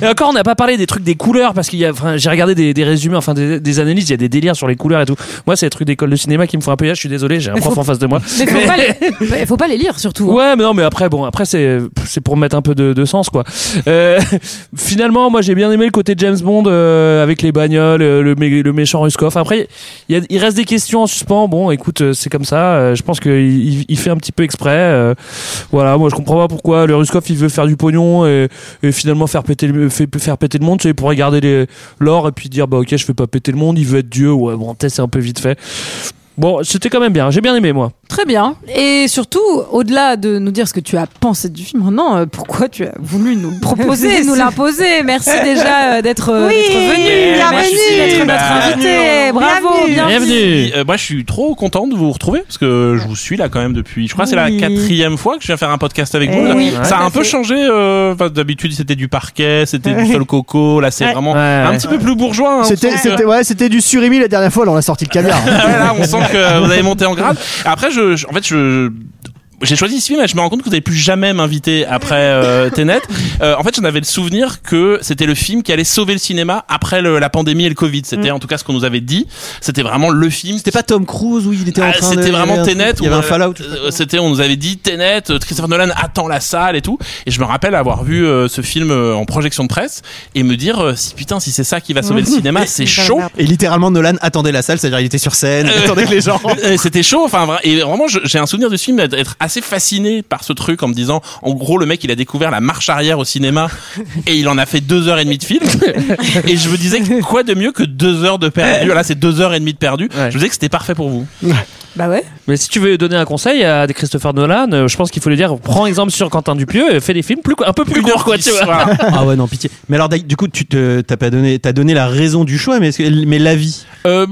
Speaker 5: Et encore, on n'a pas parlé des trucs des couleurs parce qu'il y a, enfin, j'ai regardé des, des résumés, enfin des, des analyses, il y a des délires sur les couleurs et tout. Moi, c'est des trucs d'école de cinéma qui me font un peu rire. Je suis désolé, j'ai un
Speaker 1: Mais
Speaker 5: prof
Speaker 1: faut-
Speaker 5: en face de moi.
Speaker 1: Mais faut
Speaker 5: [LAUGHS] Mais-
Speaker 1: pas les- bah, faut pas les lire surtout. hein.
Speaker 5: Ouais, mais non, mais après, bon, après, c'est, c'est pour mettre un peu de, de sens, quoi. Euh, [LAUGHS] finalement, moi, j'ai bien aimé le côté James Bond euh, avec les bagnoles, euh, le, mé- le méchant Ruskov. Après, il y a- il reste des questions en suspens. Bon, écoute, euh, c'est comme ça. Euh, je pense qu'il il- il fait un petit peu exprès. Euh, voilà, moi, je comprends pas pourquoi le Ruskov, il veut faire du pognon et, et finalement faire péter le, fait- faire péter le monde, c'est pour regarder les- l'or et puis dire, bah, ok, je fais pas péter le monde, il veut être Dieu. Ouais, bon, peut-être c'est un peu vite fait. Bon, c'était quand même bien. J'ai bien aimé, moi.
Speaker 1: Très bien. Et surtout, au-delà de nous dire ce que tu as pensé du film, maintenant, euh, pourquoi tu as voulu
Speaker 4: [LAUGHS]
Speaker 1: nous le proposer, nous l'imposer Merci déjà euh, d'être euh,
Speaker 4: Oui,
Speaker 1: d'être venu.
Speaker 4: bienvenue.
Speaker 1: Merci d'être notre
Speaker 2: Bah,
Speaker 1: invité. Bravo,
Speaker 4: Bienvenue.
Speaker 1: bienvenue.
Speaker 2: Et, euh, moi, je suis trop content de vous retrouver parce que je vous suis là quand même depuis. Je crois que c'est la
Speaker 4: Oui.
Speaker 2: quatrième fois que je viens faire un podcast avec
Speaker 4: Eh
Speaker 2: vous. là.
Speaker 4: oui,
Speaker 2: ça
Speaker 4: tout
Speaker 2: a
Speaker 4: à
Speaker 2: un peu
Speaker 4: fait.
Speaker 2: changé. euh, enfin, D'habitude, c'était du parquet, c'était du sol coco. Là, c'est
Speaker 4: Ouais.
Speaker 2: vraiment
Speaker 5: Ouais,
Speaker 2: un
Speaker 3: Euh,
Speaker 5: ouais.
Speaker 2: petit peu plus bourgeois. hein, on
Speaker 7: C'était,
Speaker 2: sent que-
Speaker 7: c'était, ouais, c'était du surimi la dernière fois, là on a sorti le
Speaker 1: [LAUGHS]
Speaker 7: caviar.
Speaker 2: Ah [LAUGHS] ouais, là, on sent que vous avez monté en grade. Après, je, je- en fait, je. J'ai choisi ce film et je me rends compte que vous n'allez plus jamais m'inviter après euh, Tenet. Euh, en fait, j'en avais le souvenir que c'était le film qui allait sauver le cinéma après le- la pandémie et le Covid. C'était en tout cas ce qu'on nous avait dit. C'était vraiment le film.
Speaker 3: Mm. C'était pas Tom Cruise où il était en
Speaker 2: Ah,
Speaker 3: train de-
Speaker 2: C'était vraiment Tenet.
Speaker 3: Il y avait
Speaker 2: où, euh,
Speaker 3: un Fallout.
Speaker 2: euh, C'était, on nous avait dit Tenet, euh, Christopher Nolan attend la salle et tout. Et je me rappelle avoir vu euh, ce film euh, en projection de presse et me dire euh, si putain, si c'est ça qui va
Speaker 3: [LAUGHS]
Speaker 2: sauver le cinéma, c'est chaud.
Speaker 3: Et littéralement, Nolan attendait la salle, c'est-à-dire il était sur [LAUGHS] scène, il attendait que les gens.
Speaker 2: Euh, C'était chaud, enfin, vra- et vraiment, je- j'ai un souvenir de ce film d'être- d'être assez fasciné par ce truc en me disant, en gros, le mec, il a découvert la marche arrière au cinéma et il en a fait deux heures et demie de film. et je me disais, que quoi de mieux que deux heures de perdu Là, c'est deux heures et demie de perdu.
Speaker 5: Ouais.
Speaker 2: Je me disais que c'était parfait pour vous.
Speaker 1: Bah ouais.
Speaker 5: Mais si tu veux donner un conseil à des Christopher Nolan, euh, je pense qu'il faut lui dire prends exemple sur Quentin Dupieux, et fais des films plus, un peu plus
Speaker 2: Une heure
Speaker 5: courts, quoi,
Speaker 2: dix,
Speaker 5: tu vois.
Speaker 2: voilà.
Speaker 3: ah ouais, non, pitié. Mais alors, d'ailleurs, du coup, tu te, t'as pas donné, t'as donné la raison du choix, mais, est-ce que- mais l'avis.
Speaker 2: Euh,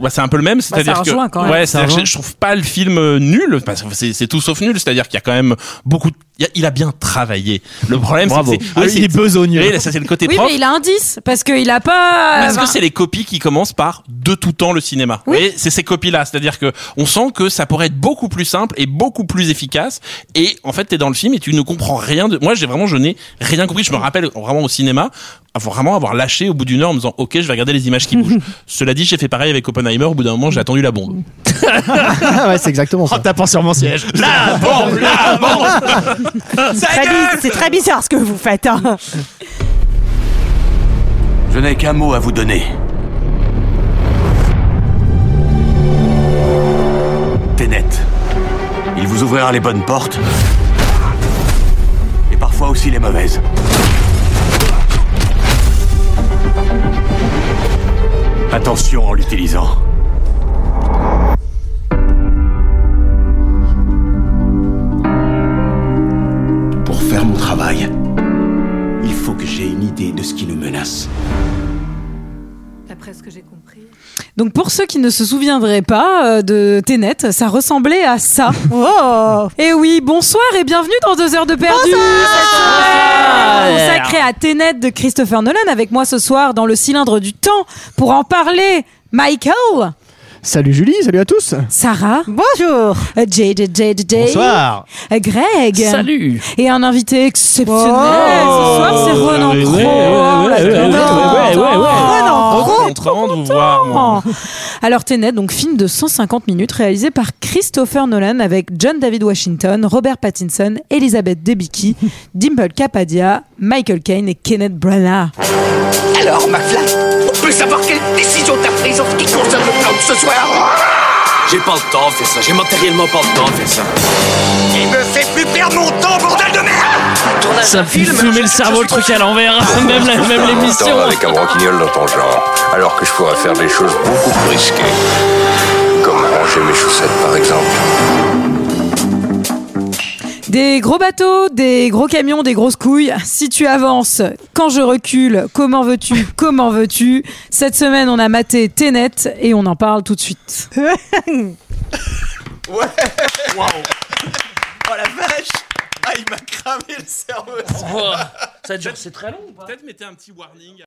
Speaker 2: bah, c'est un peu le même, c'est-à-dire que
Speaker 1: rejoint quand même.
Speaker 2: ouais, c'est-à-dire que
Speaker 3: rejoint.
Speaker 2: je, je trouve pas le film euh, nul, parce que c'est c'est tout sauf nul, c'est-à-dire qu'il y a quand même beaucoup, de- il y a- il a bien travaillé. Le problème, c'est que
Speaker 5: Bravo.
Speaker 2: c'est-
Speaker 3: Ah
Speaker 2: oui,
Speaker 3: oui, il est besogneux.
Speaker 2: oui, là, ça c'est le côté
Speaker 1: Oui,
Speaker 2: propre.
Speaker 1: mais il a un 10 parce qu'il a
Speaker 5: Ah,
Speaker 1: pas.
Speaker 5: bah.
Speaker 2: Parce que
Speaker 1: enfin,
Speaker 2: c'est les copies qui commencent par de tout temps le cinéma.
Speaker 1: Oui.
Speaker 2: Vous voyez, c'est ces copies-là. C'est-à-dire que on sent que ça pourrait être beaucoup plus simple et beaucoup plus efficace. Et en fait, t'es dans le film et tu ne comprends rien de. Moi, j'ai vraiment, je n'ai rien compris. Je me rappelle vraiment au cinéma avoir- vraiment avoir lâché au bout d'une heure en me disant ok je vais regarder les images qui bougent
Speaker 5: [LAUGHS]
Speaker 2: cela dit j'ai fait pareil avec Oppenheimer au bout d'un moment j'ai attendu la bombe
Speaker 7: Ah ouais, c'est exactement ça.
Speaker 3: t'as pas sur mon siège.
Speaker 2: la bombe la bombe
Speaker 4: Très bi- C'est très bizarre ce que vous faites. hein.
Speaker 9: Je n'ai qu'un mot à vous donner. Ténet. Il vous ouvrira les bonnes portes. Et parfois aussi les mauvaises. Attention en l'utilisant. Pour faire mon travail, il faut que j'ai une idée de ce qui nous menace.
Speaker 11: D'après ce que j'ai compris.
Speaker 1: Donc pour ceux qui ne se souviendraient pas euh, de Tenet, ça ressemblait à ça.
Speaker 4: Oh
Speaker 1: Et oui, bonsoir et bienvenue dans deux heures de perdu. Cette semaine consacrée à Tenet de Christopher Nolan avec moi ce soir dans le cylindre du temps pour en parler. Michael,
Speaker 7: Salut Julie, salut à tous.
Speaker 1: Sarah,
Speaker 4: Bonjour
Speaker 1: euh, JJ, JJ,
Speaker 3: Bonsoir.
Speaker 1: euh, Greg
Speaker 5: Salut
Speaker 1: et un invité exceptionnel. ce soir, c'est Renan
Speaker 2: Ouais,
Speaker 1: Cro.
Speaker 2: ouais,
Speaker 1: Oh, la
Speaker 5: ouais, ouais,
Speaker 1: présence.
Speaker 5: ouais, ouais, ouais, ouais.
Speaker 1: Renan
Speaker 2: Trop
Speaker 1: Cro.
Speaker 2: content de vous voir moi.
Speaker 1: Oh. Alors Tenet, donc film de 150 minutes réalisé par Christopher Nolan avec John David Washington, Robert Pattinson, Elizabeth Debicki, Dimple Kapadia, Michael Caine et Kenneth Branagh.
Speaker 9: Alors, McFly, on peut savoir quelle décision t'as prise en ce qui concerne le plan de ce soir J'ai pas le temps de faire ça, j'ai matériellement pas le temps de faire ça. Il me fait plus perdre mon temps, bordel de merde Tournage
Speaker 5: Ça
Speaker 9: d'un
Speaker 5: me fait fumer le cerveau, le truc à l'envers, hein. même la- même l'émission.
Speaker 9: avec un broquignol dans ton genre, alors que je pourrais faire des choses beaucoup plus risquées. Comme ranger mes chaussettes, par exemple.
Speaker 1: Des gros bateaux, des gros camions, des grosses couilles. Si tu avances, quand je recule, comment veux-tu Comment veux-tu Cette semaine, on a maté Tenet et on en parle tout de suite.
Speaker 9: Ouais Waouh Oh la vache
Speaker 12: il m'a cramé le cerveau.
Speaker 13: Oh, ça dure, c'est très long.
Speaker 5: Peut-être mettez un petit warning.